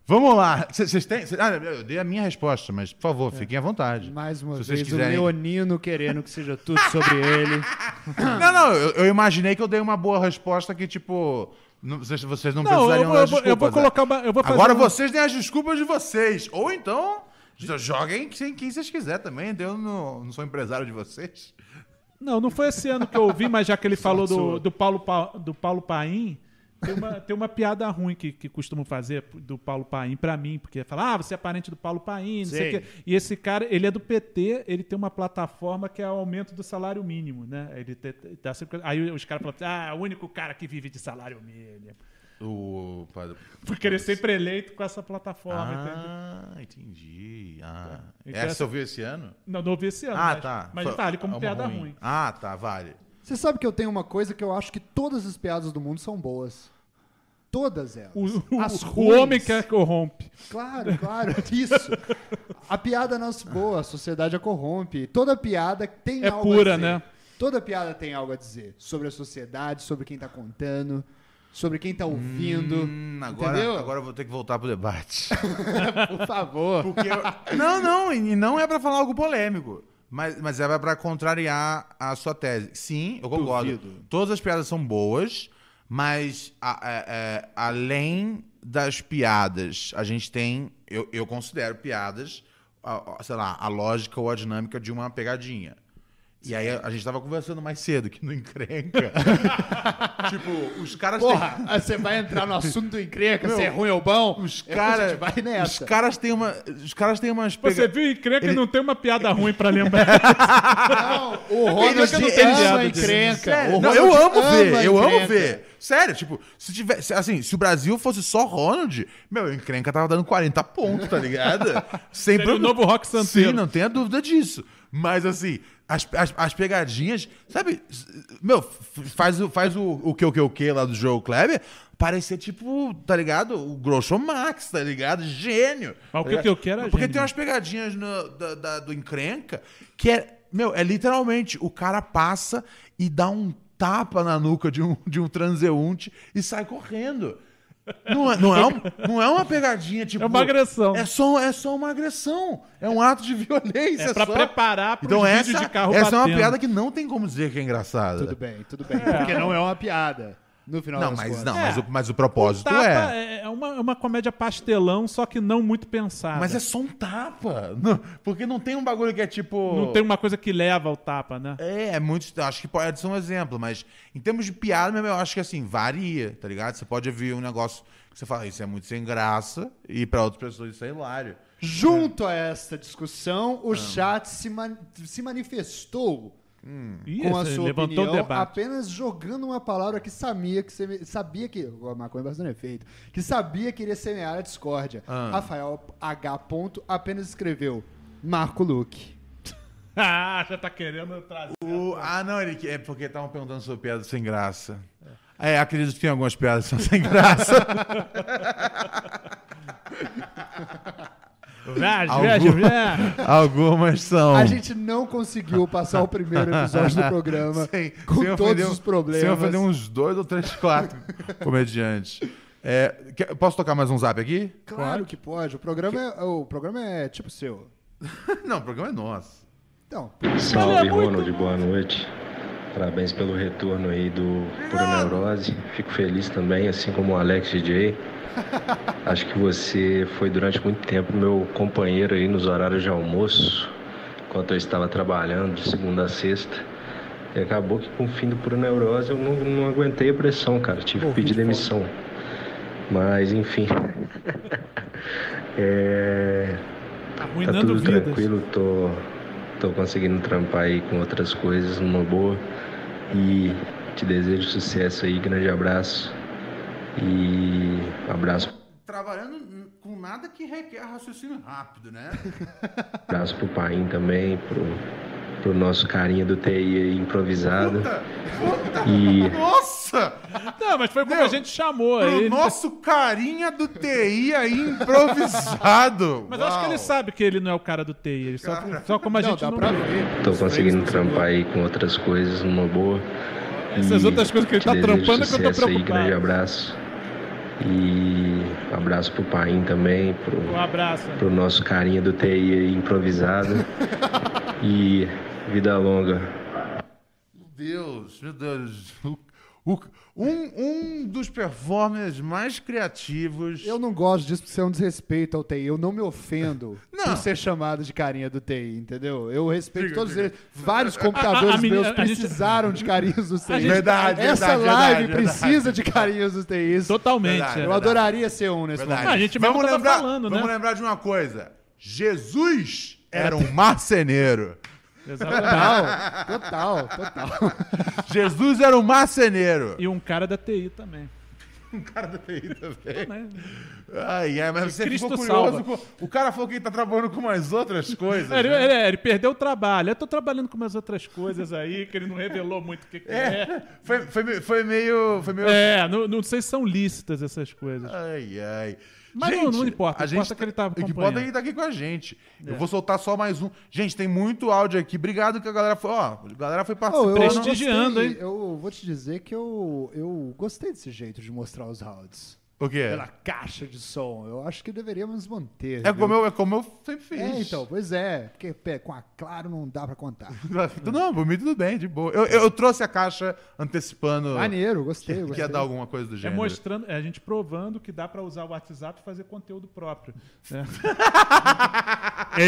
Speaker 3: Vamos lá. C- Vocês têm. cê- ah, eu dei a minha resposta, mas por favor,
Speaker 4: É.
Speaker 3: fiquem à vontade.
Speaker 2: Mais uma
Speaker 3: Se vocês
Speaker 2: vez, o
Speaker 3: quiserem-
Speaker 2: Leonino querendo que seja tudo sobre ele.
Speaker 3: Não, não, eu, eu imaginei que eu dei uma boa resposta que, tipo, não- vocês, vocês não,
Speaker 4: Não, eu
Speaker 3: precisariam
Speaker 4: vou-
Speaker 3: dar
Speaker 4: eu vou-
Speaker 3: desculpas.
Speaker 4: eu vou
Speaker 3: né?
Speaker 4: colocar uma- eu vou fazer
Speaker 3: Agora
Speaker 4: um-
Speaker 3: vocês deem as desculpas de vocês. Ou então, jo- joguem quem, quem vocês quiser também. Eu não, não sou empresário de vocês.
Speaker 4: Não, não foi esse ano que eu ouvi, mas já que ele falou do,
Speaker 3: sua.
Speaker 4: do, Paulo, Pa- do Paulo Paim, tem uma, tem uma piada ruim que, que costumam fazer do Paulo Paim pra mim, porque fala, ah, você é parente do Paulo Paim, não sei o
Speaker 2: Sei.
Speaker 4: quê. E esse cara, ele é do PT, ele tem uma plataforma que é o aumento do salário mínimo, né? Ele te- te- tá sempre... Aí os caras falam, ah, o único cara que vive de salário mínimo.
Speaker 3: O. padre-
Speaker 4: Porque ele é sempre eleito com essa plataforma, entendeu?
Speaker 3: Ah, entendi. Ah.
Speaker 4: Então
Speaker 3: essa
Speaker 4: essa-
Speaker 3: eu vi esse ano?
Speaker 4: Não, não ouvi esse ano.
Speaker 3: Ah,
Speaker 4: mas,
Speaker 3: tá.
Speaker 4: Mas
Speaker 3: Foi-
Speaker 4: vale como
Speaker 3: é uma
Speaker 4: piada ruim.
Speaker 3: Ah, tá, vale.
Speaker 2: Você sabe que eu tenho uma coisa que eu acho que todas as piadas do mundo são boas. Todas elas.
Speaker 4: O, o-
Speaker 2: As
Speaker 4: o
Speaker 2: ruins.
Speaker 4: homem quer que corrompe.
Speaker 2: Claro, claro, isso. A piada não se boa, a sociedade a corrompe. Toda piada tem
Speaker 4: É
Speaker 2: algo
Speaker 4: pura,
Speaker 2: a dizer.
Speaker 4: né?
Speaker 2: Toda piada tem algo a dizer sobre a sociedade, sobre quem tá contando, sobre quem tá ouvindo.
Speaker 3: Hum, agora,
Speaker 2: entendeu?
Speaker 3: agora eu vou ter que voltar pro debate.
Speaker 2: Por favor.
Speaker 3: Porque eu- Não, não, e não é pra falar algo polêmico. Mas, mas é pra contrariar a sua tese. Sim, eu concordo.
Speaker 2: Duvido.
Speaker 3: Todas as piadas são boas, mas a- é- é, além das piadas, a gente tem. Eu, eu considero piadas, a- a- sei lá, a lógica ou a dinâmica de uma pegadinha. E aí a, a gente tava conversando mais cedo, que no encrenca. tipo, os caras têm-
Speaker 2: Porra, aí você vai entrar no assunto do encrenca, se é ruim ou bom.
Speaker 3: Os
Speaker 2: eu- a
Speaker 3: caras.
Speaker 2: gente vai
Speaker 3: Os
Speaker 2: nessa.
Speaker 3: caras têm uma. Os caras têm umas
Speaker 4: Você
Speaker 3: pega-
Speaker 4: viu e crê que não tem uma piada ruim pra lembrar.
Speaker 2: O é Ronald
Speaker 4: Encrenca não tem
Speaker 2: ama
Speaker 4: piada
Speaker 2: a
Speaker 4: disso.
Speaker 2: encrenca.
Speaker 3: Sério,
Speaker 2: O
Speaker 3: não,
Speaker 2: Ronald
Speaker 3: eu amo
Speaker 2: ama
Speaker 3: ver,
Speaker 2: a
Speaker 3: eu amo
Speaker 2: encrenca.
Speaker 3: ver. Sério, tipo, se tivesse. Assim, se o Brasil fosse só Ronald, meu, o encrenca tava dando 40 pontos, tá ligado? Sem
Speaker 4: Seria o novo Rock Santeiro.
Speaker 3: Sim, não tenha dúvida disso. Mas assim, as, as, as pegadinhas, sabe? s- Meu, f- faz, o- faz o, o que, o que, o que lá do Joe Kleber parecer tipo, tá ligado? O Grosso Max, tá ligado? Gênio.
Speaker 4: Mas o
Speaker 3: tá
Speaker 4: que, o que, o
Speaker 3: ligado?
Speaker 4: que era
Speaker 3: Porque
Speaker 4: gênio.
Speaker 3: tem umas pegadinhas no- da- da- do encrenca que é, meu, é literalmente o cara passa e dá um tapa na nuca de um, de um transeunte e sai correndo. Não é, não, é um- não é uma pegadinha, tipo.
Speaker 4: uma agressão.
Speaker 3: É só, é só uma agressão. É um ato de violência.
Speaker 4: É pra
Speaker 3: só.
Speaker 4: preparar pros
Speaker 3: então
Speaker 4: vídeos
Speaker 3: essa,
Speaker 4: de carro
Speaker 3: Essa é uma
Speaker 4: batendo.
Speaker 3: piada que não tem como dizer que é engraçada.
Speaker 2: Tudo bem, tudo bem. Porque não é uma piada. No final
Speaker 3: Não,
Speaker 2: das
Speaker 3: mas
Speaker 2: contas.
Speaker 3: não, mas, o, mas o propósito
Speaker 4: É. Tapa
Speaker 3: é.
Speaker 4: é, é uma, é uma comédia pastelão, só que não muito pensada.
Speaker 3: Mas é só um tapa. Não, porque não tem um bagulho que é tipo.
Speaker 4: Não tem um uma coisa que leva ao tapa, né?
Speaker 3: É, muitos. Acho que pode ser um exemplo, mas em termos de piada mesmo, eu acho que assim, varia, tá ligado? Você pode ver um negócio que você fala, isso é muito sem graça, e pra outras pessoas isso é Ah. hilário.
Speaker 2: Junto a essa discussão, o chat se, man- se manifestou
Speaker 3: Hum,
Speaker 2: com a
Speaker 4: Ih,
Speaker 2: sua
Speaker 4: levantou
Speaker 2: opinião,
Speaker 4: o debate.
Speaker 2: apenas jogando uma palavra que sabia que seme- sabia que oh, a maconha bastante efeito, que sabia que iria semear a discórdia.
Speaker 3: Ah.
Speaker 2: Rafael H. Ponto apenas escreveu Marco Luque.
Speaker 4: Ah, já tá querendo trazer.
Speaker 3: O- ah, não, ele, que- é porque estavam perguntando sobre piadas sem graça. É, acredito que tem algumas piadas que são sem graça.
Speaker 4: Viagem,
Speaker 3: Algu-
Speaker 4: viagem, viagem.
Speaker 3: Algumas são.
Speaker 2: A gente não conseguiu passar o primeiro episódio do programa
Speaker 3: Sem-
Speaker 2: com
Speaker 3: sem
Speaker 2: todos
Speaker 3: ofender-
Speaker 2: os problemas.
Speaker 3: Sem ofender um uns dois ou três, quatro comediantes. É, quer- posso tocar mais um zap aqui?
Speaker 2: Claro que pode. O programa, é, o programa é tipo seu.
Speaker 3: Não, o programa é nosso.
Speaker 2: Então,
Speaker 7: Salve, Ronald, boa noite. Parabéns pelo retorno aí do Pura Neurose. Fico feliz também, assim como o Alex DJ. Acho que você foi durante muito tempo meu companheiro aí nos horários de almoço, enquanto eu estava trabalhando de segunda a sexta. E acabou que com o fim do Pura Neurose eu não, não aguentei a pressão, cara. Tive que pedir demissão. Mas enfim. É, Tá
Speaker 4: Arruinando
Speaker 7: tudo
Speaker 4: vidas.
Speaker 7: tranquilo, tô, tô conseguindo trampar aí com outras coisas numa boa. E te desejo sucesso aí, grande abraço. E abraço,
Speaker 3: Trabalhando com nada que requer raciocínio rápido, né?
Speaker 7: abraço pro Paim também, pro, pro nosso carinha do TI aí improvisado. E
Speaker 3: Nossa!
Speaker 4: Não, mas foi como a gente chamou.
Speaker 3: Pro
Speaker 4: ele-
Speaker 3: nosso carinha do TI aí improvisado.
Speaker 4: Mas eu acho que ele sabe que ele não é o cara do TI. Ele só, só como a gente não...
Speaker 7: tô conseguindo trampar aí com outras coisas numa boa.
Speaker 4: Essas
Speaker 7: E
Speaker 4: outras coisas que ele
Speaker 7: te
Speaker 4: tá
Speaker 7: desejo
Speaker 4: trampando é que eu tô
Speaker 7: sucesso aí,
Speaker 4: preocupado.
Speaker 7: grande abraço. E abraço pro Paim também, pro,
Speaker 4: Um abraço.
Speaker 7: pro nosso carinha do TI aí improvisado. e vida longa.
Speaker 3: Meu Deus, meu Deus. O- o- um, um dos performers mais criativos.
Speaker 2: Eu não gosto disso porque isso é um desrespeito ao TI. Eu não me ofendo por ser chamado de carinha do TI, entendeu? Eu respeito
Speaker 3: Diga,
Speaker 2: todos
Speaker 3: diga.
Speaker 2: eles. Vários
Speaker 3: A- a-
Speaker 2: computadores
Speaker 4: a menina-
Speaker 2: meus
Speaker 4: a gente-
Speaker 2: precisaram de carinhos do TI.
Speaker 4: gente- Verdade,
Speaker 2: Essa
Speaker 3: verdade,
Speaker 2: live
Speaker 3: verdade,
Speaker 2: precisa de carinhos do TI.
Speaker 4: Totalmente.
Speaker 3: Verdade,
Speaker 4: é.
Speaker 2: Eu adoraria ser um nesse
Speaker 3: Verdade.
Speaker 4: Ah,
Speaker 2: momento.
Speaker 4: a gente mesmo
Speaker 3: vamos
Speaker 4: tava
Speaker 3: lembrar,
Speaker 4: falando,
Speaker 3: vamos
Speaker 4: né? É.
Speaker 3: lembrar de uma coisa. Jesus era um marceneiro.
Speaker 4: Exatamente.
Speaker 2: Total, total, total.
Speaker 3: Jesus era um marceneiro.
Speaker 4: E um cara da TI também.
Speaker 3: o cara da TI também.
Speaker 4: Né?
Speaker 3: Ai, ai, mas você
Speaker 4: Cristo
Speaker 3: ficou curioso.
Speaker 4: salva.
Speaker 3: com- O cara falou que ele tá trabalhando com umas outras coisas.
Speaker 4: Ele,
Speaker 3: né?
Speaker 4: ele- ele perdeu o trabalho. Eu tô trabalhando com umas outras coisas aí, que ele não revelou muito o que, que é.
Speaker 3: É, foi, foi, me- foi meio. Foi meio...
Speaker 4: É, não, não sei se são lícitas essas coisas.
Speaker 3: Ai, ai.
Speaker 4: Mas não- não importa,
Speaker 3: A
Speaker 4: o que
Speaker 3: gente
Speaker 4: importa é que ele tá
Speaker 3: O que
Speaker 4: acompanhando. É.
Speaker 3: importa é que ele tá aqui com a gente. Eu vou soltar só mais um. Gente, tem muito áudio aqui. Obrigado que a galera foi. Ó, a galera foi
Speaker 2: Oh, eu
Speaker 3: participando.
Speaker 4: Prestigiando,
Speaker 2: gostei.
Speaker 4: hein?
Speaker 2: Eu vou te dizer que eu, eu gostei desse jeito de mostrar os rounds.
Speaker 3: O quê?
Speaker 2: Pela caixa de som. Eu acho que deveríamos manter.
Speaker 3: É
Speaker 2: viu?
Speaker 3: como, eu, é como eu sempre fiz.
Speaker 2: É, então, pois é. Porque pé, com a Claro não dá pra contar.
Speaker 3: Não, por mim tudo bem, de boa. Eu, eu- eu trouxe a caixa antecipando
Speaker 2: Maneiro, gostei.
Speaker 3: que
Speaker 2: gostei.
Speaker 3: ia dar alguma coisa do
Speaker 4: É
Speaker 3: gênero.
Speaker 4: mostrando, é a gente provando que dá pra usar o WhatsApp e fazer conteúdo próprio. Né?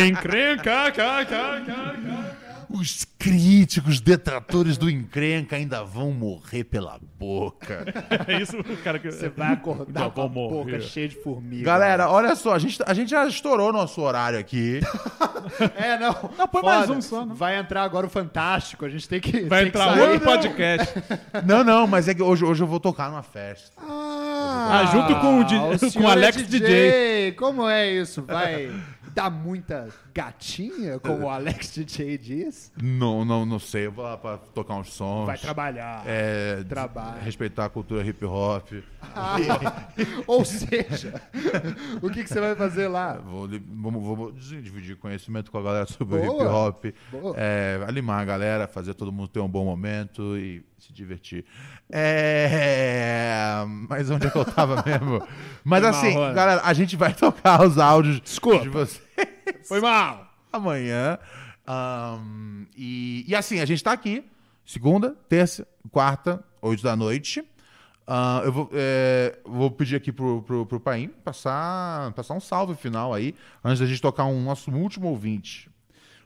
Speaker 4: Encrenca, cá, cá, cá, cá.
Speaker 3: Os críticos, detratores do encrenca ainda vão morrer pela boca.
Speaker 4: É isso, cara. Que...
Speaker 2: Você vai acordar
Speaker 4: Já
Speaker 2: com a
Speaker 4: vou morrer.
Speaker 2: boca cheia de formiga.
Speaker 3: Galera, olha só, a gente, tá, a gente já estourou nosso horário aqui.
Speaker 2: É, não.
Speaker 4: Não, põe mais um só, não.
Speaker 2: Vai entrar agora o Fantástico. A gente tem que.
Speaker 4: Vai
Speaker 2: tem que
Speaker 4: entrar
Speaker 2: sair.
Speaker 4: outro podcast.
Speaker 3: Não, não, mas é que hoje, hoje eu vou tocar numa festa.
Speaker 2: Ah,
Speaker 4: Ah, junto com o di- com
Speaker 2: senhor
Speaker 4: o Alex
Speaker 2: é Como é isso? Vai dar muita gatinha, como o Alex DJ diz?
Speaker 3: Não, não, não sei. Eu vou lá pra tocar uns sons.
Speaker 2: Vai trabalhar.
Speaker 3: É,
Speaker 2: Trabalho.
Speaker 3: Respeitar a cultura hip hop.
Speaker 2: Ou seja, o que, que você vai fazer lá?
Speaker 3: Vou, li- vou- vou- vou dividir conhecimento com a galera sobre
Speaker 2: Boa.
Speaker 3: o hip hop.
Speaker 2: Boa.
Speaker 3: É, animar a galera, fazer todo mundo ter um bom momento e se divertir. É, mas onde é que eu tava mesmo? Mas
Speaker 2: Foi
Speaker 3: assim,
Speaker 2: mal, olha.
Speaker 3: galera, a gente vai tocar os áudios
Speaker 2: Desculpa.
Speaker 3: de vocês
Speaker 2: Foi mal.
Speaker 3: amanhã. Ahn, e, e assim, a gente tá aqui segunda, terça, quarta, oito da noite. Ah, eu vou, é, vou pedir aqui pro, pro, pro Paim passar, passar um salve final aí, antes da gente tocar um nosso último ouvinte.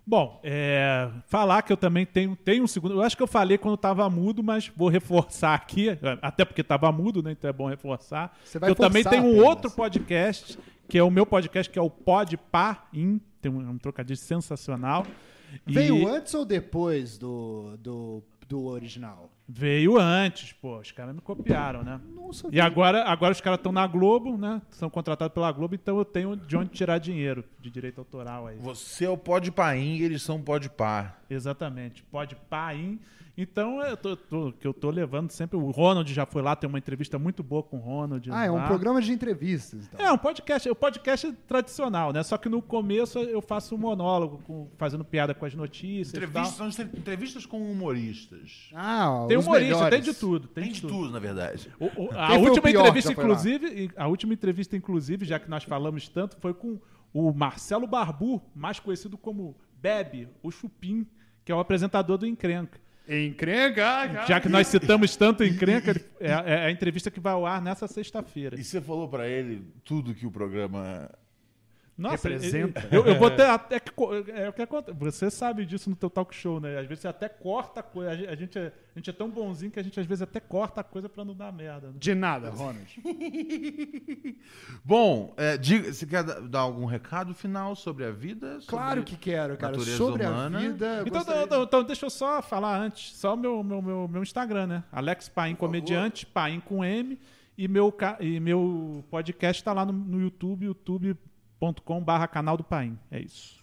Speaker 4: Bom, é, falar que eu também tenho, tenho um segundo. Eu acho que eu falei quando estava mudo, mas vou reforçar aqui, até porque estava mudo, né? Então é bom reforçar.
Speaker 2: Você vai
Speaker 4: eu também
Speaker 2: forçar
Speaker 4: tenho um
Speaker 2: apenas.
Speaker 4: outro podcast, que é o meu podcast, que é o Pod Pá In, tem um, um trocadilho sensacional. E-
Speaker 2: Veio antes ou depois do, do, do original?
Speaker 4: Veio antes, pô. Os caras me copiaram, né?
Speaker 2: Nossa,
Speaker 4: e agora, agora os caras estão na Globo, né? São contratados pela Globo, então eu tenho de onde tirar dinheiro de direito autoral aí.
Speaker 3: Você é o Pode Paim e eles são o Pode Par.
Speaker 4: Exatamente, pode paim. Então eu tô, tô- que eu tô levando sempre. O Ronald já foi lá, tem uma entrevista muito boa com o Ronald.
Speaker 2: Ah, é um
Speaker 4: lá.
Speaker 2: programa de entrevistas. então.
Speaker 4: É um podcast, é um podcast tradicional, né? Só que no começo eu faço um monólogo com- fazendo piada com as notícias. e tal.
Speaker 3: Entrevistas, são entre- entrevistas com humoristas.
Speaker 2: Ah,
Speaker 4: Tem humorista, tem de tudo. Tem,
Speaker 3: Tem de tudo, na verdade.
Speaker 4: O- o-
Speaker 3: Quem
Speaker 4: a
Speaker 3: foi o
Speaker 4: última
Speaker 3: pior que
Speaker 4: entrevista,
Speaker 3: já foi lá?
Speaker 4: inclusive, e- a última entrevista, inclusive, já que nós falamos tanto, foi com o Marcelo Barbu, mais conhecido como Bebe, o Chupim, que é o apresentador do Encrenca.
Speaker 3: ah,
Speaker 2: Encrenca!
Speaker 4: Já que nós citamos tanto Encrenca, ele- é, é a entrevista que vai ao ar nessa sexta-feira.
Speaker 3: E você falou pra ele tudo que o programa
Speaker 4: Nossa,
Speaker 3: representa.
Speaker 4: Eu, eu vou ter até que. co- É o que acontece. Você sabe disso no teu talk show, né? Às vezes você até corta coisa. A gente- a gente é, a gente é tão bonzinho que a gente às vezes até corta a coisa pra não dar merda. né?
Speaker 2: De nada, Ronald.
Speaker 3: Bom, é, diga, você quer da- dar algum recado final sobre a vida?
Speaker 4: Claro
Speaker 3: Sobre
Speaker 4: que quero, cara.
Speaker 3: natureza
Speaker 4: Sobre a
Speaker 3: humana?
Speaker 2: vida,
Speaker 4: Então,
Speaker 2: gostaria-
Speaker 4: então, então, deixa eu só falar antes. Só meu, meu, meu, meu Instagram, né? Alex Paim Comediante, Paim com M. E meu, ca- e meu podcast tá lá no, no YouTube, youtube.com/barra canal do Paim. É isso.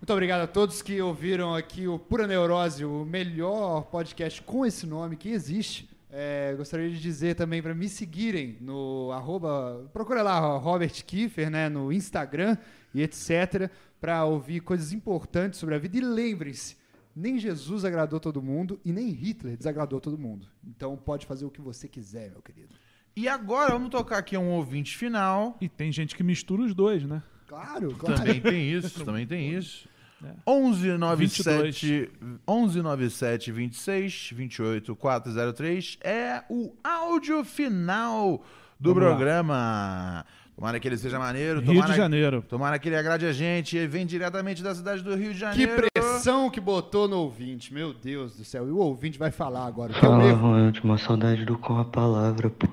Speaker 2: Muito obrigado a todos que ouviram aqui o Pura Neurose, o melhor podcast com esse nome que existe. É, gostaria de dizer também para me seguirem no arroba, procura lá ó, Robert Kiefer, né, no Instagram e etc, para ouvir coisas importantes sobre a vida. E lembrem-se, nem Jesus agradou todo mundo e nem Hitler desagradou todo mundo. Então pode fazer o que você quiser, meu querido.
Speaker 3: E agora vamos tocar aqui um ouvinte final.
Speaker 4: E tem gente que mistura os dois, né?
Speaker 2: Claro, claro.
Speaker 3: Também tem isso, também tem isso.
Speaker 4: É.
Speaker 3: 1197 1197 26 28 403 é o áudio final do
Speaker 4: Vamos lá.
Speaker 3: programa. Tomara que ele seja maneiro.
Speaker 4: Rio de
Speaker 3: tomara,
Speaker 4: Janeiro.
Speaker 3: Tomara que ele agrade a gente. Ele vem diretamente da cidade do Rio de
Speaker 2: Que
Speaker 3: Janeiro.
Speaker 2: pressão que botou no ouvinte, meu Deus do céu. E o ouvinte vai falar agora. é um o que eu
Speaker 8: Fala,
Speaker 2: levo.
Speaker 8: Ronald, uma saudade do com a palavra, pô.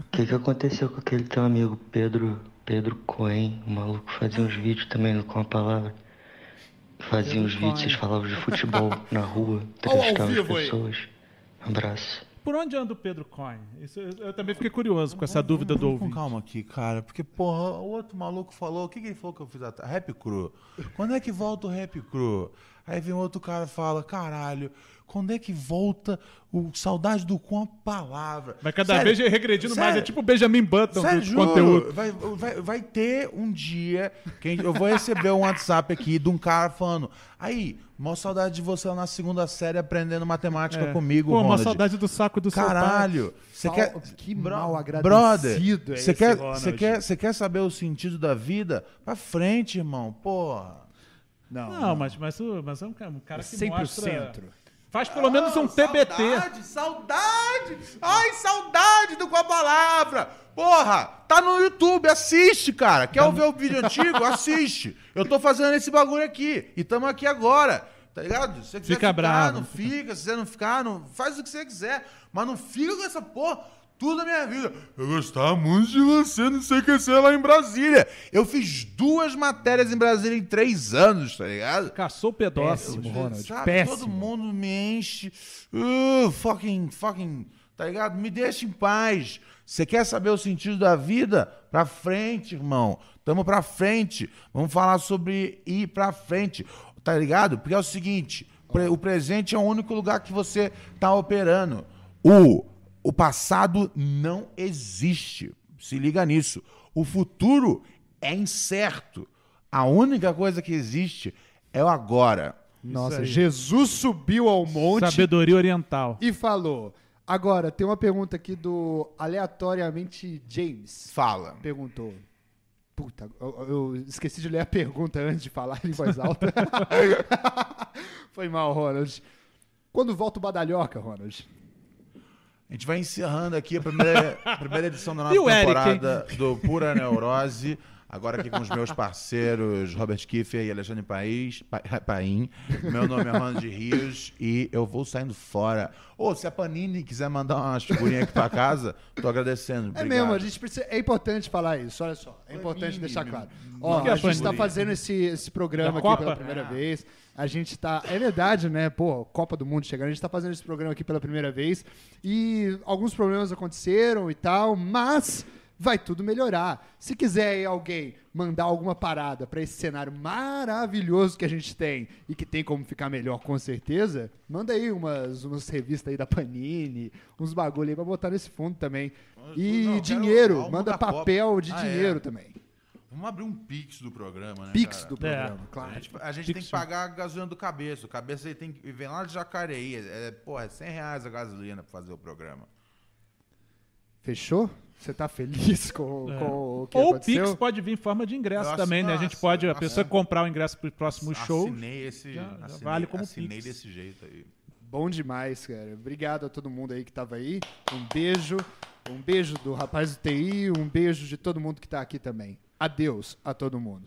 Speaker 8: O que que aconteceu com aquele teu amigo Pedro, Pedro Cohen? O maluco fazia uns vídeos também no com a palavra. Fazia uns vídeos, vocês falavam de futebol na rua,
Speaker 4: Ou ao
Speaker 8: entrevistavam as
Speaker 4: vivo aí.
Speaker 8: pessoas. Um abraço.
Speaker 4: Por onde anda o Pedro Coin? Isso, eu, eu também fiquei curioso com essa dúvida do ouvinte.
Speaker 3: Calma aqui, cara, porque, porra, o outro maluco falou, o que, que ele falou que eu fiz a rap cru? Quando é que volta o rap cru? Aí vem um outro cara e fala, caralho, quando é que volta o saudade do com a palavra?
Speaker 4: Vai cada
Speaker 3: Sério,
Speaker 4: vez regredindo mais,
Speaker 3: sério.
Speaker 4: é tipo o Benjamin Button
Speaker 3: Sério,
Speaker 4: do
Speaker 3: juro,
Speaker 4: conteúdo.
Speaker 3: Vai, vai, vai ter um dia que a gente- eu vou receber um WhatsApp aqui de um cara falando: Aí, mó saudade de você lá na segunda série aprendendo matemática
Speaker 4: É.
Speaker 3: comigo,
Speaker 4: Pô, uma
Speaker 3: Ronald."
Speaker 4: saudade do saco do seu pai.
Speaker 3: Caralho, você
Speaker 4: Fal-
Speaker 3: quer.
Speaker 2: que mal
Speaker 3: Brother,
Speaker 2: agradecido é
Speaker 3: você
Speaker 2: esse
Speaker 3: quer,
Speaker 2: Ronald.
Speaker 3: você quer, você quer saber o sentido da vida? Pra frente, irmão, porra.
Speaker 2: Não,
Speaker 4: Mas, mas, o- mas é um cara um cara que
Speaker 3: Sempre o
Speaker 4: mostra...
Speaker 3: centro.
Speaker 4: Faz pelo menos um TBT.
Speaker 3: Saudade, saudade! Ai, saudade do Com a Palavra! Porra, tá no YouTube, assiste, cara.
Speaker 4: Tá
Speaker 3: Quer ver o vídeo antigo? Assiste. Eu tô fazendo esse bagulho aqui e tamo aqui agora. Tá ligado? Se você quiser
Speaker 4: Fica
Speaker 3: ficar,
Speaker 4: bravo.
Speaker 3: não fica. Se você não ficar, não faz o que você quiser. Mas não fica com essa porra tudo da minha vida. Eu gostava muito de você, não sei o que ser lá em Brasília. Eu fiz duas matérias em Brasília em três anos, tá ligado?
Speaker 4: Caçou pedófilo, Ronald.
Speaker 3: Todo
Speaker 4: Péssimo.
Speaker 3: mundo me enche. Uh, fucking, fucking, tá ligado? Me deixa em paz. Você quer saber o sentido da vida? Pra frente, irmão. Tamo pra frente. Vamos falar sobre ir pra frente, tá ligado? Porque é o seguinte, pre- o presente é o único lugar que você tá operando. O, o passado não existe. Se liga nisso. O futuro é incerto. A única coisa que existe é o agora.
Speaker 2: Nossa, Jesus subiu ao monte.
Speaker 4: Sabedoria oriental.
Speaker 2: E falou. Agora, tem uma pergunta aqui do aleatoriamente James.
Speaker 3: Fala.
Speaker 2: Perguntou. Puta, eu, eu esqueci de ler a pergunta antes de falar em voz alta. Foi mal, Ronald. Quando volta o Badalhoca, Ronald?
Speaker 3: A gente vai encerrando aqui a primeira, a primeira edição da nossa
Speaker 4: E o Eric,
Speaker 3: temporada do Pura Neurose. Agora aqui com os meus parceiros Robert Kiefer e Alexandre País, Pa- Paim. Meu nome é Armando de Rios e eu vou saindo fora. Ou se a Panini quiser mandar umas figurinhas aqui pra casa, tô agradecendo.
Speaker 2: É
Speaker 3: Obrigado.
Speaker 2: mesmo, a gente precisa, é importante falar isso, olha só. É importante deixar claro. Ó,
Speaker 3: Não, que
Speaker 2: a
Speaker 3: é
Speaker 2: gente tá está
Speaker 3: pandemia.
Speaker 2: fazendo esse, esse
Speaker 4: Da
Speaker 2: programa aqui
Speaker 4: Copa?
Speaker 2: pela primeira
Speaker 4: Ah.
Speaker 2: vez. A gente tá. É verdade, né? Pô, Copa do Mundo chegando. A gente tá fazendo esse programa aqui pela primeira vez. E alguns problemas aconteceram e tal, mas vai tudo melhorar. Se quiser aí alguém mandar alguma parada para esse cenário maravilhoso que a gente tem e que tem como ficar melhor com certeza, manda aí umas, umas revistas aí da Panini, uns bagulho aí pra botar nesse fundo também. E
Speaker 3: Não, eu quero
Speaker 2: dinheiro,
Speaker 3: álbum
Speaker 2: manda
Speaker 3: da Copa.
Speaker 2: papel de
Speaker 3: Ah, é.
Speaker 2: dinheiro também.
Speaker 3: Vamos abrir um pix do programa, né?
Speaker 2: Pix
Speaker 3: cara?
Speaker 2: do programa, É. claro.
Speaker 3: A gente, a gente tem que pagar a gasolina do cabeça. O cabeça ele tem que. Vem lá de Jacareí. É, é, porra, é 100 reais a gasolina pra fazer o programa.
Speaker 2: Fechou? Você tá feliz com,
Speaker 4: É.
Speaker 2: com o que
Speaker 4: Ou o
Speaker 2: aconteceu?
Speaker 4: Pix pode vir em forma de ingresso
Speaker 3: Eu
Speaker 4: também, né? A
Speaker 3: assi-
Speaker 4: gente pode, a
Speaker 3: assi-
Speaker 4: pessoa comprar o ingresso pro próximo show.
Speaker 3: Assinei esse.
Speaker 4: Já- já
Speaker 3: assinei,
Speaker 4: vale como
Speaker 3: assinei
Speaker 4: Pix.
Speaker 3: desse jeito aí.
Speaker 2: Bom demais, cara. Obrigado a todo mundo aí que tava aí. Um beijo. Um beijo do rapaz do TI, um beijo de todo mundo que tá aqui também. Adeus a todo mundo.